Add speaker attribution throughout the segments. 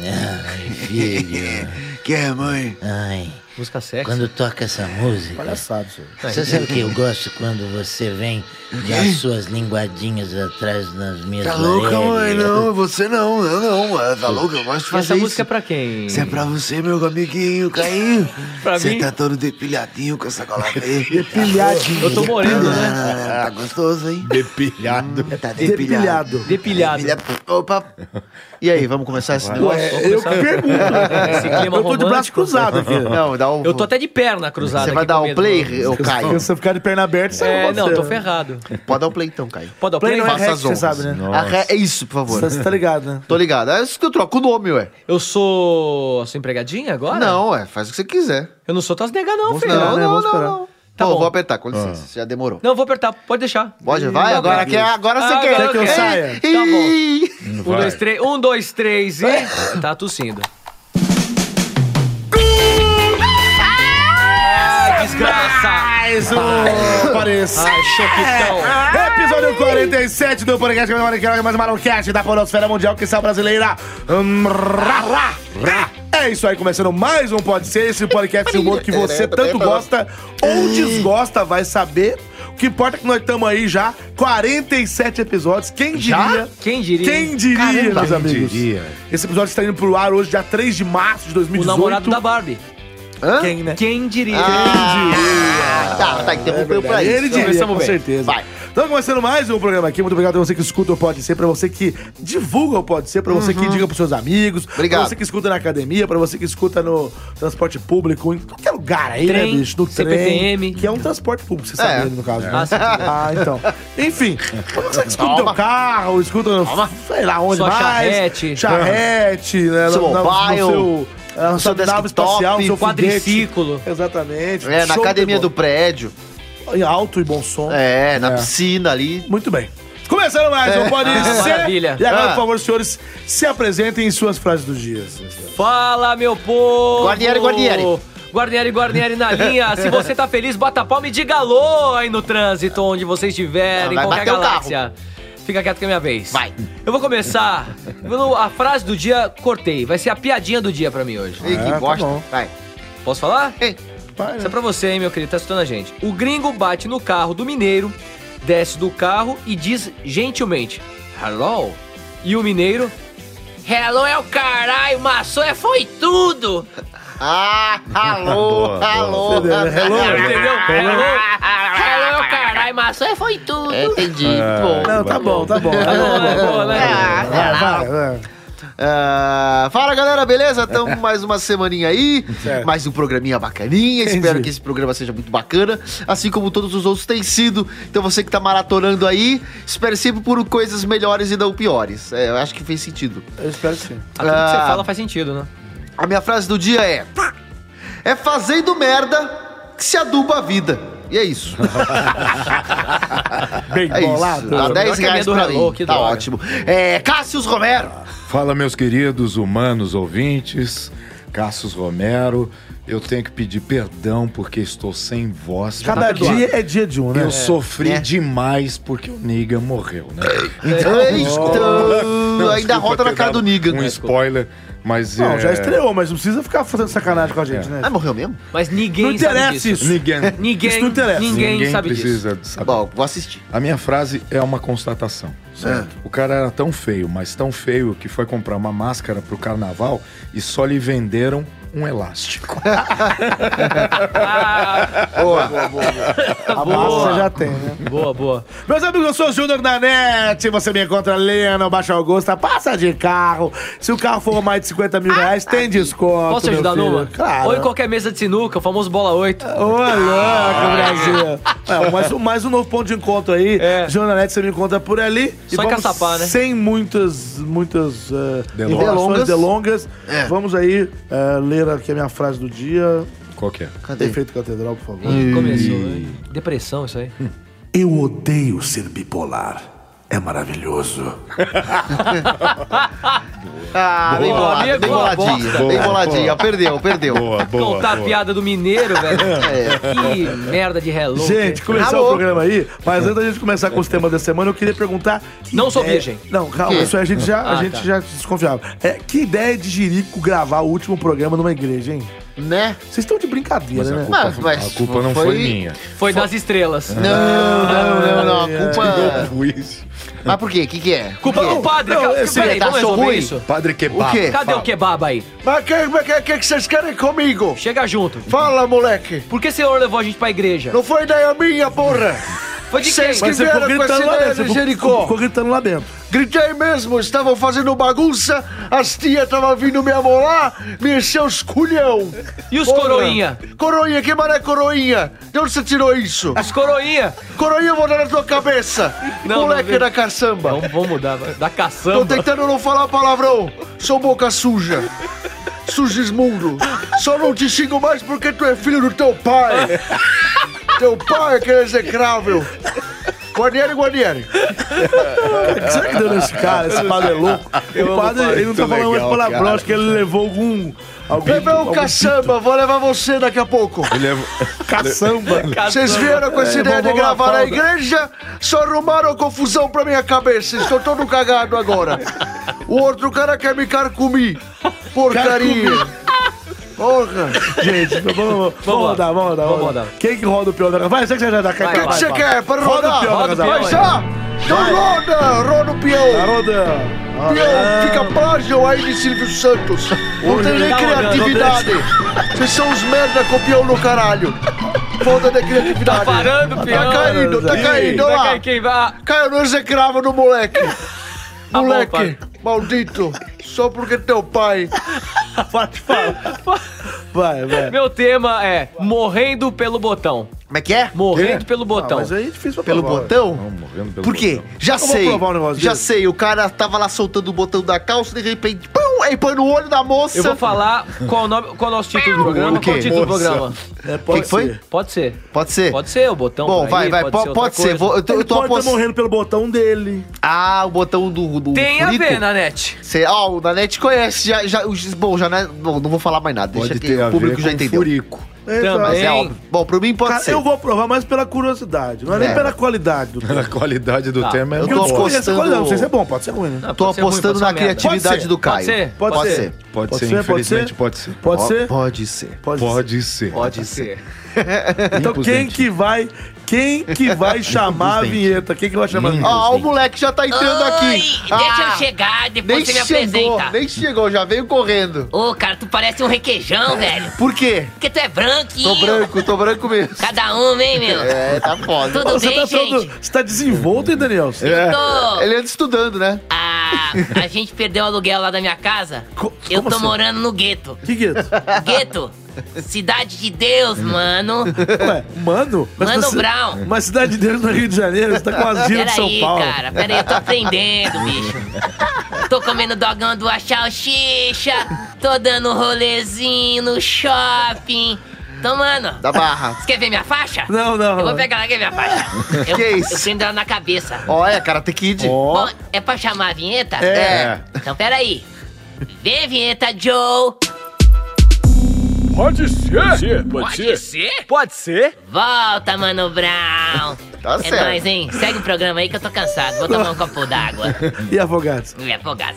Speaker 1: Ai, filho.
Speaker 2: Que é, mãe?
Speaker 1: Ai,
Speaker 3: Música sexy.
Speaker 1: quando toca essa música.
Speaker 4: Palhaçado, senhor.
Speaker 1: Você sabe que eu gosto quando você vem dar suas linguadinhas atrás nas minhas
Speaker 2: Hum. Tá louca,
Speaker 4: é,
Speaker 2: mãe?
Speaker 1: orelhas.
Speaker 4: né?
Speaker 2: Não, você não, eu não. Ah, Tá louca? Eu gosto de fazer
Speaker 3: Essa
Speaker 2: isso.
Speaker 3: música é pra quem?
Speaker 2: Isso é pra você, meu amiguinho, Caim.
Speaker 3: Pra
Speaker 2: Você
Speaker 3: mim?
Speaker 2: tá todo depilhadinho com essa cola verde.
Speaker 4: Depilhadinho.
Speaker 3: Eu tô moreno, né?
Speaker 2: Ah, Tá gostoso, hein?
Speaker 5: Depilhado.
Speaker 2: Tá
Speaker 4: Hum. Depilhado.
Speaker 3: Depilhado.
Speaker 2: Depilhado. Opa.
Speaker 6: E aí, vamos começar esse negócio?
Speaker 4: Ué, eu que
Speaker 3: Esse
Speaker 4: pergunto.
Speaker 3: clima
Speaker 4: Eu tô de braço
Speaker 3: romântico.
Speaker 4: cruzado aqui.
Speaker 6: Não, dá um...
Speaker 3: Eu tô até de perna cruzada.
Speaker 6: Você vai
Speaker 3: aqui
Speaker 6: dar
Speaker 3: com
Speaker 6: um
Speaker 3: medo.
Speaker 6: play, eu caio.
Speaker 4: Se eu ficar de perna aberta, você
Speaker 3: É,
Speaker 4: não
Speaker 3: não,
Speaker 4: pode
Speaker 3: tô
Speaker 4: ser.
Speaker 3: ferrado.
Speaker 6: Pode dar um play então, Caio.
Speaker 3: Pode dar o
Speaker 4: Play
Speaker 3: play?
Speaker 4: não é
Speaker 6: Faça
Speaker 4: rec,
Speaker 6: as
Speaker 4: você
Speaker 6: honras.
Speaker 4: sabe, né?
Speaker 6: A ré- É isso, por favor.
Speaker 4: Você tá ligado, né?
Speaker 6: Tô ligado. É isso que eu troco o nome, ué.
Speaker 3: Eu sou a sua empregadinha agora?
Speaker 6: Não, ué. Faz o que você quiser.
Speaker 3: Eu não sou tuas negas, não, filho.
Speaker 4: esperar,
Speaker 6: Não,
Speaker 4: né?
Speaker 6: não,
Speaker 4: Vamos
Speaker 6: não,
Speaker 4: esperar.
Speaker 6: não.
Speaker 3: Tá
Speaker 6: Tá
Speaker 3: bom.
Speaker 6: bom, vou apertar, com licença. Já demorou.
Speaker 3: Não, vou apertar, pode deixar.
Speaker 6: Pode, vai, agora que é, agora você
Speaker 3: Ah,
Speaker 6: quer.
Speaker 3: agora
Speaker 6: Quer
Speaker 3: eu quero.
Speaker 6: saia?
Speaker 3: Tá bom.
Speaker 6: Ih.
Speaker 3: Um, dois, três. Um, dois, três e. Tá tossindo. Ai, desgraça!
Speaker 5: Mais um Pareça.
Speaker 3: Ai, choquitão!
Speaker 5: Episódio 47 do podcast que comemora que é mais uma malucast da Podosfera Mundial, que é brasileira. Hum, rá, rá, rá. É isso aí, começando mais um Pode Ser, esse podcast de humor que você tanto gosta ou desgosta, vai saber. O que importa é que nós estamos aí já, 47 episódios. Quem diria?
Speaker 3: Quem diria?
Speaker 5: Quem diria, Tá
Speaker 6: Caramba.
Speaker 5: meus amigos?
Speaker 6: diria?
Speaker 5: Esse episódio está indo pro ar hoje, dia 3 de março de
Speaker 3: O
Speaker 5: 2018.
Speaker 3: namorado da Barbie.
Speaker 6: Hã?
Speaker 4: Quem, né?
Speaker 3: Quem diria?
Speaker 6: Ah, tá,
Speaker 2: então
Speaker 6: tá, interrompeu pra isso.
Speaker 5: Ele diria,
Speaker 3: Começamos
Speaker 5: com
Speaker 3: bem.
Speaker 5: certeza.
Speaker 6: Vai.
Speaker 5: Então, começando mais um programa aqui. Muito obrigado a você que escuta o Pode Ser, pra você que divulga o Pode Ser, pra você que diga pros seus amigos,
Speaker 6: Uhum. Obrigado.
Speaker 5: pra você que escuta na academia, pra você que escuta no transporte público, em qualquer lugar aí,
Speaker 3: Trem,
Speaker 5: né, bicho? No
Speaker 3: CPTM.
Speaker 5: trem, que é um transporte público, você
Speaker 6: É.
Speaker 5: sabe, né, no caso. né?
Speaker 3: Ah, sim.
Speaker 5: Ah, então. Enfim, você que escuta no teu
Speaker 6: Toma.
Speaker 5: carro, escuta no, sei lá onde
Speaker 3: Sua
Speaker 5: mais.
Speaker 3: charrete.
Speaker 5: Charrete, né?
Speaker 6: Seu mobile,
Speaker 5: seu, ah,
Speaker 6: no seu
Speaker 5: sua nave
Speaker 6: desktop,
Speaker 5: espacial, seu foguete.
Speaker 3: Quadriciclo.
Speaker 5: Exatamente.
Speaker 6: É, na
Speaker 5: Show de
Speaker 6: academia
Speaker 5: bola.
Speaker 6: do prédio.
Speaker 5: Alto e bom som.
Speaker 6: É, na
Speaker 5: É.
Speaker 6: piscina ali.
Speaker 5: Muito bem. Começando mais um Pode
Speaker 3: Ah,
Speaker 5: Ser.
Speaker 3: maravilha.
Speaker 5: E agora,
Speaker 6: Ah.
Speaker 5: por favor, senhores, se apresentem em suas frases do dia.
Speaker 3: Fala, meu povo!
Speaker 6: Guarnieri, Guarnieri.
Speaker 3: Guarnieri, Guarnieri na linha. Se você tá feliz, bota palma e diga alô aí no trânsito, onde vocês estiverem, em
Speaker 6: Vai
Speaker 3: qualquer
Speaker 6: bater o
Speaker 3: galáxia. Fica quieto que é minha vez.
Speaker 6: Vai.
Speaker 3: Eu vou começar. pelo- A frase do dia, cortei. Vai ser a piadinha do dia pra mim hoje.
Speaker 6: Ih,
Speaker 5: tá
Speaker 6: que bosta.
Speaker 5: bom.
Speaker 6: Vai.
Speaker 3: Posso falar?
Speaker 6: Ei,
Speaker 5: Vai,
Speaker 3: Isso é
Speaker 5: né?
Speaker 3: pra você, hein, meu querido. Tá escutando a gente. O gringo bate no carro do mineiro, desce do carro e diz gentilmente: Hello? E o mineiro. Hello é o caralho, maçom é foi tudo!
Speaker 6: Ah, alô,
Speaker 5: Boa, boa.
Speaker 6: alô.
Speaker 5: Entendeu, né? Hello.
Speaker 3: Entendeu? Hello? Hello é o caralho, maçom é foi tudo!
Speaker 6: É, entendi. Bom.
Speaker 5: Não, tá bom, tá bom. Tá
Speaker 3: Tá bom, é boa, né?
Speaker 6: Ah,
Speaker 5: Vai, vai, vai.
Speaker 6: Ah, fala galera, beleza? Tamo mais uma semaninha aí, mais um programinha bacaninha. Espero que esse programa seja muito bacana, assim como todos os outros têm sido. Então você que tá maratonando aí, espere sempre por coisas melhores e não piores. É, eu acho que fez sentido.
Speaker 4: Eu espero que sim.
Speaker 3: Aquilo que você
Speaker 6: Ah.
Speaker 3: fala faz sentido, né?
Speaker 6: A minha frase do dia é: É fazendo merda que se aduba a vida. E é isso.
Speaker 5: Bem
Speaker 6: É isso.
Speaker 5: bolado.
Speaker 6: Dá 10
Speaker 3: que a minha
Speaker 6: reais
Speaker 3: do
Speaker 6: pra
Speaker 3: Hello,
Speaker 6: mim.
Speaker 3: que
Speaker 6: Tá
Speaker 3: droga.
Speaker 6: ótimo. É, Cássius Romero.
Speaker 5: Fala, meus
Speaker 7: Queridos humanos ouvintes, Cassius Romero, eu tenho que pedir perdão porque estou sem voz.
Speaker 5: Cada
Speaker 7: porque
Speaker 5: dia é dia de um, né?
Speaker 7: eu sofri
Speaker 6: né?
Speaker 7: demais porque o Niga morreu, né?
Speaker 6: Eita, Então, ainda
Speaker 7: desculpa
Speaker 6: roda na
Speaker 7: ter
Speaker 6: cara do
Speaker 7: dado
Speaker 6: Niga. né?
Speaker 7: Um spoiler, mas.
Speaker 5: Não, já
Speaker 7: é,
Speaker 5: estreou, mas não precisa ficar fazendo sacanagem com a gente, né?
Speaker 6: Ah, morreu mesmo?
Speaker 3: Mas ninguém
Speaker 5: Não
Speaker 3: sabe
Speaker 5: interessa
Speaker 3: disso.
Speaker 5: isso.
Speaker 7: Ninguém,
Speaker 3: Ninguém,
Speaker 5: Isso não interessa.
Speaker 3: ninguém,
Speaker 7: ninguém
Speaker 3: sabe disso.
Speaker 7: precisa
Speaker 6: Tá
Speaker 7: saber.
Speaker 6: bom, vou assistir.
Speaker 7: A minha frase é uma constatação.
Speaker 6: Certo.
Speaker 7: O cara era tão feio, mas tão feio que foi comprar uma máscara pro carnaval e só lhe venderam um elástico.
Speaker 3: Ah,
Speaker 6: Boa.
Speaker 5: A massa Tá você já tem, né?
Speaker 3: boa, boa.
Speaker 5: Meus amigos, eu sou o Júnior da NET. Você me encontra ali no Baixo Augusta. Passa de carro. Se o carro for mais de 50 mil reais, tem desconto.
Speaker 3: Ah, Posso te
Speaker 5: meu
Speaker 3: ajudar
Speaker 5: filho.
Speaker 3: numa?
Speaker 5: Claro. Ah,
Speaker 3: Ou em qualquer mesa de sinuca, o famoso bola 8.
Speaker 5: Ô, Ah. louco, Brasil. É, mais, um- mais um novo ponto de encontro aí.
Speaker 3: É.
Speaker 5: É. Net, você me encontra por ali.
Speaker 3: Só em
Speaker 5: vamos
Speaker 3: Caçapá, né?
Speaker 5: Sem muitas, muitas eh,
Speaker 7: Delongas.
Speaker 5: enrolações,
Speaker 6: Delongas.
Speaker 5: delongas.
Speaker 6: É.
Speaker 5: Vamos aí eh, ler aqui a minha frase do dia.
Speaker 7: Qual que é?
Speaker 6: Cadê?
Speaker 5: Efeito Catedral, por favor.
Speaker 3: Começou, hein? Depressão isso aí.
Speaker 5: Eu odeio ser bipolar. é maravilhoso.
Speaker 2: Ah, bem bolada,
Speaker 3: Amigo,
Speaker 2: bem
Speaker 3: boa
Speaker 2: boladinha.
Speaker 7: bosta.
Speaker 2: Bem
Speaker 7: Boa,
Speaker 2: boladinha. Perdeu, perdeu.
Speaker 7: Boa, boa.
Speaker 3: Contar a
Speaker 7: boa.
Speaker 3: piada do mineiro, velho. Que merda de hello.
Speaker 5: É. Gente,
Speaker 3: velho.
Speaker 5: começar
Speaker 2: Acabou.
Speaker 5: o programa aí, mas antes da gente começar com os temas da semana, eu queria perguntar. que
Speaker 3: Não sou
Speaker 5: ideia-
Speaker 3: virgem.
Speaker 5: Não, calma,
Speaker 2: Quê?
Speaker 5: isso aí a gente já, a
Speaker 3: Ah,
Speaker 5: gente
Speaker 3: tá.
Speaker 5: já desconfiava. É, que ideia de Jerico gravar o último programa numa igreja, hein?
Speaker 2: Né?
Speaker 5: Vocês estão de brincadeira,
Speaker 7: Mas a
Speaker 5: né?
Speaker 7: culpa,
Speaker 2: Mas- mas
Speaker 7: a culpa não foi,
Speaker 2: foi-
Speaker 7: minha.
Speaker 3: Foi das estrelas.
Speaker 2: Não, não, não, não. A
Speaker 7: Eu
Speaker 2: culpa.
Speaker 7: fui.
Speaker 2: Mas por quê? O que, que é?
Speaker 3: Culpa do padre.
Speaker 5: não,
Speaker 3: cara.
Speaker 5: assim,
Speaker 3: Peraí,
Speaker 2: tá
Speaker 3: vamos
Speaker 2: achou
Speaker 3: resolver
Speaker 2: ruim?
Speaker 3: isso.
Speaker 7: Padre Kebab.
Speaker 2: O quê?
Speaker 3: Cadê o kebab aí?
Speaker 6: Mas o que, mas que, que, que vocês querem comigo?
Speaker 3: Chega junto.
Speaker 6: Fala, moleque.
Speaker 3: Por que o senhor levou a gente pra igreja?
Speaker 6: Não foi ideia minha, porra.
Speaker 3: Foi de quem?
Speaker 6: Vocês que
Speaker 5: Mas você ficou
Speaker 6: vieram com essa
Speaker 5: gritando lá
Speaker 6: ideia
Speaker 5: dentro.
Speaker 6: de
Speaker 5: Você ficou, ficou
Speaker 6: Jericó.
Speaker 5: gritando lá dentro.
Speaker 6: Gritei mesmo, estavam fazendo bagunça, as tias estavam vindo me amolar, me encheu os culhão.
Speaker 3: E os
Speaker 6: Porra.
Speaker 3: coroinha?
Speaker 6: Coroinha, que maré coroinha? De onde você tirou isso?
Speaker 3: Os coroinha.
Speaker 6: Coroinha, eu vou dar na tua cabeça.
Speaker 3: Não, É um
Speaker 6: Moleque
Speaker 3: não,
Speaker 6: da caçamba.
Speaker 3: Vamos, vamos mudar. vai. Da
Speaker 6: Tô
Speaker 3: caçamba.
Speaker 6: tentando não falar palavrão. Sou boca suja. Sujismundo. Só não te xingo mais porque tu é filho do teu pai. teu pai é que é execrável. Guarnieri, Guarnieri.
Speaker 5: Será É que deu nesse cara? Esse padre é louco. o padre, ele não tá falando mais palavrão, acho que ele levou algum. algum
Speaker 6: Bebeu um
Speaker 5: algum
Speaker 6: caçamba, vou levar você daqui a pouco.
Speaker 7: é-
Speaker 5: caçamba.
Speaker 6: Vocês vieram com essa
Speaker 5: É,
Speaker 6: ideia de
Speaker 5: vamos lá,
Speaker 6: gravar na
Speaker 5: falta.
Speaker 6: igreja, só arrumaram confusão pra minha cabeça. Estou todo cagado agora. O outro cara quer me carcumir. Porcaria. Porra.
Speaker 5: Gente, vamos, vamos, vamos rodar, vamos
Speaker 3: Vamos
Speaker 5: rodar. Vamos
Speaker 3: rodar.
Speaker 5: rodar. Quem que roda o peão da casa? Vai, você que já dá.
Speaker 3: Vai,
Speaker 5: Vai,
Speaker 3: vai,
Speaker 6: Você quer para
Speaker 5: Roda o
Speaker 6: rodar?
Speaker 5: peão da
Speaker 3: Roda o
Speaker 5: casa.
Speaker 3: peão
Speaker 5: Vai,
Speaker 6: Mas já, então roda, roda o
Speaker 5: Tá
Speaker 6: peão.
Speaker 5: rodando.
Speaker 6: Peão fica plágio aí de Silvio Santos. Não tem nem
Speaker 3: tá rodando,
Speaker 6: criatividade. Vocês são uns merda com o peão no caralho. Falta de criatividade.
Speaker 3: Tá parando,
Speaker 6: Tá
Speaker 3: pião.
Speaker 6: caindo, tá
Speaker 5: Ih,
Speaker 6: caindo,
Speaker 3: Vai
Speaker 6: olha lá.
Speaker 3: cair quem vai.
Speaker 6: Caiu no execrável do moleque.
Speaker 3: Tá bom,
Speaker 6: Moleque,
Speaker 3: pai.
Speaker 6: maldito. Só porque teu pai.
Speaker 5: Pode falar. Vai, vai.
Speaker 3: Ah, Meu tema é morrendo pelo botão.
Speaker 2: Como é que é?
Speaker 3: Morrendo
Speaker 6: Ah,
Speaker 3: pelo botão.
Speaker 5: Mas aí é difícil pra
Speaker 2: Pelo
Speaker 5: provar.
Speaker 2: botão?
Speaker 7: Não, morrendo pelo
Speaker 2: Por quê?
Speaker 7: botão.
Speaker 2: Já
Speaker 5: vou
Speaker 2: sei.
Speaker 5: provar um negócio
Speaker 2: já
Speaker 5: dele.
Speaker 2: sei. O cara tava lá soltando o botão da calça, de repente, pum, aí põe no olho da moça.
Speaker 3: Eu vou falar qual o nome, qual o nosso título do programa,
Speaker 2: O quê?
Speaker 3: qual o título do
Speaker 7: Moça.
Speaker 3: programa.
Speaker 5: É, pode
Speaker 2: Que que foi?
Speaker 5: ser.
Speaker 3: Pode ser.
Speaker 2: Pode ser?
Speaker 3: Pode ser o botão.
Speaker 2: Bom,
Speaker 3: pra
Speaker 2: vai,
Speaker 3: ir,
Speaker 2: vai. Pode,
Speaker 3: outra
Speaker 2: pode ser.
Speaker 3: coisa.
Speaker 2: Vou, eu tô, eu
Speaker 5: Ele
Speaker 2: tô
Speaker 5: pode estar
Speaker 2: apostando.
Speaker 5: morrendo pelo botão dele.
Speaker 2: Ah, o botão do.
Speaker 6: um
Speaker 2: do
Speaker 3: Tem a
Speaker 2: furico.
Speaker 3: ver, Nanete.
Speaker 2: Cê, ó, o Nanete conhece, já, já, os- bom, já não, é- bom, não vou falar mais nada, deixa
Speaker 7: Pode
Speaker 2: que
Speaker 7: ter a
Speaker 2: o
Speaker 7: ver
Speaker 2: público já
Speaker 7: com
Speaker 2: entendeu.
Speaker 7: furico.
Speaker 3: Também.
Speaker 2: Mas é óbvio. Bom, pra mim pode
Speaker 5: Cara,
Speaker 2: ser.
Speaker 5: eu vou provar mais pela curiosidade, não é,
Speaker 2: É.
Speaker 5: nem pela qualidade do
Speaker 7: A qualidade do
Speaker 3: Tá.
Speaker 7: tema é
Speaker 2: Eu
Speaker 5: Porque
Speaker 7: boa.
Speaker 5: eu
Speaker 2: tô
Speaker 5: desconheço a
Speaker 2: apostando-
Speaker 5: qualidade, não sei se é bom, pode ser ruim, né?
Speaker 3: Não,
Speaker 2: Tô
Speaker 3: pode ser ruim,
Speaker 2: apostando
Speaker 3: pode
Speaker 2: na
Speaker 3: ser uma merda.
Speaker 2: criatividade
Speaker 5: Pode ser,
Speaker 2: do Caio.
Speaker 3: ser,
Speaker 5: Pode ser.
Speaker 7: Pode,
Speaker 5: Pode
Speaker 7: ser,
Speaker 5: ser, pode
Speaker 7: infelizmente
Speaker 5: ser.
Speaker 7: pode ser.
Speaker 5: Pode ser?
Speaker 2: Pode ser.
Speaker 5: Pode ser.
Speaker 7: Pode ser.
Speaker 3: Pode ser.
Speaker 5: Então quem que vai, quem que vai chamar a
Speaker 7: dentes.
Speaker 5: vinheta? Quem que vai
Speaker 6: Hum.
Speaker 5: chamar? a vinheta?
Speaker 2: Ó, o moleque já tá entrando
Speaker 8: Oi,
Speaker 2: aqui.
Speaker 8: Deixa eu
Speaker 2: Ah,
Speaker 8: chegar, depois
Speaker 2: nem
Speaker 8: você me
Speaker 2: chegou,
Speaker 8: apresenta.
Speaker 2: nem chegou, já veio correndo.
Speaker 8: Ô, cara, tu parece um requeijão, velho.
Speaker 2: Por quê?
Speaker 8: Porque tu é branquinho.
Speaker 2: Tô branco, tô branco mesmo.
Speaker 8: Cada um, hein, meu?
Speaker 2: É, tá foda.
Speaker 8: Tudo
Speaker 5: Você
Speaker 8: bem,
Speaker 5: tá,
Speaker 8: gente?
Speaker 5: falando, você tá desenvolto, hein, Daniel?
Speaker 8: Tô...
Speaker 6: É.
Speaker 2: Ele anda estudando, né?
Speaker 8: Ah, a gente perdeu o aluguel lá da minha casa.
Speaker 5: Co-
Speaker 8: Eu
Speaker 5: como
Speaker 8: tô
Speaker 5: assim?
Speaker 8: morando no gueto.
Speaker 5: Que que é isso?
Speaker 8: Gueto, cidade de Deus, mano.
Speaker 5: Ué, mano? mas
Speaker 8: Mano
Speaker 5: você-
Speaker 8: Brown.
Speaker 5: Mas Cidade de Deus no Rio de Janeiro, você tá com as gírias de São
Speaker 8: Peraí,
Speaker 5: Paulo.
Speaker 8: cara, peraí, eu tô aprendendo, bicho. Tô comendo dogão do salsicha, tô dando um rolezinho no shopping. Então, mano,
Speaker 2: Da barra.
Speaker 8: Você quer ver minha faixa?
Speaker 5: Não, não.
Speaker 8: Eu vou pegar lá, quer ver minha faixa? Eu,
Speaker 2: Que isso?
Speaker 8: eu prendo ela na cabeça.
Speaker 2: Olha, cara, tem que ir de.
Speaker 5: Ó,
Speaker 8: Bom, é pra chamar a vinheta?
Speaker 2: É.
Speaker 8: Então, peraí. Vem, vinheta, Joe.
Speaker 9: Pode ser, pode ser.
Speaker 8: ser?
Speaker 3: Pode ser?
Speaker 8: Volta, Mano Brown.
Speaker 2: Tá
Speaker 8: é
Speaker 2: certo.
Speaker 8: nóis, hein? Segue o programa aí que eu tô cansado. Vou tomar um copo d'água.
Speaker 5: e afogados?
Speaker 8: Me afogado.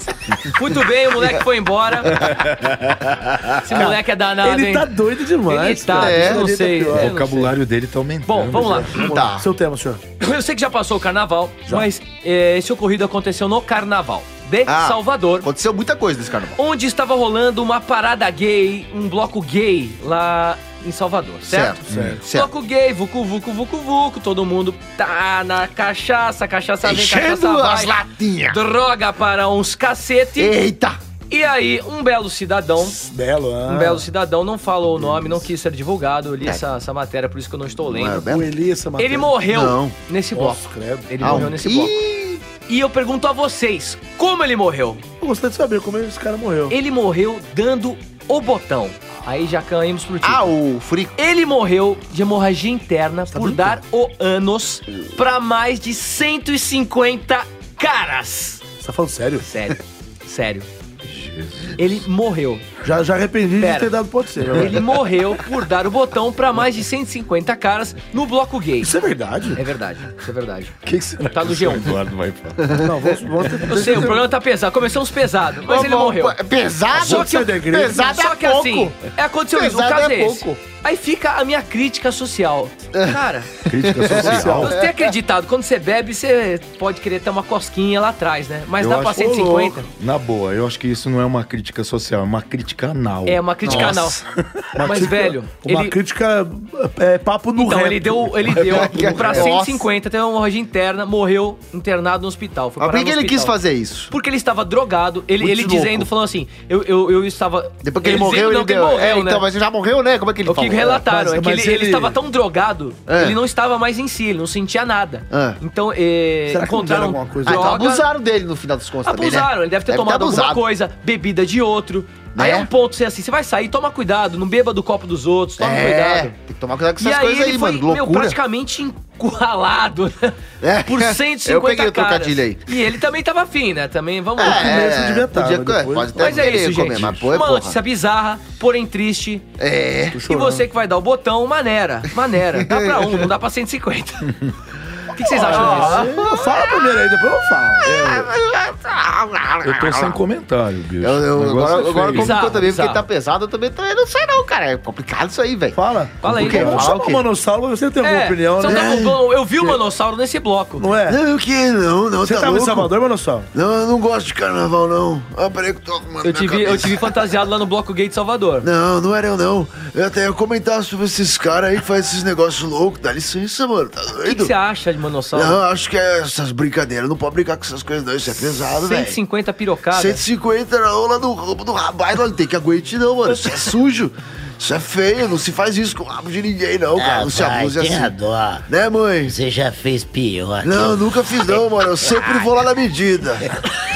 Speaker 3: Muito bem, o moleque foi embora. Esse moleque é danado,
Speaker 5: Ele
Speaker 3: hein?
Speaker 5: tá doido demais.
Speaker 3: Ele tá,
Speaker 5: cara.
Speaker 2: é,
Speaker 3: eu não
Speaker 5: ele tá
Speaker 3: sei.
Speaker 5: pior.
Speaker 7: O
Speaker 3: eu não
Speaker 7: vocabulário dele tá aumentando.
Speaker 3: sei. Bom, vamos lá.
Speaker 2: Tá.
Speaker 5: Seu tema, senhor.
Speaker 3: Eu sei que já passou o carnaval, mas é, esse ocorrido aconteceu no carnaval de
Speaker 2: Ah.
Speaker 3: Salvador.
Speaker 2: Aconteceu muita coisa nesse carnaval.
Speaker 3: onde estava rolando uma parada gay, um bloco gay lá em Salvador, certo?
Speaker 2: Certo. certo.
Speaker 3: Bloco gay, vucu, vucu, vucu, vucu, todo mundo tá na cachaça, cachaça vem, cachaça
Speaker 2: Enchendo as
Speaker 3: vai,
Speaker 2: latinhas.
Speaker 3: droga para uns cacete,
Speaker 2: Eita!
Speaker 3: e aí um belo cidadão,
Speaker 5: Belo, ah.
Speaker 3: um belo cidadão, não falou o nome, não quis ser divulgado, eu li essa, essa matéria, por isso que eu não estou
Speaker 2: É. Não era
Speaker 3: lendo.
Speaker 2: belo?
Speaker 5: O Elissa matou.
Speaker 3: Ele morreu
Speaker 2: Não.
Speaker 3: nesse
Speaker 5: Nossa,
Speaker 3: bloco,
Speaker 5: credo.
Speaker 3: ele
Speaker 2: Ah,
Speaker 3: morreu
Speaker 2: um-
Speaker 3: nesse bloco.
Speaker 2: Ih,
Speaker 3: E eu pergunto a vocês, como ele morreu?
Speaker 5: Eu gostaria de saber como esse cara morreu.
Speaker 3: Ele morreu dando o botão. Aí já caímos pro título.
Speaker 2: Ah, o Furico. tá
Speaker 3: Ele morreu de hemorragia interna por dar o anos pra mais de 150 caras.
Speaker 10: Você tá falando sério?
Speaker 3: Sério, sério. Ele morreu.
Speaker 5: Já, já arrependi
Speaker 3: Pera.
Speaker 5: de ter dado pode ser.
Speaker 3: Ele morreu por dar o botão pra mais de 150 caras no bloco gay.
Speaker 10: Isso é verdade?
Speaker 3: É verdade, isso é verdade.
Speaker 7: O que, que será
Speaker 3: Tá
Speaker 7: que
Speaker 3: no
Speaker 7: o seu
Speaker 3: G1.
Speaker 7: Eduardo vai falar?
Speaker 5: Não, vamos, vamos
Speaker 6: é
Speaker 5: ter...
Speaker 3: Eu sei, o programa tá pesado. Começamos pesado, mas ele morreu.
Speaker 6: Pesado?
Speaker 3: Só que eu-
Speaker 6: pesado
Speaker 3: Só
Speaker 6: é
Speaker 3: que
Speaker 6: pouco.
Speaker 3: assim, é, aconteceu isso, um
Speaker 6: Pesado
Speaker 3: caso
Speaker 6: é
Speaker 3: é esse.
Speaker 6: pouco.
Speaker 3: Aí fica a minha crítica social. Cara,
Speaker 7: Crítica social.
Speaker 3: eu tenho acreditado, quando você bebe, você pode querer ter uma cosquinha lá atrás, né? Mas
Speaker 7: Eu
Speaker 3: dá pra
Speaker 7: acho- Ô,
Speaker 3: 150.
Speaker 7: louco. Na boa, eu acho que isso não é uma crítica social, é uma crítica anal.
Speaker 3: É uma crítica anal. Mas, velho,
Speaker 5: Uma
Speaker 3: ele.
Speaker 5: crítica é, é, papo no É,
Speaker 3: Então,
Speaker 5: reto.
Speaker 3: ele deu, ele deu pra
Speaker 6: Nossa.
Speaker 3: 150, teve uma hemorragia interna, morreu internado no hospital. Foi
Speaker 6: Mas por
Speaker 3: parar
Speaker 6: que
Speaker 3: no
Speaker 6: ele quis
Speaker 3: hospital.
Speaker 6: fazer isso?
Speaker 3: Porque ele estava drogado, ele,
Speaker 6: Muito
Speaker 3: ele
Speaker 6: louco.
Speaker 3: dizendo, falando assim, eu, eu, eu estava.
Speaker 6: Depois que ele,
Speaker 3: dizendo
Speaker 6: morreu, ele
Speaker 3: não, que
Speaker 6: deu.
Speaker 3: morreu,
Speaker 6: é,
Speaker 3: né?
Speaker 6: então, mas ele já morreu, né? Como é que ele
Speaker 3: O que
Speaker 6: falou?
Speaker 3: relataram
Speaker 5: Mas-
Speaker 3: é que
Speaker 5: mas
Speaker 3: ele, ele
Speaker 5: ele-
Speaker 3: estava tão drogado,
Speaker 6: É.
Speaker 3: ele não estava mais em si, ele não sentia nada.
Speaker 6: É.
Speaker 3: Então, é,
Speaker 5: Será que não
Speaker 3: encontraram
Speaker 5: deram alguma coisa?
Speaker 6: Ah, então
Speaker 3: droga,
Speaker 6: abusaram dele no final dos contos também, né?
Speaker 3: abusaram, ele deve ter
Speaker 6: Deve ter
Speaker 3: tomado alguma
Speaker 6: abusado.
Speaker 3: coisa, bebida de outro. Aí é
Speaker 6: Né?
Speaker 3: um ponto ser assim, você vai sair, toma cuidado, não beba do copo dos outros, toma
Speaker 6: É,
Speaker 3: cuidado.
Speaker 6: tem que tomar cuidado com
Speaker 3: E
Speaker 6: essas
Speaker 3: aí
Speaker 6: coisas
Speaker 3: ele
Speaker 6: aí,
Speaker 3: foi,
Speaker 6: mano.
Speaker 3: meu,
Speaker 6: Loucura.
Speaker 3: praticamente encurralado né?
Speaker 6: É.
Speaker 3: por 150
Speaker 6: Eu peguei o
Speaker 3: caras.
Speaker 6: trocadilho aí. É,
Speaker 3: E ele também tava afim, né? Também, vamos lá.
Speaker 5: começo devia estar,
Speaker 6: podia-
Speaker 5: mas depois-
Speaker 6: Pode até
Speaker 3: Mas é
Speaker 6: querer
Speaker 3: isso,
Speaker 6: comer,
Speaker 3: gente.
Speaker 6: mas pô, é
Speaker 3: Uma
Speaker 6: porra.
Speaker 3: notícia bizarra, porém triste.
Speaker 6: É.
Speaker 3: E você que vai dar o botão, maneira. Maneira. Dá pra um, não dá pra 150. O que, que vocês acham disso?
Speaker 5: Ah, Fala primeiro aí, depois eu falo.
Speaker 6: É,
Speaker 7: Eu tô sem comentário, bicho.
Speaker 6: Eu, eu-
Speaker 7: O negócio
Speaker 6: agora
Speaker 7: é
Speaker 6: agora
Speaker 7: feio.
Speaker 6: complicou
Speaker 3: Bizarro,
Speaker 6: também,
Speaker 3: bizarro.
Speaker 6: porque tá pesado, eu também tô- eu não sei não, cara. É complicado isso aí, velho.
Speaker 5: Fala.
Speaker 3: Fala aí,
Speaker 5: Porque
Speaker 3: cara.
Speaker 5: não
Speaker 6: Fala o
Speaker 5: chama
Speaker 6: quê?
Speaker 5: o Manossauro, mas você tem alguma
Speaker 3: É,
Speaker 5: opinião,
Speaker 3: São
Speaker 5: né?
Speaker 3: Tacumbão, eu vi o Manossauro nesse bloco.
Speaker 5: Não é?
Speaker 2: Não, o que? Não, não,
Speaker 5: Você
Speaker 2: tá
Speaker 5: tava
Speaker 2: louco?
Speaker 5: em Salvador, Manossauro?
Speaker 2: Não, eu não gosto de carnaval, não. Ah, peraí que eu tô arrumando
Speaker 3: Eu
Speaker 2: minha
Speaker 6: é
Speaker 3: te, vi, eu
Speaker 2: cabeça.
Speaker 3: te vi fantasiado lá no bloco gay de Salvador.
Speaker 2: Não, não era eu, não. Eu até ia comentar sobre esses caras aí que fazem esses negócios loucos. Dá licença, mano, tá
Speaker 3: O que, que
Speaker 2: doido?
Speaker 3: você acha de Manossauro?
Speaker 2: não, acho que é essas brincadeiras. Não pode brincar com essas coisas, não. Isso é pesado, velho.
Speaker 3: 150 pirocadas.
Speaker 2: 150 não, lá no rabo do rapaz, não tem que aguente não, mano. Isso é sujo. Isso é feio, não se faz isso com o rabo de ninguém, não, cara.
Speaker 1: Ah,
Speaker 2: Não se
Speaker 1: pai, é
Speaker 2: abuse
Speaker 1: tem a
Speaker 2: assim.
Speaker 1: dó.
Speaker 2: Né, mãe?
Speaker 1: Você já fez pior.
Speaker 2: Não, nunca fiz não, mano. Eu sempre vou lá na medida.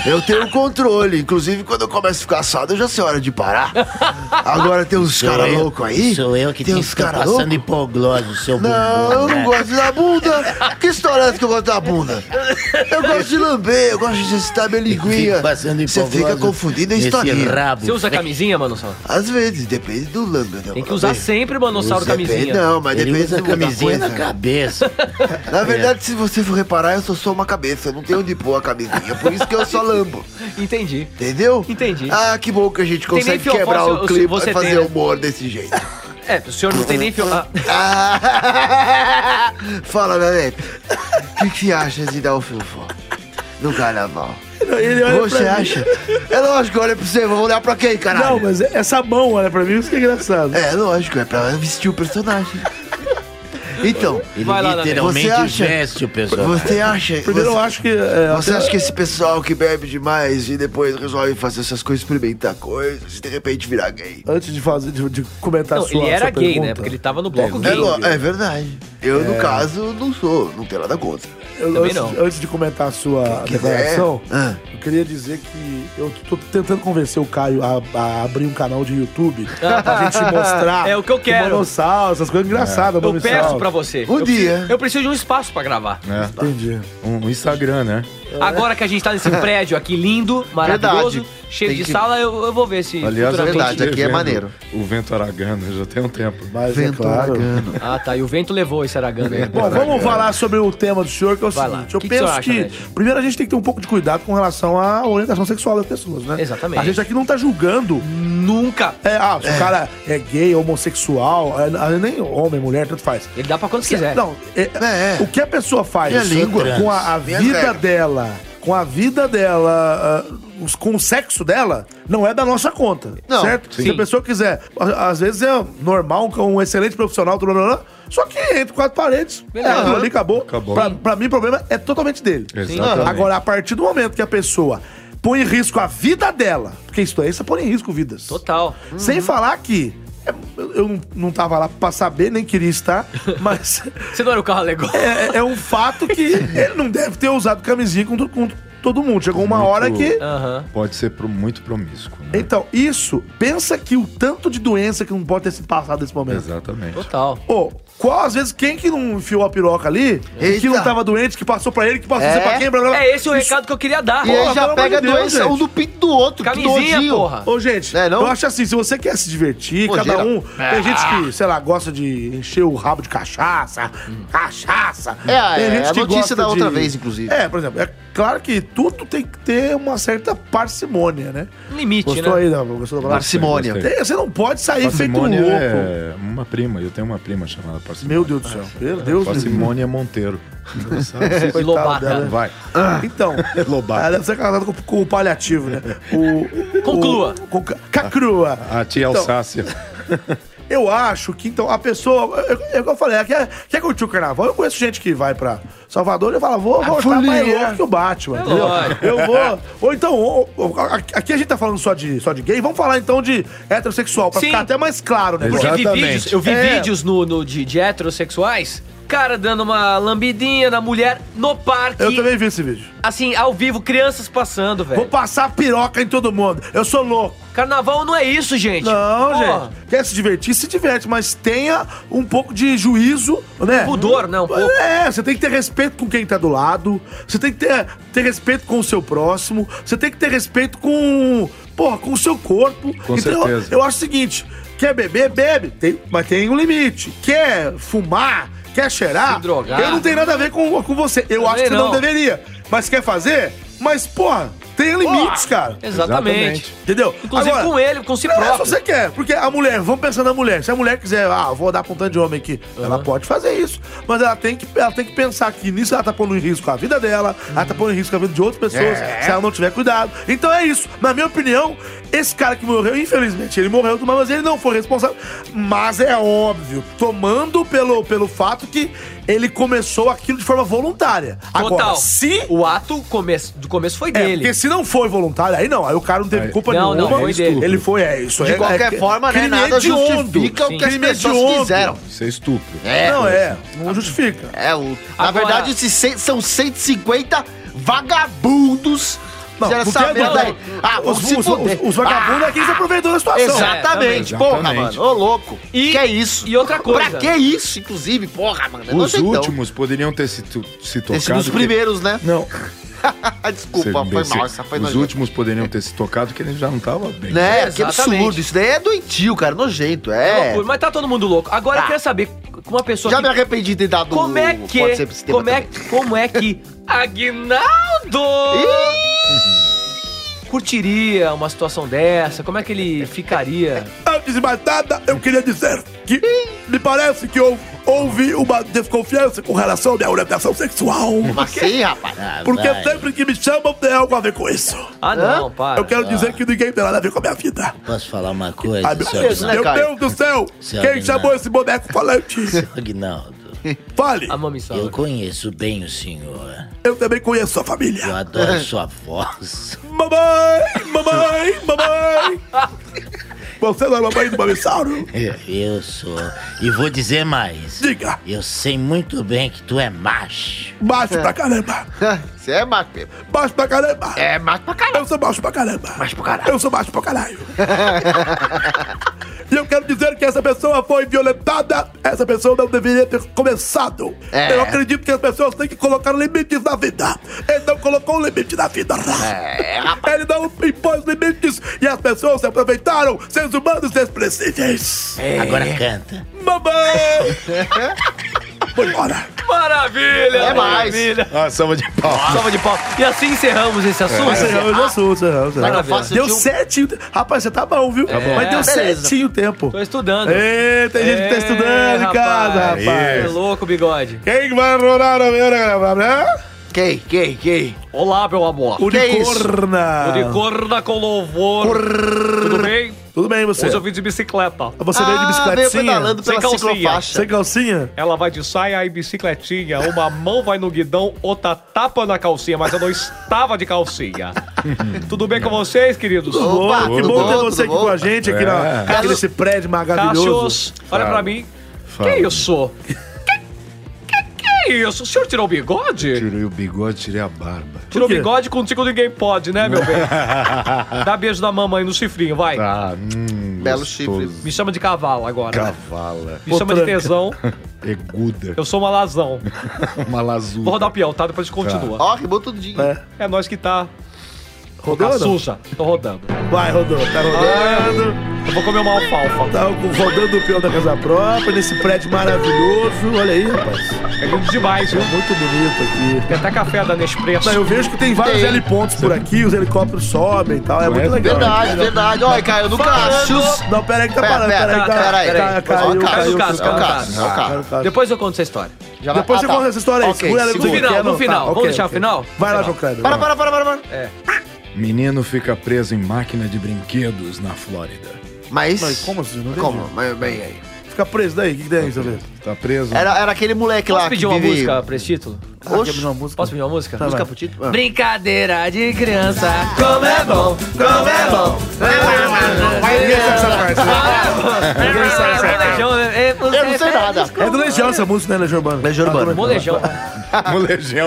Speaker 2: Eu tenho um controle. Inclusive, quando eu começo a ficar assado, eu já sei a hora de parar. Agora tem uns
Speaker 1: Sou
Speaker 2: caras
Speaker 1: eu-
Speaker 2: loucos aí.
Speaker 1: Sou eu que
Speaker 2: tem
Speaker 1: tenho que
Speaker 2: uns
Speaker 1: ficar
Speaker 2: caras
Speaker 1: passando
Speaker 2: loucos.
Speaker 1: hipoglose no seu
Speaker 2: Não, eu
Speaker 1: bumbum.
Speaker 2: não
Speaker 1: né?
Speaker 2: gosto da bunda. Que história é essa que eu gosto da bunda? Eu gosto de lamber, eu gosto de excitar minha linguinha.
Speaker 1: Fico passando
Speaker 2: Você fica
Speaker 1: hipoglose
Speaker 2: confundindo a
Speaker 1: nesse
Speaker 2: historinha.
Speaker 1: rabo.
Speaker 3: Você usa camisinha, Manossauro?
Speaker 2: Às vezes, depende do lamber. né,
Speaker 3: Tem que
Speaker 2: mano?
Speaker 3: usar sempre Manossauro
Speaker 2: Depende-
Speaker 3: camisinha.
Speaker 2: Não, mas
Speaker 1: Ele
Speaker 2: depende
Speaker 1: usa a
Speaker 2: do- da
Speaker 1: camisinha
Speaker 2: coisa.
Speaker 1: na cabeça. É.
Speaker 2: Na verdade, se você for reparar, eu sou só uma cabeça. Eu não tenho onde pôr a camisinha. Por isso que eu só lambo.
Speaker 3: Entendi.
Speaker 2: Entendeu?
Speaker 3: Entendi.
Speaker 2: Ah, que bom que a gente
Speaker 3: nem
Speaker 2: consegue
Speaker 3: fiofó,
Speaker 2: quebrar
Speaker 3: se-
Speaker 2: o
Speaker 3: se
Speaker 2: clima
Speaker 3: você
Speaker 2: e fazer
Speaker 3: tem, né?
Speaker 2: humor desse jeito.
Speaker 3: É, o senhor não tem nem fio. Ah,
Speaker 2: Ah, Fala, Bebê. O que, que você acha de dar um o fiofó no carnaval?
Speaker 5: Ele olha
Speaker 2: Você
Speaker 5: pra mim.
Speaker 2: acha? É lógico, olha pra você, vamos olhar pra quem, caralho?
Speaker 5: Não, mas essa mão olha pra mim, isso que é engraçado.
Speaker 2: É lógico, é pra vestir o personagem. Então,
Speaker 1: Ele
Speaker 3: Vai lá, Nanete.
Speaker 1: literalmente
Speaker 2: Você acha-
Speaker 1: veste o pessoal.
Speaker 2: você acha.
Speaker 5: Primeiro eu
Speaker 2: você-
Speaker 5: acho que. é,
Speaker 2: Você
Speaker 5: até-
Speaker 2: acha que esse pessoal que bebe demais e depois resolve fazer essas coisas, experimentar coisas e de repente virar gay?
Speaker 5: Antes de fazer, de, de comentar
Speaker 3: Ah, não,
Speaker 5: sua
Speaker 3: ele era
Speaker 5: sua
Speaker 3: gay,
Speaker 5: pergunta,
Speaker 3: né? Porque ele tava no bloco
Speaker 2: É,
Speaker 3: gay.
Speaker 2: lo- é verdade. Eu,
Speaker 5: É.
Speaker 2: no caso, não sou, não tenho nada contra.
Speaker 5: eu-
Speaker 3: Também
Speaker 5: antes,
Speaker 3: não.
Speaker 5: antes de comentar a sua
Speaker 2: quiser.
Speaker 5: declaração,
Speaker 2: Ah.
Speaker 5: eu queria dizer que eu tô tentando convencer o Caio a, a abrir um canal de YouTube pra gente
Speaker 3: Ah.
Speaker 5: mostrar.
Speaker 3: É o que eu quero.
Speaker 5: Manossauro, essas coisas engraçadas.
Speaker 3: Eu
Speaker 5: Manossauro.
Speaker 3: peço pra você.
Speaker 2: Um
Speaker 3: eu
Speaker 2: dia.
Speaker 3: preciso- eu preciso de um espaço pra gravar.
Speaker 7: É,
Speaker 5: Entendi.
Speaker 7: um, um Instagram, né?
Speaker 3: Agora que a gente tá nesse prédio aqui lindo, maravilhoso,
Speaker 6: Verdade.
Speaker 3: cheio
Speaker 6: Tem
Speaker 3: de
Speaker 6: que-
Speaker 3: sala, eu, eu vou ver se.
Speaker 7: Aliás, eu tô
Speaker 3: futuramente-
Speaker 6: Verdade, aqui é
Speaker 7: devendo
Speaker 6: maneiro.
Speaker 7: O Vento Aragano já tem um tempo.
Speaker 5: Mas é claro.
Speaker 3: Ah, tá. E o vento levou esse né? aragano aí.
Speaker 5: Bom, vamos falar sobre o tema do senhor, que é o
Speaker 3: Vai lá.
Speaker 5: seguinte.
Speaker 3: O
Speaker 5: Eu
Speaker 3: que que o
Speaker 5: penso
Speaker 3: senhor acha,
Speaker 5: que,
Speaker 3: Nete?
Speaker 5: primeiro, a gente tem que ter um pouco de cuidado com relação à orientação sexual das pessoas, né?
Speaker 3: Exatamente.
Speaker 5: A gente aqui não tá julgando.
Speaker 3: Nunca.
Speaker 5: É, ah, se o cara é gay, homossexual, é, é, nem homem, mulher, tanto faz.
Speaker 3: Ele dá pra quando quiser.
Speaker 5: Não, é-
Speaker 2: É.
Speaker 5: o que a pessoa faz
Speaker 2: Minha língua.
Speaker 5: com a, a
Speaker 2: Minha
Speaker 5: vida
Speaker 2: regra.
Speaker 5: dela, com a vida dela, ah, os- com o sexo dela, não é da nossa conta,
Speaker 6: Não,
Speaker 5: certo?
Speaker 3: sim.
Speaker 5: Se a pessoa quiser, a- às vezes é normal, um um excelente profissional, blá, blá, blá, só que entre quatro paredes, é,
Speaker 3: Beleza.
Speaker 5: aquilo ali acabou.
Speaker 7: Acabou.
Speaker 5: Pra, pra mim, o problema é totalmente dele.
Speaker 7: Exatamente.
Speaker 5: Agora, a partir do momento que a pessoa põe em risco a vida dela, porque isso aí, você põe em risco vidas.
Speaker 3: Total.
Speaker 5: Sem falar que é, eu eu não, não tava lá pra saber, nem queria estar, mas
Speaker 3: Você não era o carro alegórico?
Speaker 5: é, é um fato que ele não deve ter usado camisinha com, to- com todo mundo. Chegou uma hora que. Ah.
Speaker 3: Aham.
Speaker 7: Pode ser pro- muito promíscuo, né?
Speaker 5: Então, isso, pensa que o tanto de doença que não pode ter se passado nesse momento.
Speaker 7: Exatamente.
Speaker 3: Total.
Speaker 5: Ô, Qual, às vezes, quem que não enfiou a piroca ali, e que
Speaker 11: Eita.
Speaker 5: não tava doente, que passou pra ele, que passou
Speaker 6: É.
Speaker 5: pra quem, blá, blá, blá.
Speaker 3: É esse o recado que eu queria dar.
Speaker 6: E aí
Speaker 5: Porra,
Speaker 6: já
Speaker 5: pelo amor
Speaker 6: pega a
Speaker 5: de Deus,
Speaker 6: doença um
Speaker 5: gente.
Speaker 6: do pinto do outro, que
Speaker 3: Camisinha,
Speaker 6: nojinho.
Speaker 3: porra.
Speaker 5: Ô, gente,
Speaker 6: É, não?
Speaker 5: eu acho assim, se você quer se divertir,
Speaker 6: Pô,
Speaker 5: cada
Speaker 6: geral.
Speaker 5: um... Tem gente que, sei lá, gosta de encher o rabo de cachaça, cachaça.
Speaker 6: É,
Speaker 5: tem
Speaker 6: é, a notícia da outra vez, inclusive.
Speaker 5: É, por exemplo, é claro que tudo tem que ter uma certa parcimônia, né?
Speaker 3: Limite,
Speaker 5: Gostou
Speaker 3: né?
Speaker 5: aí, não? Gostou da palavra?
Speaker 6: Parcimônia.
Speaker 7: Gostei, gostei.
Speaker 5: Tem- Você não pode sair feito um
Speaker 7: Parcimônia
Speaker 5: louco.
Speaker 7: é uma prima, eu tenho uma prima chamada Parcimônia.
Speaker 5: Meu Deus do céu. Meu Deus do céu.
Speaker 7: Parcimônia Monteiro.
Speaker 3: Foi lobada.
Speaker 7: Vai.
Speaker 5: Então,
Speaker 7: Lobada.
Speaker 5: ela deve ser casada com, com o paliativo, né? O,
Speaker 3: Conclua.
Speaker 5: o- com ca- cacrua.
Speaker 7: A tia
Speaker 5: Então,
Speaker 7: Alsácia.
Speaker 5: Eu acho que, então, a pessoa. É é o que eu falei, ela quer, quer curtir o carnaval. Eu conheço gente que vai pra Salvador e fala, vou voltar mais
Speaker 11: folia.
Speaker 5: louco que o Batman. entendeu?
Speaker 3: É lógico.
Speaker 5: Eu vou. Ou então, ou- ou- a- aqui a gente tá falando só de, só de gay, vamos falar então de heterossexual, pra
Speaker 3: Sim.
Speaker 5: ficar até mais claro, né?
Speaker 3: Porque vi
Speaker 7: Exatamente.
Speaker 3: vídeos, eu vi
Speaker 5: É.
Speaker 3: vídeos no, no- de, de heterossexuais, cara dando uma lambidinha na mulher no parque.
Speaker 5: Eu também vi esse vídeo.
Speaker 3: Assim, ao vivo, crianças passando,
Speaker 5: Vou
Speaker 3: velho.
Speaker 5: passar piroca em todo mundo. Eu sou louco.
Speaker 3: Carnaval não é isso, gente.
Speaker 5: Não,
Speaker 3: Porra,
Speaker 5: gente. Quer se divertir? Se diverte, mas tenha um pouco de juízo, né?
Speaker 3: Pudor, não, um pouco.
Speaker 5: É, você tem que ter respeito com quem tá do lado. Você tem que ter, ter respeito com o seu próximo. Você tem que ter respeito com. Porra, com o seu corpo.
Speaker 7: Com
Speaker 5: eu-
Speaker 7: certeza.
Speaker 5: Eu, acho o seguinte: quer beber, bebe, tem- mas tem um limite. Quer fumar, quer cheirar.
Speaker 3: Se drogar.
Speaker 5: Eu não tenho nada a ver com, com você. Eu
Speaker 3: Também
Speaker 5: acho que você não.
Speaker 3: não.
Speaker 5: deveria. Mas quer fazer? Mas, porra, tem limites, cara.
Speaker 3: Exatamente.
Speaker 5: Entendeu?
Speaker 3: Inclusive
Speaker 5: Agora-
Speaker 3: com ele, com si
Speaker 5: não, é se
Speaker 3: próprio.
Speaker 5: você quer, porque a mulher, vamos pensar na mulher. Se a mulher quiser, ah, vou dar pra um tanto de homem aqui, ela pode fazer isso. Mas ela tem, que, ela tem que pensar que nisso ela tá pondo em risco a vida dela, ela tá pondo em risco a vida de outras pessoas,
Speaker 3: É.
Speaker 5: se ela não tiver cuidado. Então é isso. Na minha opinião, esse cara que morreu, infelizmente, ele morreu, mas ele não foi responsável. Mas é óbvio, tomando pelo, pelo fato que ele começou aquilo de forma voluntária. Agora,
Speaker 3: Total.
Speaker 5: se.
Speaker 3: O ato começo, do começo foi
Speaker 5: É,
Speaker 3: dele.
Speaker 5: porque se não foi voluntário, aí não, aí o cara não teve
Speaker 7: Aí-
Speaker 5: culpa
Speaker 3: Não,
Speaker 5: nenhuma.
Speaker 3: não, foi dele.
Speaker 5: Ele foi, é isso.
Speaker 6: De
Speaker 5: é-
Speaker 6: qualquer
Speaker 5: é-
Speaker 6: forma, né?
Speaker 5: crime
Speaker 6: Nada
Speaker 5: hediondo.
Speaker 6: justifica o que as
Speaker 5: Crime
Speaker 6: pessoas
Speaker 5: hediondo.
Speaker 6: fizeram.
Speaker 7: Isso é estupro.
Speaker 6: É.
Speaker 5: Não, é. Não justifica.
Speaker 6: É, o, na
Speaker 3: Agora-
Speaker 6: verdade, esses cem- são 150 vagabundos.
Speaker 5: Não,
Speaker 6: fizeram
Speaker 5: não
Speaker 6: essa
Speaker 5: tem
Speaker 6: merda aí.
Speaker 5: dúvida.
Speaker 6: Ah,
Speaker 5: os,
Speaker 6: vão se
Speaker 5: os-
Speaker 6: fuder. Ah.
Speaker 5: os- os vagabundos é quem se aproveitou da situação.
Speaker 6: Exatamente,
Speaker 7: É, também.
Speaker 6: porra,
Speaker 7: Exatamente.
Speaker 6: mano. Ô, louco.
Speaker 3: E-
Speaker 6: que é isso?
Speaker 3: e outra coisa.
Speaker 6: Pra que isso, inclusive? Porra, mano. eu não
Speaker 7: Os
Speaker 6: sei então.
Speaker 7: últimos poderiam ter se, tu- se tocado.
Speaker 6: Esse dos
Speaker 7: que-
Speaker 6: primeiros, né? Ah,
Speaker 7: Não.
Speaker 6: Desculpa,
Speaker 7: Cê-
Speaker 6: foi
Speaker 7: cê-
Speaker 6: mal. Essa foi
Speaker 7: Os
Speaker 6: nojento.
Speaker 7: últimos poderiam ter se tocado que ele já não tava bem.
Speaker 6: Né?
Speaker 3: É,
Speaker 6: que absurdo.
Speaker 3: exatamente.
Speaker 6: Isso daí é doentio, cara. Nojento.
Speaker 3: É
Speaker 6: É.
Speaker 3: loucura, mas tá todo mundo louco. Agora eu quero saber, com uma pessoa
Speaker 6: Já
Speaker 3: que
Speaker 6: me arrependi de ter dado
Speaker 3: Como é que.
Speaker 6: Pode ser esse tema
Speaker 3: como, é,
Speaker 6: também.
Speaker 3: como é que. Aguinaldo! Curtiria uma situação dessa? Como é que ele ficaria?
Speaker 5: Antes de mais nada, eu queria dizer que me parece que hou- houve uma desconfiança com relação à minha orientação sexual.
Speaker 6: Mas sim, rapaz.
Speaker 5: Porque
Speaker 1: Ah, vai.
Speaker 5: sempre que me chamam tem algo a ver com isso.
Speaker 3: Ah, não, para.
Speaker 5: Eu quero dizer que ninguém tem nada a ver com a minha vida.
Speaker 1: Posso falar uma coisa,
Speaker 5: Ai, meu
Speaker 1: seu
Speaker 5: Deus,
Speaker 6: né,
Speaker 1: Aguinaldo?
Speaker 5: meu
Speaker 6: Caio?
Speaker 5: Deus do céu!
Speaker 1: Seu
Speaker 5: Quem
Speaker 1: Aguinaldo.
Speaker 5: chamou esse boneco falante?
Speaker 2: né?
Speaker 1: Aguinaldo,
Speaker 5: Fale!
Speaker 3: A mami sabe.
Speaker 1: eu conheço bem o senhor.
Speaker 5: Eu também conheço sua
Speaker 1: Eu
Speaker 5: família.
Speaker 1: adoro sua voz.
Speaker 5: Mamãe! Mamãe! Mamãe! Você não é mamãe do Mamissauro?
Speaker 1: Eu sou. E vou dizer mais.
Speaker 5: Diga!
Speaker 1: Eu sei muito bem que tu é macho.
Speaker 5: Baixo pra caramba!
Speaker 6: Você é maco mesmo.
Speaker 5: Baixo pra caramba!
Speaker 6: É maco pra caralho.
Speaker 5: Eu sou baixo pra caramba!
Speaker 6: Macho pra caralho.
Speaker 5: Eu sou baixo pra caralho! e eu quero dizer que essa pessoa foi violentada, essa pessoa não deveria ter começado.
Speaker 6: É.
Speaker 5: Eu acredito que as pessoas têm que colocar limites na vida. Ele não colocou limite na vida.
Speaker 6: É,
Speaker 5: Ele não impôs limites e as pessoas se aproveitaram, seres humanos desprezíveis.
Speaker 6: É.
Speaker 1: Agora canta.
Speaker 5: Mamãe! Foi embora.
Speaker 3: Maravilha!
Speaker 6: É mais.
Speaker 3: Maravilha!
Speaker 7: Ah, salva de palmas.
Speaker 3: Salva de pau. E assim encerrapa esse assunto.
Speaker 5: Encerramos o assunto, encerramos.
Speaker 6: Mas
Speaker 5: encerramos.
Speaker 6: eu faço
Speaker 5: Deu
Speaker 6: de um- É.
Speaker 5: certinho. Rapaz, você tá bom, viu? Mas deu
Speaker 6: Beleza.
Speaker 5: certinho o tempo.
Speaker 3: Tô estudando.
Speaker 5: Ê, tem gente que tá estudando em casa, rapaz.
Speaker 3: É louco, bigode.
Speaker 5: Quem vai rolar o meu, né? blá, blá?
Speaker 6: Quem, quem, quem?
Speaker 3: Olá, meu amor. O de
Speaker 5: Unicorna.
Speaker 3: corda com louvor. Tudo bem?
Speaker 5: Tudo bem, você? Ah,
Speaker 3: Hoje eu vim de bicicleta.
Speaker 5: Você veio de
Speaker 6: Ah, veio
Speaker 5: bicicletinha?
Speaker 6: pedalando pela
Speaker 3: Sem calcinha.
Speaker 6: ciclofaixa.
Speaker 5: Sem calcinha?
Speaker 3: Ela vai de saia e bicicletinha. Uma mão vai no guidão, outra tapa na calcinha, mas eu não estava de calcinha. Tudo bem com vocês, queridos?
Speaker 6: Opa,
Speaker 5: Bom, que
Speaker 6: tudo
Speaker 5: bom ter
Speaker 6: tudo
Speaker 5: você aqui
Speaker 6: bom? É.
Speaker 5: com a gente, aqui, na, aqui
Speaker 6: Cássio-
Speaker 5: nesse prédio maravilhoso.
Speaker 3: Cassius, olha pra mim. Que isso? Que, que, que isso? O senhor tirou o bigode?
Speaker 7: Tirei o bigode, tirei a barba.
Speaker 3: Tirou o
Speaker 5: quê?
Speaker 3: bigode, contigo ninguém pode, né, meu bem? Dá beijo na mamãe no chifrinho, vai.
Speaker 7: Tá, hum,
Speaker 6: Belo
Speaker 7: gostoso.
Speaker 6: chifre.
Speaker 3: Me chama de cavalo agora.
Speaker 7: Cavala.
Speaker 3: Me chama de
Speaker 5: Potranca.
Speaker 3: tesão.
Speaker 7: Eguda.
Speaker 3: Eu sou uma lazão.
Speaker 7: Uma lazuda.
Speaker 3: Vou rodar o peão, tá? Depois a gente continua.
Speaker 6: Ó, rimou tudinho.
Speaker 3: É nós que tá.
Speaker 5: Rodou
Speaker 3: Tá
Speaker 5: ou não?
Speaker 3: suja. Tô rodando.
Speaker 5: Vai, rodou. Tá
Speaker 6: Ah.
Speaker 5: rodando.
Speaker 3: Eu vou comer uma alfalfa.
Speaker 5: Tá rodando o peão da casa própria, nesse prédio maravilhoso. Olha aí, rapaz.
Speaker 3: É lindo demais, viu?
Speaker 5: Muito bonito aqui.
Speaker 3: Tem até café da Nespresso.
Speaker 5: Não, eu vejo que tem vários
Speaker 6: Tem.
Speaker 5: L pontos por aqui, os helicópteros sobem e tal. É muito
Speaker 7: Conhece?
Speaker 5: legal.
Speaker 6: Verdade, verdade. Olha, caiu no Cassius.
Speaker 5: Não, pera aí que tá
Speaker 6: Pera,
Speaker 5: parando.
Speaker 6: pera,
Speaker 5: Pera aí,
Speaker 6: pera,
Speaker 5: tá-
Speaker 6: pera aí.
Speaker 5: tá-
Speaker 6: Depois
Speaker 5: caiu,
Speaker 6: é
Speaker 3: é
Speaker 5: caiu.
Speaker 6: o Cassius,
Speaker 3: o Cassius,
Speaker 5: caiu,
Speaker 3: é o
Speaker 6: Cassius, é o Cassius.
Speaker 5: caiu, caiu.
Speaker 3: Depois eu conto essa história. Tá,
Speaker 6: Já vai-
Speaker 5: Depois
Speaker 6: Ah,
Speaker 5: você
Speaker 6: tá.
Speaker 5: conta essa história aí.
Speaker 6: Ok,
Speaker 5: Segura ela
Speaker 6: segura.
Speaker 5: no
Speaker 3: No final, no final. Vamos deixar o final?
Speaker 5: Vai lá,
Speaker 3: Final.
Speaker 5: João Kleber.
Speaker 6: Para,
Speaker 5: vai lá.
Speaker 6: para, para, para, para.
Speaker 7: Menino fica preso em máquina de brinquedos na Flórida.
Speaker 6: Mas...
Speaker 5: Mas como assim? Não
Speaker 6: Como? Mas, bem aí.
Speaker 5: Fica preso daí. O que que tem, seu Vitor?
Speaker 7: Tá preso?
Speaker 6: Era, era aquele moleque lá
Speaker 3: Posso
Speaker 6: que
Speaker 3: pedir uma
Speaker 6: vive-
Speaker 3: música pra esse título?
Speaker 5: Quer pedir uma música?
Speaker 3: Posso pedir uma música? música
Speaker 5: vai.
Speaker 3: pro título?
Speaker 6: Ah.
Speaker 3: Brincadeira de criança. Como é bom, como é bom.
Speaker 5: Ninguém sabe essa parte, né? Ninguém sabe essa parte.
Speaker 3: né?
Speaker 6: Eu não sei nada.
Speaker 5: É do Legião essa música, né? Legião Urbana.
Speaker 6: Legião Urbana.
Speaker 5: Tá,
Speaker 3: É, Molejão.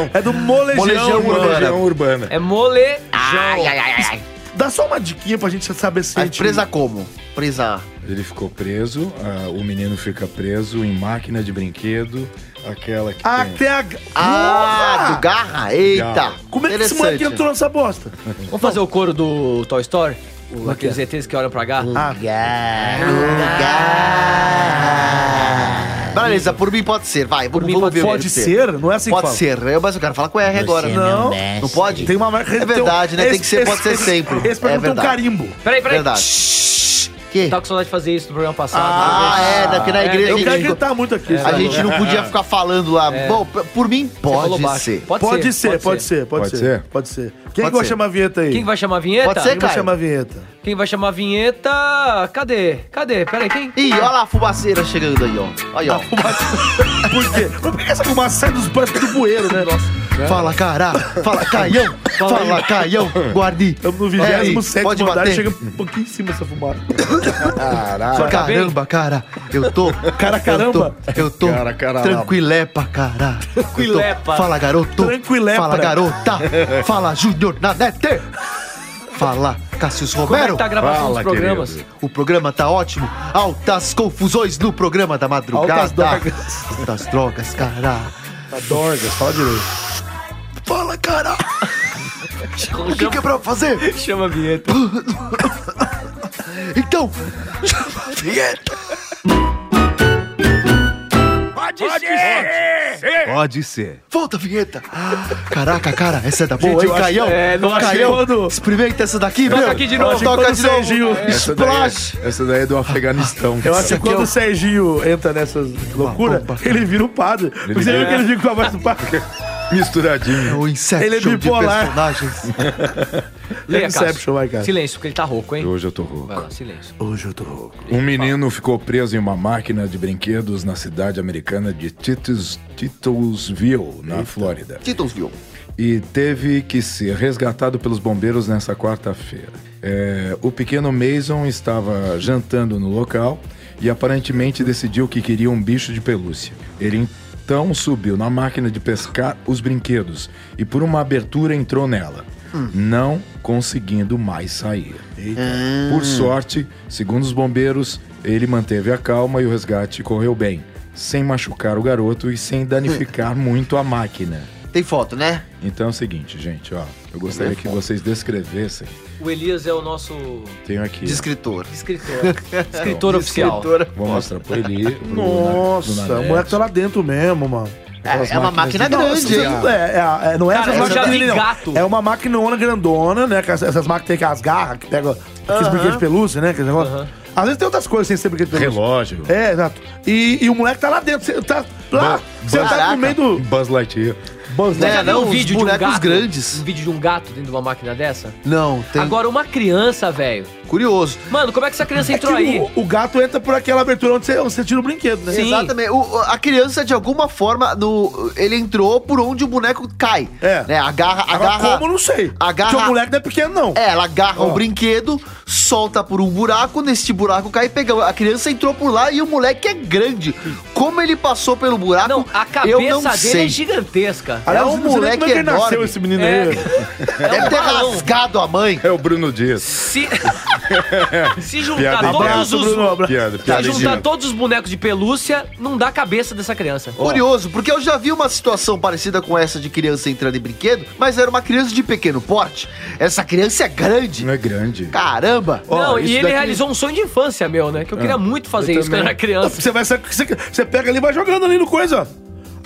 Speaker 7: Molejão.
Speaker 5: É do Molejão,
Speaker 6: Molejão
Speaker 5: Urbana.
Speaker 6: Urbana.
Speaker 7: Molejão urbana.
Speaker 3: É molejão.
Speaker 6: Ai, ai, ai, ai, ai.
Speaker 5: Dá só uma diquinha pra gente saber se a
Speaker 6: Mas
Speaker 5: gente...
Speaker 6: Tá presa como? Presa.
Speaker 7: Ele ficou preso, ah, o menino fica preso em máquina de brinquedo, aquela que tem...
Speaker 5: Até a...
Speaker 6: Ah,
Speaker 5: Porra!
Speaker 6: do garra? Eita.
Speaker 7: Garra.
Speaker 5: Como é que esse moleque entrou nessa bosta?
Speaker 3: Vamos fazer o coro do Toy Story? O- Aqueles ETs que olham pra cá.
Speaker 6: Beleza, por mim pode ser. Vai, por
Speaker 3: mim
Speaker 6: vamos
Speaker 3: pode
Speaker 6: ver o que
Speaker 5: Pode
Speaker 6: ele
Speaker 5: ser? Não é assim que
Speaker 6: Pode
Speaker 5: fala.
Speaker 6: ser. Eu, mas eu quero falar com R
Speaker 12: Você
Speaker 6: agora.
Speaker 12: é
Speaker 6: Não, né?
Speaker 5: não.
Speaker 12: meu mestre.
Speaker 6: não pode?
Speaker 5: Tem uma marca...
Speaker 6: É verdade, né? Tem que ser- pode ser sempre.
Speaker 5: Esse programa tem
Speaker 6: É
Speaker 5: um
Speaker 6: verdade.
Speaker 5: carimbo.
Speaker 3: Peraí, peraí.
Speaker 6: Verdade. Que?
Speaker 3: Tá com saudade de fazer isso no programa passado.
Speaker 6: Ah, é, né? Porque na
Speaker 3: É,
Speaker 6: igreja
Speaker 5: Eu
Speaker 6: a
Speaker 5: quero
Speaker 6: gente- É.
Speaker 5: gritar muito aqui.
Speaker 6: a
Speaker 5: sabe?
Speaker 6: gente não podia
Speaker 5: É.
Speaker 6: ficar falando lá. Bom, p- por mim
Speaker 3: Você falou
Speaker 6: pode
Speaker 3: baixo.
Speaker 6: ser.
Speaker 3: Pode,
Speaker 5: Pode ser, pode ser, pode
Speaker 7: Pode
Speaker 5: ser.
Speaker 7: ser?
Speaker 5: Pode ser. Quem
Speaker 6: Pode
Speaker 5: que vai
Speaker 6: ser.
Speaker 5: chamar a vinheta aí?
Speaker 3: Quem vai chamar a vinheta?
Speaker 6: Pode ser,
Speaker 5: Quem vai
Speaker 6: Caio?
Speaker 5: chamar a vinheta?
Speaker 3: Quem vai chamar a vinheta? Cadê? Cadê? Peraí, quem?
Speaker 6: Ih, olha lá a fumaceira chegando aí, ó. Aí, ó.
Speaker 5: Por quê? Por que essa fumaça sai dos bancos do bueiro, né?
Speaker 6: Fala, cará. Fala, caião. Fala, caião. Guardi.
Speaker 5: Estamos no
Speaker 6: É, aí,
Speaker 5: 27
Speaker 6: pode
Speaker 5: andar
Speaker 6: bater. Tá,
Speaker 5: e chega um pouquinho em cima essa fumaça.
Speaker 7: Caralho.
Speaker 3: bem?
Speaker 6: Caramba, cara, eu tô.
Speaker 5: Cara, caramba.
Speaker 6: Eu tô, eu tô
Speaker 7: Cara, caralho.
Speaker 6: tranquilepa, cara.
Speaker 3: Tranquilepa.
Speaker 6: Eu tô- Fala, garoto.
Speaker 5: Tranquilepra.
Speaker 6: Fala, garota. Fala, Júnior Nanete. Fala, Cassius
Speaker 3: Como é
Speaker 6: Romero.
Speaker 3: que tá a gravação
Speaker 7: Fala,
Speaker 3: dos programas?
Speaker 7: querido.
Speaker 6: O programa tá ótimo. Altas confusões no programa da madrugada.
Speaker 5: Altas drogas.
Speaker 6: Altas drogas, cara.
Speaker 5: Tá Dorgas, fala direito.
Speaker 6: Fala, cara. O que, que é pra fazer?
Speaker 3: Chama a vinheta.
Speaker 6: Então,
Speaker 7: Pode ser.
Speaker 6: volta a vinheta. Caraca, cara, essa é da boa,
Speaker 5: Gente,
Speaker 6: hein,
Speaker 5: eu acho-
Speaker 6: Caião?
Speaker 3: é, não acho que
Speaker 6: Caião,
Speaker 5: quando-
Speaker 6: experimenta essa daqui,
Speaker 3: Toca
Speaker 6: meu.
Speaker 3: aqui de novo.
Speaker 6: Toca
Speaker 5: Quando
Speaker 6: de
Speaker 5: o Serginho-
Speaker 6: novo.
Speaker 7: Essa daí,
Speaker 6: Splash.
Speaker 7: é, essa daí é do Afeganistão.
Speaker 5: Eu
Speaker 7: cara.
Speaker 5: acho que quando o Serginho entra nessas loucuras,
Speaker 6: bomba, cara.
Speaker 5: ele vira um padre. Você viu
Speaker 7: vira-
Speaker 5: que ele fica com a voz do padre?
Speaker 7: Misturadinho.
Speaker 6: O Inception
Speaker 5: Ele é bipolar.
Speaker 6: de personagens.
Speaker 3: Leia,
Speaker 5: Inception, vai, cara.
Speaker 3: Cássio. Silêncio, porque ele tá rouco, hein?
Speaker 7: Hoje eu tô rouco.
Speaker 3: Vai lá, silêncio.
Speaker 5: Hoje eu tô rouco.
Speaker 7: Um menino ficou preso em uma máquina de brinquedos na cidade americana de Titus, Titusville, na Flórida.
Speaker 6: Titusville.
Speaker 7: E teve que ser resgatado pelos bombeiros nessa quarta-feira. É, o pequeno Mason estava jantando no local e aparentemente decidiu que queria um bicho de pelúcia. Ele então subiu na máquina de pescar os brinquedos e por uma abertura entrou nela, não conseguindo mais sair. Por sorte, segundo os bombeiros, ele manteve a calma e o resgate correu bem, sem machucar o garoto e sem danificar muito a máquina.
Speaker 6: Tem foto, né?
Speaker 7: Então é o seguinte, gente, ó.
Speaker 5: é
Speaker 7: Eu gostaria que vocês descrevessem.
Speaker 3: O Elias é o nosso
Speaker 7: Tenho aqui.
Speaker 6: De escritor.
Speaker 3: escritor. escritor oficial.
Speaker 7: Vou mostrar pro Eli. pro
Speaker 5: Nossa, o
Speaker 7: Nanete.
Speaker 5: moleque tá lá dentro mesmo, mano.
Speaker 6: É, é uma máquina
Speaker 5: Não,
Speaker 6: grande, hein?
Speaker 5: essas- é, é, é, não é
Speaker 3: Cara,
Speaker 5: essas
Speaker 3: eu
Speaker 5: máquinas
Speaker 3: já vi
Speaker 5: pequenininhas, não.
Speaker 3: gato.
Speaker 5: É uma maquinona grandona, né? que Essas essas máquinas tem aquelas garras que pegam aqueles brinquedos de pelúcia, né? aqueles negócios. Às vezes tem outras coisas sem ser brinquedo de pelúcia.
Speaker 7: Relógio.
Speaker 5: É, exato. E, e o moleque tá lá dentro, você tá lá,
Speaker 7: Ba-
Speaker 5: você tá
Speaker 6: Caraca.
Speaker 5: no meio do...
Speaker 7: Buzz Lightyear.
Speaker 5: Buzz
Speaker 6: Né?
Speaker 5: Lightyear.
Speaker 3: Já viu
Speaker 6: não,
Speaker 3: um
Speaker 6: os
Speaker 3: vídeo de um
Speaker 6: bonecos
Speaker 3: gato?
Speaker 6: grandes.
Speaker 3: Um vídeo de um gato dentro de uma máquina dessa?
Speaker 6: Não, tem.
Speaker 3: Agora, uma criança, velho.
Speaker 6: Curioso.
Speaker 3: Mano, como é que essa criança
Speaker 5: É que
Speaker 3: entrou aí?
Speaker 5: o, o gato entra por aquela abertura onde você, onde você tira o brinquedo, né?
Speaker 3: Sim.
Speaker 6: Exatamente. O- o- a criança, de alguma forma, no, ele entrou por onde o boneco cai.
Speaker 5: É.
Speaker 6: Né? Agarra,
Speaker 5: Agora,
Speaker 6: agarra.
Speaker 5: como, Ah. eu não sei.
Speaker 6: agarra-
Speaker 5: Porque o moleque não é pequeno, não.
Speaker 6: É, ela agarra
Speaker 5: Ó.
Speaker 6: o brinquedo, um solta por um buraco, neste buraco cai e pega. A criança entrou por lá e o moleque é grande. Como ele passou pelo buraco,
Speaker 3: Não, a
Speaker 6: eu
Speaker 3: cabeça
Speaker 6: não
Speaker 3: dele
Speaker 6: sei.
Speaker 3: é gigantesca. É um
Speaker 6: Aliás,
Speaker 7: eu
Speaker 6: um
Speaker 7: não sei nem
Speaker 6: moleque
Speaker 7: como é que ele nasceu
Speaker 6: enorme. É.
Speaker 7: esse menino
Speaker 5: Então,
Speaker 7: aí.
Speaker 6: Deve ter rasgado a mãe.
Speaker 5: um
Speaker 7: É o Bruno Dias.
Speaker 3: Se, se juntar
Speaker 7: Piada.
Speaker 3: todos
Speaker 7: Abraço,
Speaker 3: os.
Speaker 7: Bruno. Piada,
Speaker 3: Se
Speaker 7: piada.
Speaker 3: juntar
Speaker 7: idiota.
Speaker 3: todos os bonecos de pelúcia, não dá a cabeça dessa criança.
Speaker 6: Curioso, porque eu já vi uma situação parecida com essa de criança entrando em brinquedo, mas era uma criança de pequeno porte. Essa criança é grande.
Speaker 7: Não é grande.
Speaker 6: Caramba!
Speaker 3: não, e
Speaker 7: isso
Speaker 3: ele
Speaker 7: daqui-
Speaker 3: realizou um sonho de infância meu, né? Que eu queria muito fazer
Speaker 7: eu
Speaker 3: isso quando eu era criança.
Speaker 5: Você, vai, sa- você, você pega ali e vai jogando ali no coisa.